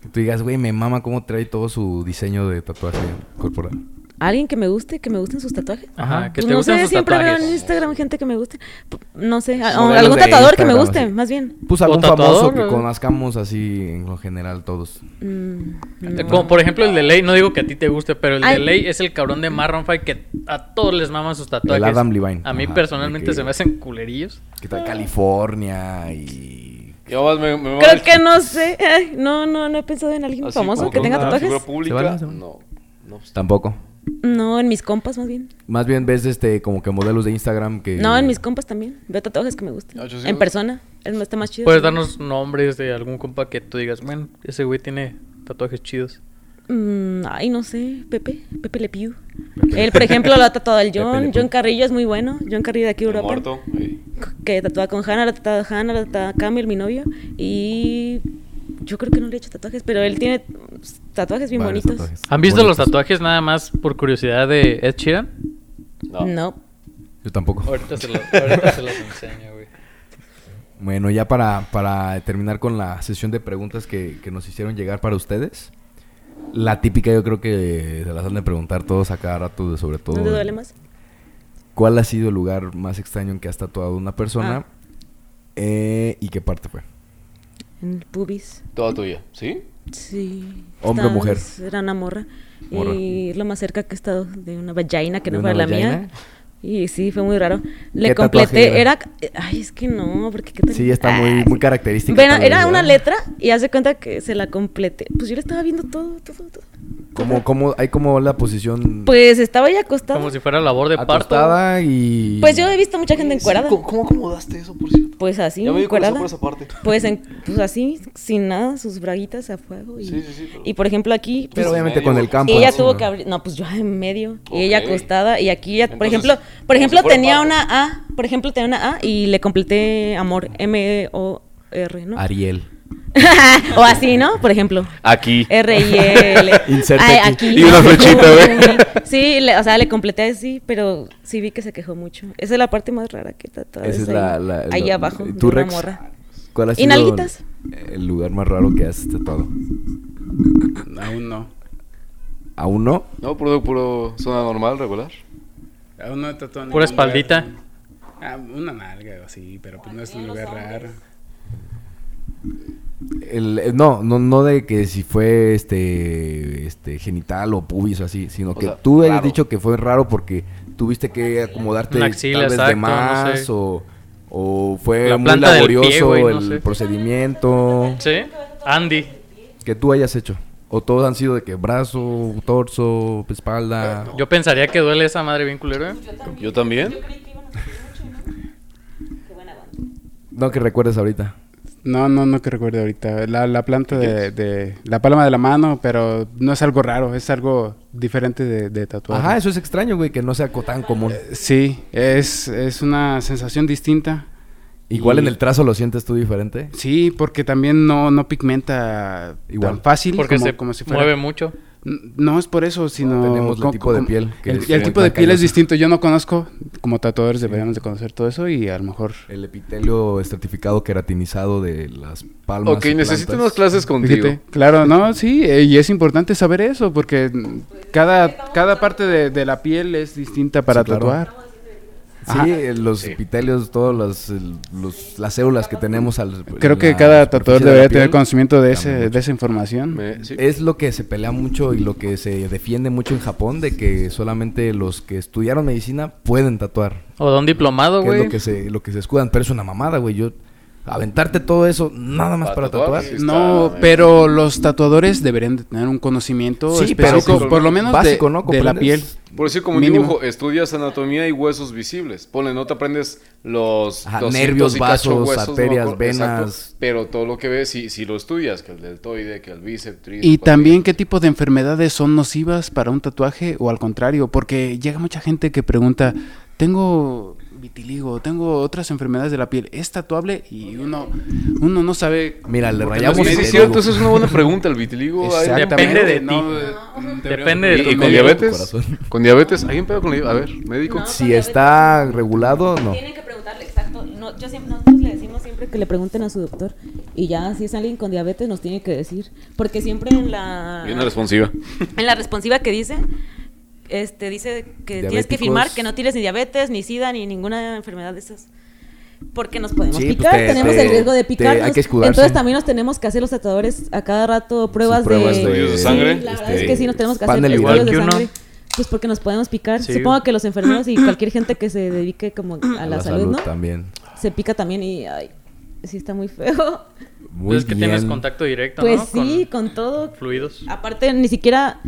A: Que tú digas, güey, me mama cómo trae todo su diseño de tatuaje corporal.
D: Alguien que me guste, que me gusten sus tatajes
B: Ajá,
A: Ajá.
B: Ah, que
D: Pues
B: te
D: no
B: gusten
D: sé,
B: sus
D: siempre veo en
B: tatuajes.
D: Instagram gente que me guste. P- No sé, a- o
A: Modelos
D: algún
A: de
D: tatuador que me
A: Instagram,
D: guste,
A: así.
D: más bien.
A: Pues
B: O
A: algún
B: tatuador,
A: famoso que
B: güey.
A: conozcamos así en lo general todos.
D: Mm, no.
B: Eh, Como por ejemplo el de Ley, no digo que a ti te guste, pero el de
D: Ay.
B: Ley es el cabrón de Marron Five que a todos les maman sus tatuajes.
A: Adam Levine.
B: A mí
A: Ajá,
B: personalmente
A: de que-
B: se me hacen culerillos.
A: Que trae California y...
C: Yo más me, me mama el-
D: Creo que no sé. Ay, no, no, no he pensado en alguien
C: así
D: famoso
C: Ah, como
D: que tenga
C: una
D: tatuajes.
C: figura pública,
A: ¿Se vale? ¿Se vale?
C: No. no pues,
A: Tampoco.
D: No, en mis compas más bien.
A: Más bien ves este como que modelos de Instagram que...
D: No, en mis compas también. Veo tatuajes que me gustan.
C: Ah, yo sí.
D: en persona. Es, está más chido.
B: Puedes darnos nombres de algún compa que tú digas, bueno, ese güey tiene tatuajes chidos.
D: Mm, ay, no sé. Pepe. Pepe Le Pew. Él, por ejemplo, lo ha tatuado el
A: Pepe Le
D: John.
A: Pew.
D: John Carrillo es muy bueno. John Carrillo de aquí, de
C: el
D: Europa.
C: muerto. sí.
D: Que tatúa con Hannah, lo tatúa Hannah, lo tatúa Camille, mi novio. Y yo creo que no le he hecho tatuajes, pero él tiene tatuajes bien
A: varios
D: bonitos.
A: tatuajes.
B: ¿Han visto los
A: Bonitos.
B: tatuajes nada más por curiosidad de Ed Sheeran?
C: No.
D: no.
A: Yo tampoco.
B: Ahorita se, lo- ahorita se los enseño, güey.
A: Bueno, ya para, para terminar con la sesión de preguntas que, que nos hicieron llegar para ustedes, La típica, yo creo que se las han de preguntar todos a cada rato, de- sobre todo.
D: ¿No te duele más?
A: ¿Cuál ha sido el lugar más extraño en que has tatuado una
D: Ah.
A: persona? Eh, ¿Y qué parte fue?
D: En el pubis.
C: Toda tuya, ¿sí?
D: Sí.
A: Hombre o
D: Estaba-
A: mujer.
D: Era una morra.
A: Morra.
D: Y lo más cerca que he estado de una vagina que
A: ¿De
D: no
A: una
D: fue la mía.
A: vagina?
D: Y sí, fue muy raro. Le
A: ¿Qué
D: completé,
A: tatuaje
D: era...
A: era?
D: Ay, es que no, porque... ¿qué tal?
A: Sí, está
D: Ah,
A: muy, muy
D: sí.
A: característica.
D: Bueno,
A: tal vez,
D: era una
A: ¿verdad?
D: letra y hace cuenta que se la completé. Pues yo le estaba viendo todo, todo, todo.
A: Como, como, hay como la posición
D: Pues estaba ya acostada.
B: Como si fuera labor de parto.
A: acostada y...
D: Pues yo he visto mucha gente encuerada.
C: ¿Cómo, cómo acomodaste eso, por cierto?
D: Pues así,
C: ya me di cuenta
D: encuerada.
C: por esa parte.
D: Pues, en- pues así, sin nada, sus braguitas a fuego. Y,
C: Sí, sí, sí, pero-
D: y por ejemplo aquí, pues,
A: Pero obviamente
C: medio,
A: con el
C: pues,
A: campo.
D: ella
A: ¿no?
D: tuvo que abrir, no, pues yo en medio, y ella
C: Ok.
D: acostada, y aquí, ya, por
C: Entonces,
D: ejemplo, por
C: como
D: ejemplo
C: si fuera
D: tenía
C: pago.
D: una A, por ejemplo tenía una A y le completé amor, M-O-R, ¿no?
A: Ariel.
D: o así, ¿no? Por ejemplo.
C: Aquí.
D: R-I-L.
A: Inserte
D: Ay,
A: aquí.
D: aquí.
C: Y una flechita, güey.
D: Sí, le- o sea, le completé así, pero sí vi que se quejó mucho. Esa es la parte más rara que tatuada.
A: Esa es la... la-
D: ahí
A: la-
D: abajo.
A: ¿Y
D: de
A: ¿Tú,
D: una
A: Rex?
D: morra.
A: ¿Cuál ha
D: ¿Y
A: sido
D: nalguitas?
A: el lugar más raro que has tatuado?
E: Aún no.
A: ¿Aún no?
C: No, puro, puro zona normal, regular.
E: Aún no he tatuado
B: Pura
E: ningún lugar.
B: espaldita.
E: Ah, una nalga o así, pero pues no es un lugar raro.
A: El- eh, no, no, no de que si fue este, este genital o pubis o así, sino
C: O
A: que
C: sea,
A: tú hayas
C: raro.
A: dicho que fue raro porque tuviste que acomodarte
B: Una axila,
A: tal vez de
B: exacto, no
A: más
B: sé.
A: o, o fue
B: La
A: muy
B: planta del pie,
A: laborioso
B: güey, no
A: el
B: sé.
A: procedimiento
B: Sí. Andy.
A: que tú hayas hecho. O todos han sido de que brazo, torso, espalda.
B: Yo pensaría que duele esa madre bien culero, ¿eh?
C: Yo también.
A: No que recuerdes ahorita.
E: No, no, no que recuerde ahorita. La, la planta de, de- la palma de la mano, pero no es algo raro, es algo diferente de, de tatuaje. Eh,
A: Ajá, eso es extraño, güey, que no sea co- tan común.
E: Sí, es, es una sensación distinta.
A: Igual
E: y-
A: en el trazo lo sientes tú diferente.
E: Sí, porque también no, no pigmenta
A: Igual.
E: tan fácil
B: Porque
E: como,
B: se
E: como si fuera.
B: mueve mucho.
E: N- No es por eso, sino...
A: Tenemos el
E: co-
A: tipo de
E: como-
A: piel que
E: El,
A: es
E: y el
A: muy
E: tipo de piel es
A: callosa.
E: distinto. Yo no conozco, como tatuadores deberíamos de conocer todo eso y a lo mejor...
A: El epitelio estratificado queratinizado de las palmas.
C: Ok,
A: y
C: necesito
A: plantas.
C: unas clases contigo.
E: Fíjate, claro, no, sí, eh, y es importante saber eso porque mm, cada, cada parte de, de la piel es distinta para
A: Sí, claro.
E: tatuar. Ajá.
A: Sí, eh, los epitelios, todas las, el- los- las células que tenemos al.
E: Creo
A: en Pues
E: que
A: la
E: cada
A: superficie
E: tatuador
A: de la
E: debería
A: piel.
E: tener conocimiento de,
A: cambia
E: ese,
A: mucho.
E: de esa información.
C: Me- sí.
A: Es lo que se pelea mucho y lo que se defiende mucho en Japón, de que solamente los que estudiaron medicina pueden tatuar.
B: O de un diplomado,
A: Que es
B: güey.
A: lo que, se, lo que se escudan, pero es una mamada, güey. Yo, aventarte todo eso, nada más
C: Para
A: para,
C: tatuar,
A: tatuar.
C: sí.
E: No,
C: Está-
E: pero los tatuadores deberían de tener un conocimiento
A: Sí, pero
E: específico,
A: con-
E: por lo menos de-
A: básico, ¿no?
E: de la piel.
A: ¿Comprendes?
C: Por decir, como un
E: Mínimo.
C: dibujo, estudias anatomía y huesos visibles. Ponle, no te aprendes los
A: Ajá,
C: 200
A: nervios,
C: y cacho
A: vasos,
C: no
A: arterias,
C: me acuerdo, exacto,
A: venas.
C: pero todo lo que ves, si, si lo estudias, que el deltoide, que el bíceps, tríceps,
E: Y también
C: cuádriceps.
E: qué tipo de enfermedades son nocivas para un tatuaje o al contrario, porque llega mucha gente que pregunta, tengo vitiligo, tengo otras enfermedades de la piel, ¿es tatuable? Y uno, uno no sabe...
A: Mira, le
E: porque
A: rayamos
E: no
C: Sí,
E: es
A: el médico.
C: sí, es
E: médico.
C: cierto, eso es una buena pregunta, el vitiligo. hay-
E: Exactamente.
B: Depende de ti.
E: no,
B: Depende de
C: eh, ¿Y,
B: tu
C: y con
B: médico.
C: diabetes?
A: Tu corazón.
C: ¿Con diabetes? ¿Alguien pega con diabetes? A ver, médico.
D: No.
A: Si está regulado, no.
D: Tienen que preguntarle, exacto. No, yo siempre, nosotros le decimos siempre que le pregunten a su doctor. Y ya, si es alguien con diabetes, nos tiene que decir. Porque siempre en la,
C: Bien responsiva.
D: en la responsiva que dice, este, dice que tienes que
A: Diabéticos.
D: firmar que no tienes ni diabetes, ni sida, ni ninguna enfermedad de esas. Porque nos podemos
A: Sí, pues,
D: picar,
A: te-
D: tenemos
A: te-
D: el riesgo de
A: te- hay que
D: picarnos.
A: escudarse.
D: Entonces también nos tenemos que hacer los tatuadores a cada rato pruebas,
A: pruebas de-
C: Estudios de sangre.
D: Sí, la verdad
A: Este,
D: es que sí nos tenemos que hacer
A: panel
D: estudios
B: igual
D: de
B: que uno.
D: sangre. Pues porque nos podemos picar.
B: Sí.
D: Supongo que los enfermeros y cualquier gente que se dedique como a la, salud, ¿no?
A: también.
D: Se pica también y ay, sí está muy feo.
A: Muy
B: es que tienes
A: bien.
B: contacto directo,
D: Pues
B: ¿no?
D: sí, con todo.
B: Con fluidos.
D: Aparte, ni siquiera...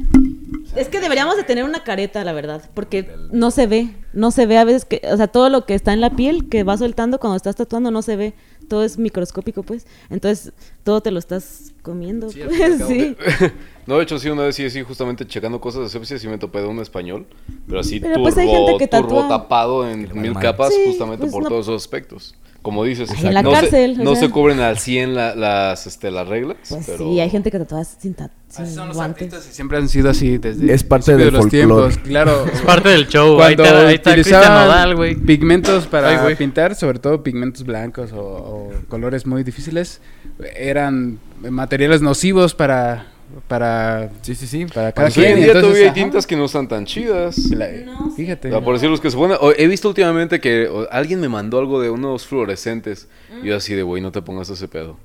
D: Es que deberíamos de tener una careta, la verdad, porque no se ve, no se ve a veces que, o sea, todo lo que está en la piel que va soltando cuando estás tatuando no se ve, todo es microscópico, pues, entonces todo te lo estás comiendo, pues, sí.
C: no, de hecho, sí, una vez sí, sí, justamente checando cosas de sepsis y me topé de un español. Pero así
D: Pero,
C: turbo,
D: pues, hay gente que
C: turbo
D: tatúa.
C: tapado en
A: Que le vale
C: mil
A: madre.
C: capas
D: Sí,
C: justamente
D: pues,
C: por
D: no-
C: todos esos aspectos. Como dices,
D: Ay, en la
C: no,
D: cárcel,
C: se,
D: o
C: no
D: sea.
C: se cubren al 100 la- las, este, las reglas.
D: Pues
C: pero-
D: sí, hay gente que tatúa sin, ta- sin
E: son los
D: guantes.
E: artistas y siempre han sido así desde
A: Es parte
E: el
A: del
E: principio
A: folclore.
E: claro.
B: Es parte del show. Ahí
E: Cuando
B: está, ahí está Cristian
E: utilizaban
B: Nodal, güey.
E: pigmentos
B: Ay,
E: para
B: güey.
E: pintar, sobre todo pigmentos blancos o, o colores muy difíciles, eran materiales nocivos para para,
A: Sí, sí, sí.
E: para cada
C: Pues hoy
E: quien.
C: en día
E: entonces,
C: todavía hay
E: ajá.
C: tintas que no están tan chidas.
E: La-
D: No, sí.
E: Fíjate.
C: O sea, por decir los que se ponen. o He visto últimamente que o, alguien me mandó algo de unos fluorescentes. Y yo así de, güey, no te pongas ese pedo.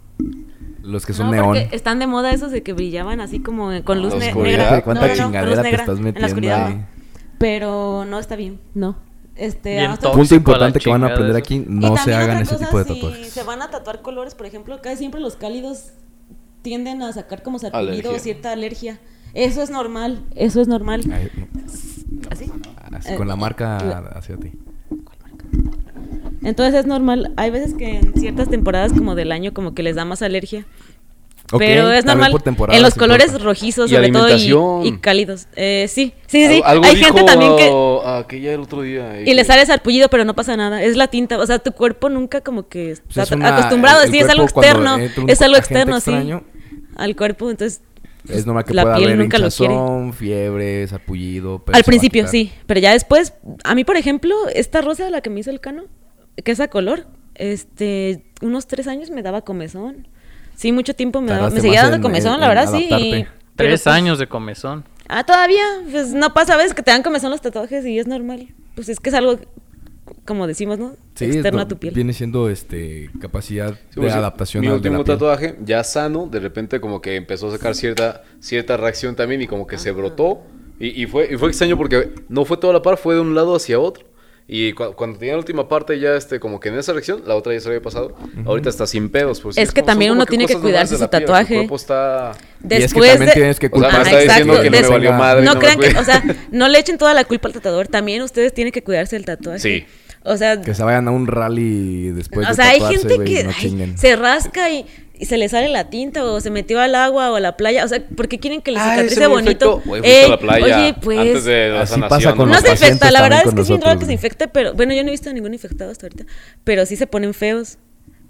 A: Los que son
D: No,
A: neón.
D: porque están de moda esos de que brillaban así como con luz
C: La
D: ne-
C: oscuridad.
D: negra.
A: Cuánta
D: No, no, no, luz
A: chingadera te
D: negra
A: estás
D: en la
A: metiendo
D: oscuridad,
A: ahí.
D: no. Pero no está bien, no. Este,
B: Bien
D: hasta-
B: tóxico
A: Punto
B: a la
A: importante que van a
B: chingada
A: aprender
B: eso.
A: aquí,
D: Y
A: no se
D: también
A: hagan
D: otra
A: ese
D: cosa,
A: tipo de
D: si
A: tatuajes.
D: se van a tatuar colores, por ejemplo, casi siempre los cálidos tienden a sacar como sarpullido
C: Alergia.
D: o cierta alergia. Eso es normal, eso es normal.
A: Ay, no,
D: Así.
A: así, con la
D: Eh,
A: marca hacia ti.
D: Entonces es normal. Hay veces que en ciertas temporadas como del año como que les da más alergia.
A: Ok,
D: pero
A: tal vez
D: es normal
A: por temporadas
D: en los
A: importa.
D: colores rojizos
C: Y
D: sobre todo y-
C: alimentación.
D: y, cálidos. Eh, sí, sí, sí.
C: Al- algo
D: Hay
C: dijo
D: gente también que
C: a- a aquella el otro día. eh,
D: Y le
C: que-
D: sale sarpullido, pero no pasa nada. Es la tinta. O sea, tu cuerpo nunca como que
A: Pues
D: está
A: es una-
D: acostumbrado.
A: el- el
D: Sí, es algo
A: cuerpo cuando
D: externo.
A: entra un
D: Es algo
A: agente
D: externo,
A: extraño,
D: sí. Al cuerpo, entonces.
A: Es normal que
D: la
A: pueda
D: piel
A: haber
D: nunca lo quiere.
A: hinchazón, fiebre, sarpullido. pero
D: Al
A: se va a
D: principio,
A: quitar.
D: sí. Pero ya después, a mí, por ejemplo, esta rosa de la que me hizo el cano, que es a color, este, unos tres años me daba comezón. Sí, mucho tiempo me daba.
A: Tardaste
D: Me seguía
A: más
D: dando
A: en-
D: comezón,
A: en-
D: la
A: en
D: verdad, sí. y-
A: adaptarte.
D: pero,
B: Tres
D: pues,
B: años de comezón.
D: Ah, todavía. Pues no pasa, ¿ves? Que te dan comezón los tatuajes y es normal. Pues es que es algo, como decimos, ¿no?
A: Sí, es
D: externo
A: no-
D: a tu piel.
A: Viene siendo este capacidad
C: Sí,
A: de
C: pues,
A: adaptación
C: Mi
A: al de la
C: último
A: piel.
C: tatuaje, ya sano, de repente como que empezó a sacar cierta, cierta reacción también y como que se brotó. Y, y fue, y fue extraño porque no fue toda la par, fue de un lado hacia otro. Y cu- cuando tenía la última parte ya este, como que en esa reacción, la otra ya se había pasado. Ahorita está sin pedos. Pues, sí,
D: Es que
C: como- son
D: también
C: como
D: uno tiene que
C: cosas normales
D: cuidarse
C: de
D: su
C: la piel,
D: tatuaje.
C: cuerpo está...
A: Y es que
D: Después
A: también
D: de-
A: tienes que
C: O sea,
A: culpar
C: me está
A: a la
C: diciendo
A: gente
D: que no
A: no
D: me
A: tenga-
C: valió madre. no
D: no
C: me
D: crean que,
C: cuida.
D: o sea, no le echen toda la culpa al tatuador. También ustedes tienen que cuidarse del tatuaje.
C: Sí.
D: O sea,
A: Que se vayan a un rally después de
D: o sea hay
A: tatuarse,
D: gente
A: güey,
D: que
A: no
D: ay,
A: chinguen.
D: se rasca y, y se le sale la tinta o se metió al agua o a la playa. O sea, porque quieren que les
C: Ah, ese
D: cicatrice
C: me
D: bonito.
C: afectó. Güey, fuiste a
D: Ey,
C: la playa
D: oye, pues.
C: antes de la
A: Así pasa
C: sanación,
A: con
C: ¿no?
D: no
A: los
D: se infecta,
A: pacientes
D: la
A: también
D: verdad es
A: con
D: que es bien
A: nosotros,
D: raro que se
A: güey.
D: infecte, pero bueno, yo no he visto a ningún infectado hasta ahorita, pero sí se ponen feos.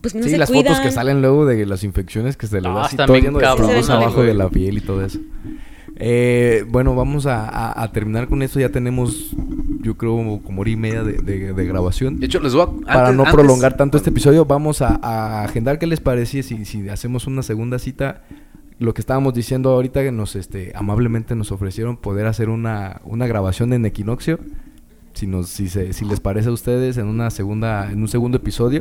D: Pues no
A: sí,
D: se
A: las
D: cuidan.
A: fotos que salen luego de las infecciones que se le
B: No,
A: ve así
B: están
A: todo
B: bien
A: lleno de
B: cabronas,
A: fluidos
D: güey.
A: abajo de la piel y todo eso. Eh, bueno, vamos a, a- a terminar con esto. Ya tenemos, yo creo, como hora y media de, de- de grabación.
C: De hecho, les voy a...
A: Para
C: antes-
A: no
C: antes-
A: prolongar tanto este episodio, vamos a, a agendar qué les parece si, si hacemos una segunda cita. Lo que estábamos diciendo ahorita que nos este, amablemente nos ofrecieron poder hacer una, una grabación en Equinoccio. Si, nos, si, se- si les parece a ustedes en una segunda en un segundo episodio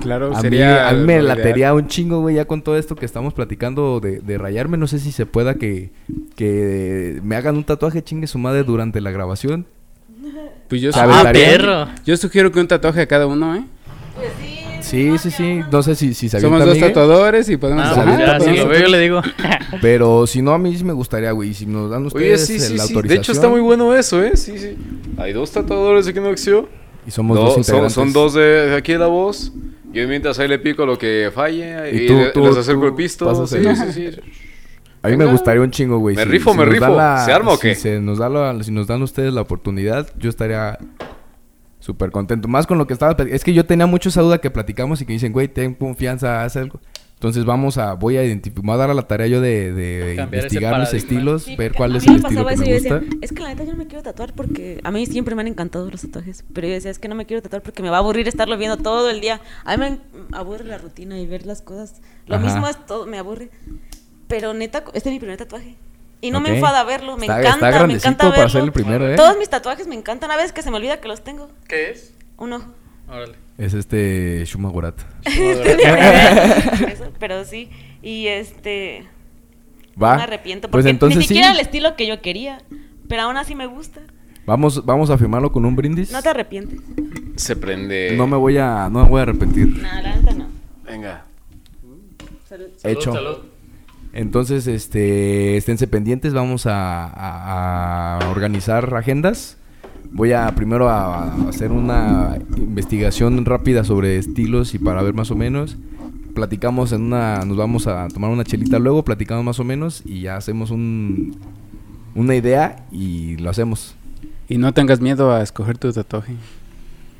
E: Claro,
A: a mí,
E: sería.
A: a mí me
E: lo ideal.
A: latería un chingo, güey, ya con todo esto que estamos platicando de, de rayarme. No sé si se pueda que, que me hagan un tatuaje chingue su madre durante la grabación.
E: Pues yo,
A: Sabe,
E: sugiero,
B: Ah,
A: la-
B: perro.
E: yo sugiero que un tatuaje a cada uno, ¿eh?
A: Sí, sí, sí. No sé si, si se
E: Somos
A: avienta,
E: dos
A: Miguel,
E: tatuadores y podemos.
B: Ah,
A: Ajá,
B: pues
E: Ajá,
B: ya, si
E: podemos-
B: lo veo, yo le digo.
A: Pero si no, a mí sí me gustaría, güey. Si nos dan ustedes
C: Oye, sí,
A: eh,
C: sí,
A: la
C: sí.
A: autorización.
C: De hecho, está muy bueno eso, ¿eh? Sí, sí. Hay dos tatuadores aquí en Oxio.
A: Y somos
C: No,
A: dos
C: son-
A: integrantes.
C: Son, dos de, de aquí de la voz. Yo mientras ahí le pico lo que falle
A: Y
C: y,
A: tú-
C: le-
A: tú-
C: les acerco
A: tú
C: el pisto.
A: vas a
C: sí,
A: hacer-
C: sí, sí.
A: A mí me
C: Venga.
A: gustaría un chingo, güey.
C: Me rifo, me
A: nos
C: rifo.
A: dan
C: ¿Se arma o qué?
A: Si, se nos da la- si nos dan ustedes la oportunidad, yo estaría súper contento. Más con lo que estaba... plat- Es que yo tenía mucho esa duda que platicamos y que dicen, güey, ten confianza, haz algo. Entonces vamos a... Voy a identificar... Me voy a dar a la tarea yo de, de
B: Cambiar ese
A: investigar mis
B: paradigma.
A: estilos,
D: Sí,
A: ver
D: porque
A: cuál
D: a
A: es
D: mí
A: el
D: me
A: estilo
D: pasaba
A: que
D: eso,
A: me
D: yo
A: gusta.
D: Decía, es que la neta yo no me quiero tatuar porque a mí siempre me han encantado los tatuajes, pero yo decía, es que no me quiero tatuar porque me va a aburrir estarlo viendo todo el día. A mí me en- aburre la rutina y ver las cosas. Lo
A: Ajá.
D: mismo es todo, me aburre. Pero neta, este es mi primer tatuaje. Y no
A: Ok.
D: me enfada verlo, me
A: Está- está
D: encanta, me
A: grandecito
D: encanta
A: para
D: verlo.
A: ser el primero, ¿eh?
D: Todos mis tatuajes me encantan, a veces que se me olvida que los tengo.
B: ¿Qué es?
D: Un ojo.
B: Órale.
D: "Mm".
A: Es este... Shuma Gorat.
D: Eso, pero sí, y este...
A: ¿Va?
D: No me arrepiento porque
A: pues entonces
D: ni siquiera
A: sí.
D: el estilo que yo quería, pero aún así me gusta.
A: Vamos, vamos a firmarlo con un brindis.
D: No te arrepientes.
C: Se prende.
A: No me voy a... No me voy a arrepentir.
D: No, la neta no.
C: Venga.
A: Hecho. Entonces, este, esténse pendientes, vamos a, a- a organizar agendas. Voy a primero a, a hacer una investigación rápida sobre estilos y para ver más o menos. Platicamos en una, nos vamos a tomar una chelita luego, platicamos más o menos y ya hacemos un, una idea y lo hacemos.
E: Y no tengas miedo a escoger tu tatuaje.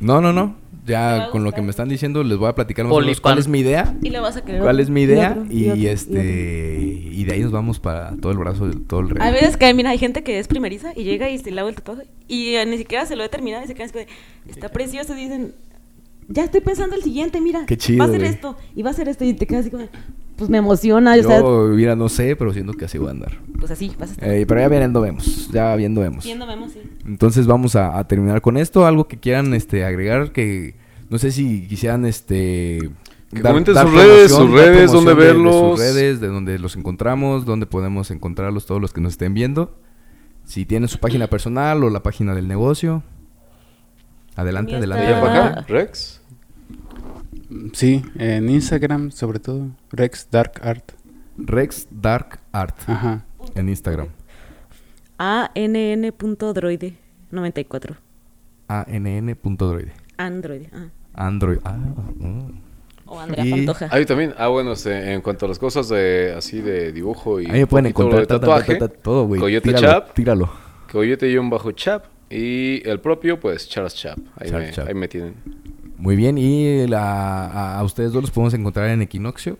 A: No, no, no.
D: Te va
A: Ya
D: a
A: con lo
D: gustar.
A: que me están diciendo les voy a platicar más o menos cuál
B: Polipan.
A: es mi idea.
D: Y lo vas a querer.
A: ¿Cuál es mi idea?
D: otro,
A: Y,
D: otro,
A: este y de ahí nos vamos para todo el brazo, todo el
D: otro.
A: rey.
D: A veces que, mira, hay gente que es primeriza y llega y se lava el tatuaje y eh, ni siquiera se lo he terminado y se quedan así como de, está precioso y dicen, ya estoy pensando el siguiente, mira.
A: Qué chido,
D: Va a ser
A: güey.
D: esto y va a ser esto y te quedas así como, pues me emociona. o sea,
A: Yo, mira, no sé, pero siento que así voy a andar.
D: pues así, vas a estar.
A: Eh, pero ya viendo vemos, ya viendo vemos.
D: Viendo, vemos, sí.
A: Entonces vamos a, a terminar con esto. Algo que quieran este, agregar, que no sé si quisieran este...
C: Que comenten sus redes, sus
A: promoción, dar
C: redes, dónde
A: promoción de- de
C: verlos.
A: sus redes, de dónde los encontramos, dónde podemos encontrarlos todos los que nos estén viendo. Si tienen su página personal o la página del negocio. Adelante,
D: Mía
A: adelante.
C: ¿Allá
D: está-
C: para
A: adelante.
C: acá? ¿Rex?
E: Sí, en Instagram sobre todo, Rex Dark Art.
A: Rex Dark Art
E: Ajá.
A: en Instagram.
D: ANN.droide94.
A: ANN.droide.
D: Android. ajá.
A: Android. Ah, mm.
D: O Andrea
A: Y-
D: Pantoja.
C: Ahí también. Ah, bueno, este, en cuanto a las cosas de, así de dibujo y
A: Ahí me pueden
C: poquito
A: encontrar
C: lo de
A: ta, ta, ta,
C: tatuaje,
A: ta, ta, todo, güey.
C: Coyote
A: tíralo,
C: Chap,
A: Tíralo.
C: Coyote-Chap y el propio, pues, Charles Chap. Ahí,
A: Charles
C: me,
A: Chap.
C: ahí me tienen.
A: Muy bien. Y la- a, a ustedes dos los podemos encontrar en Equinoccio,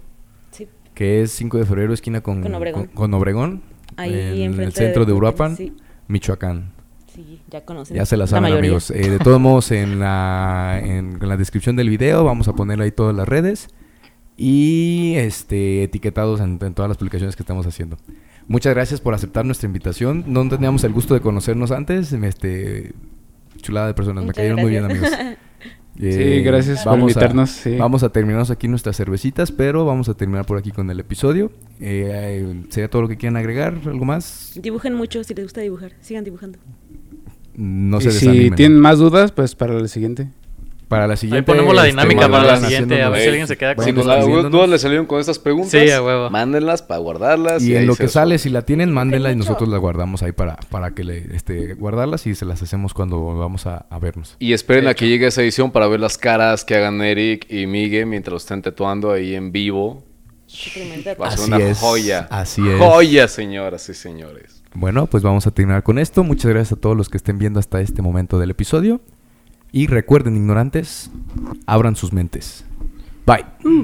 D: Sí.
A: que es 5 de febrero, esquina con,
D: Con Obregón.
A: con- con Obregón,
D: Ahí
A: en el
D: enfrente
A: centro de
D: de-
A: Uruapan,
D: sí.
A: Michoacán.
D: Sí, ya conocen.
A: Ya se la saben,
D: mayoría.
A: amigos. Eh, de todos modos, en la, en, en la descripción del video vamos a poner ahí todas las redes y este etiquetados en, en todas las publicaciones que estamos haciendo. Muchas gracias por aceptar nuestra invitación. No teníamos el gusto de conocernos antes. Este, chulada de personas.
D: Muchas
A: Me cayeron muy bien,
D: gracias.
A: amigos. Eh,
E: Sí, gracias por
A: vamos a-
E: invitarnos, sí.
A: Vamos a terminarnos aquí nuestras cervecitas, pero vamos a terminar por aquí con el episodio. Eh, ¿Sería todo lo que quieran agregar? ¿Algo más?
D: Dibujen mucho si les gusta dibujar. Sigan dibujando.
A: No
E: y
A: se
E: si
A: desanimen.
E: tienen más dudas, pues para el siguiente.
A: Para la siguiente. este,
B: ponemos la dinámica
C: para la
A: vayan
B: siguiente,
A: haciéndonos-
B: a ver si alguien se queda con
A: vayan
C: Si con
B: nosotros.
C: las
A: escribiéndonos.
C: dudas le salieron con estas preguntas,
B: Sí, a huevo.
C: mándenlas para guardarlas.
A: Y en
C: ahí
A: lo
C: se
A: que
C: las
A: sale,
C: pongo.
A: si la tienen, mándenla y nosotros la guardamos ahí para, para que le este, guardarlas y se las hacemos cuando volvamos a, a vernos.
C: Y esperen a que llegue esa edición para ver las caras que hagan Eric y Migue mientras lo estén tatuando ahí en vivo.
D: Experimentar.
C: Va a ser
A: Así
C: una
A: es,
C: joya.
A: así es.
C: Joya, señoras y señores.
A: Bueno, pues vamos a terminar con esto. Muchas gracias a todos los que estén viendo hasta este momento del episodio. Y recuerden, ignorantes, abran sus mentes. Bye.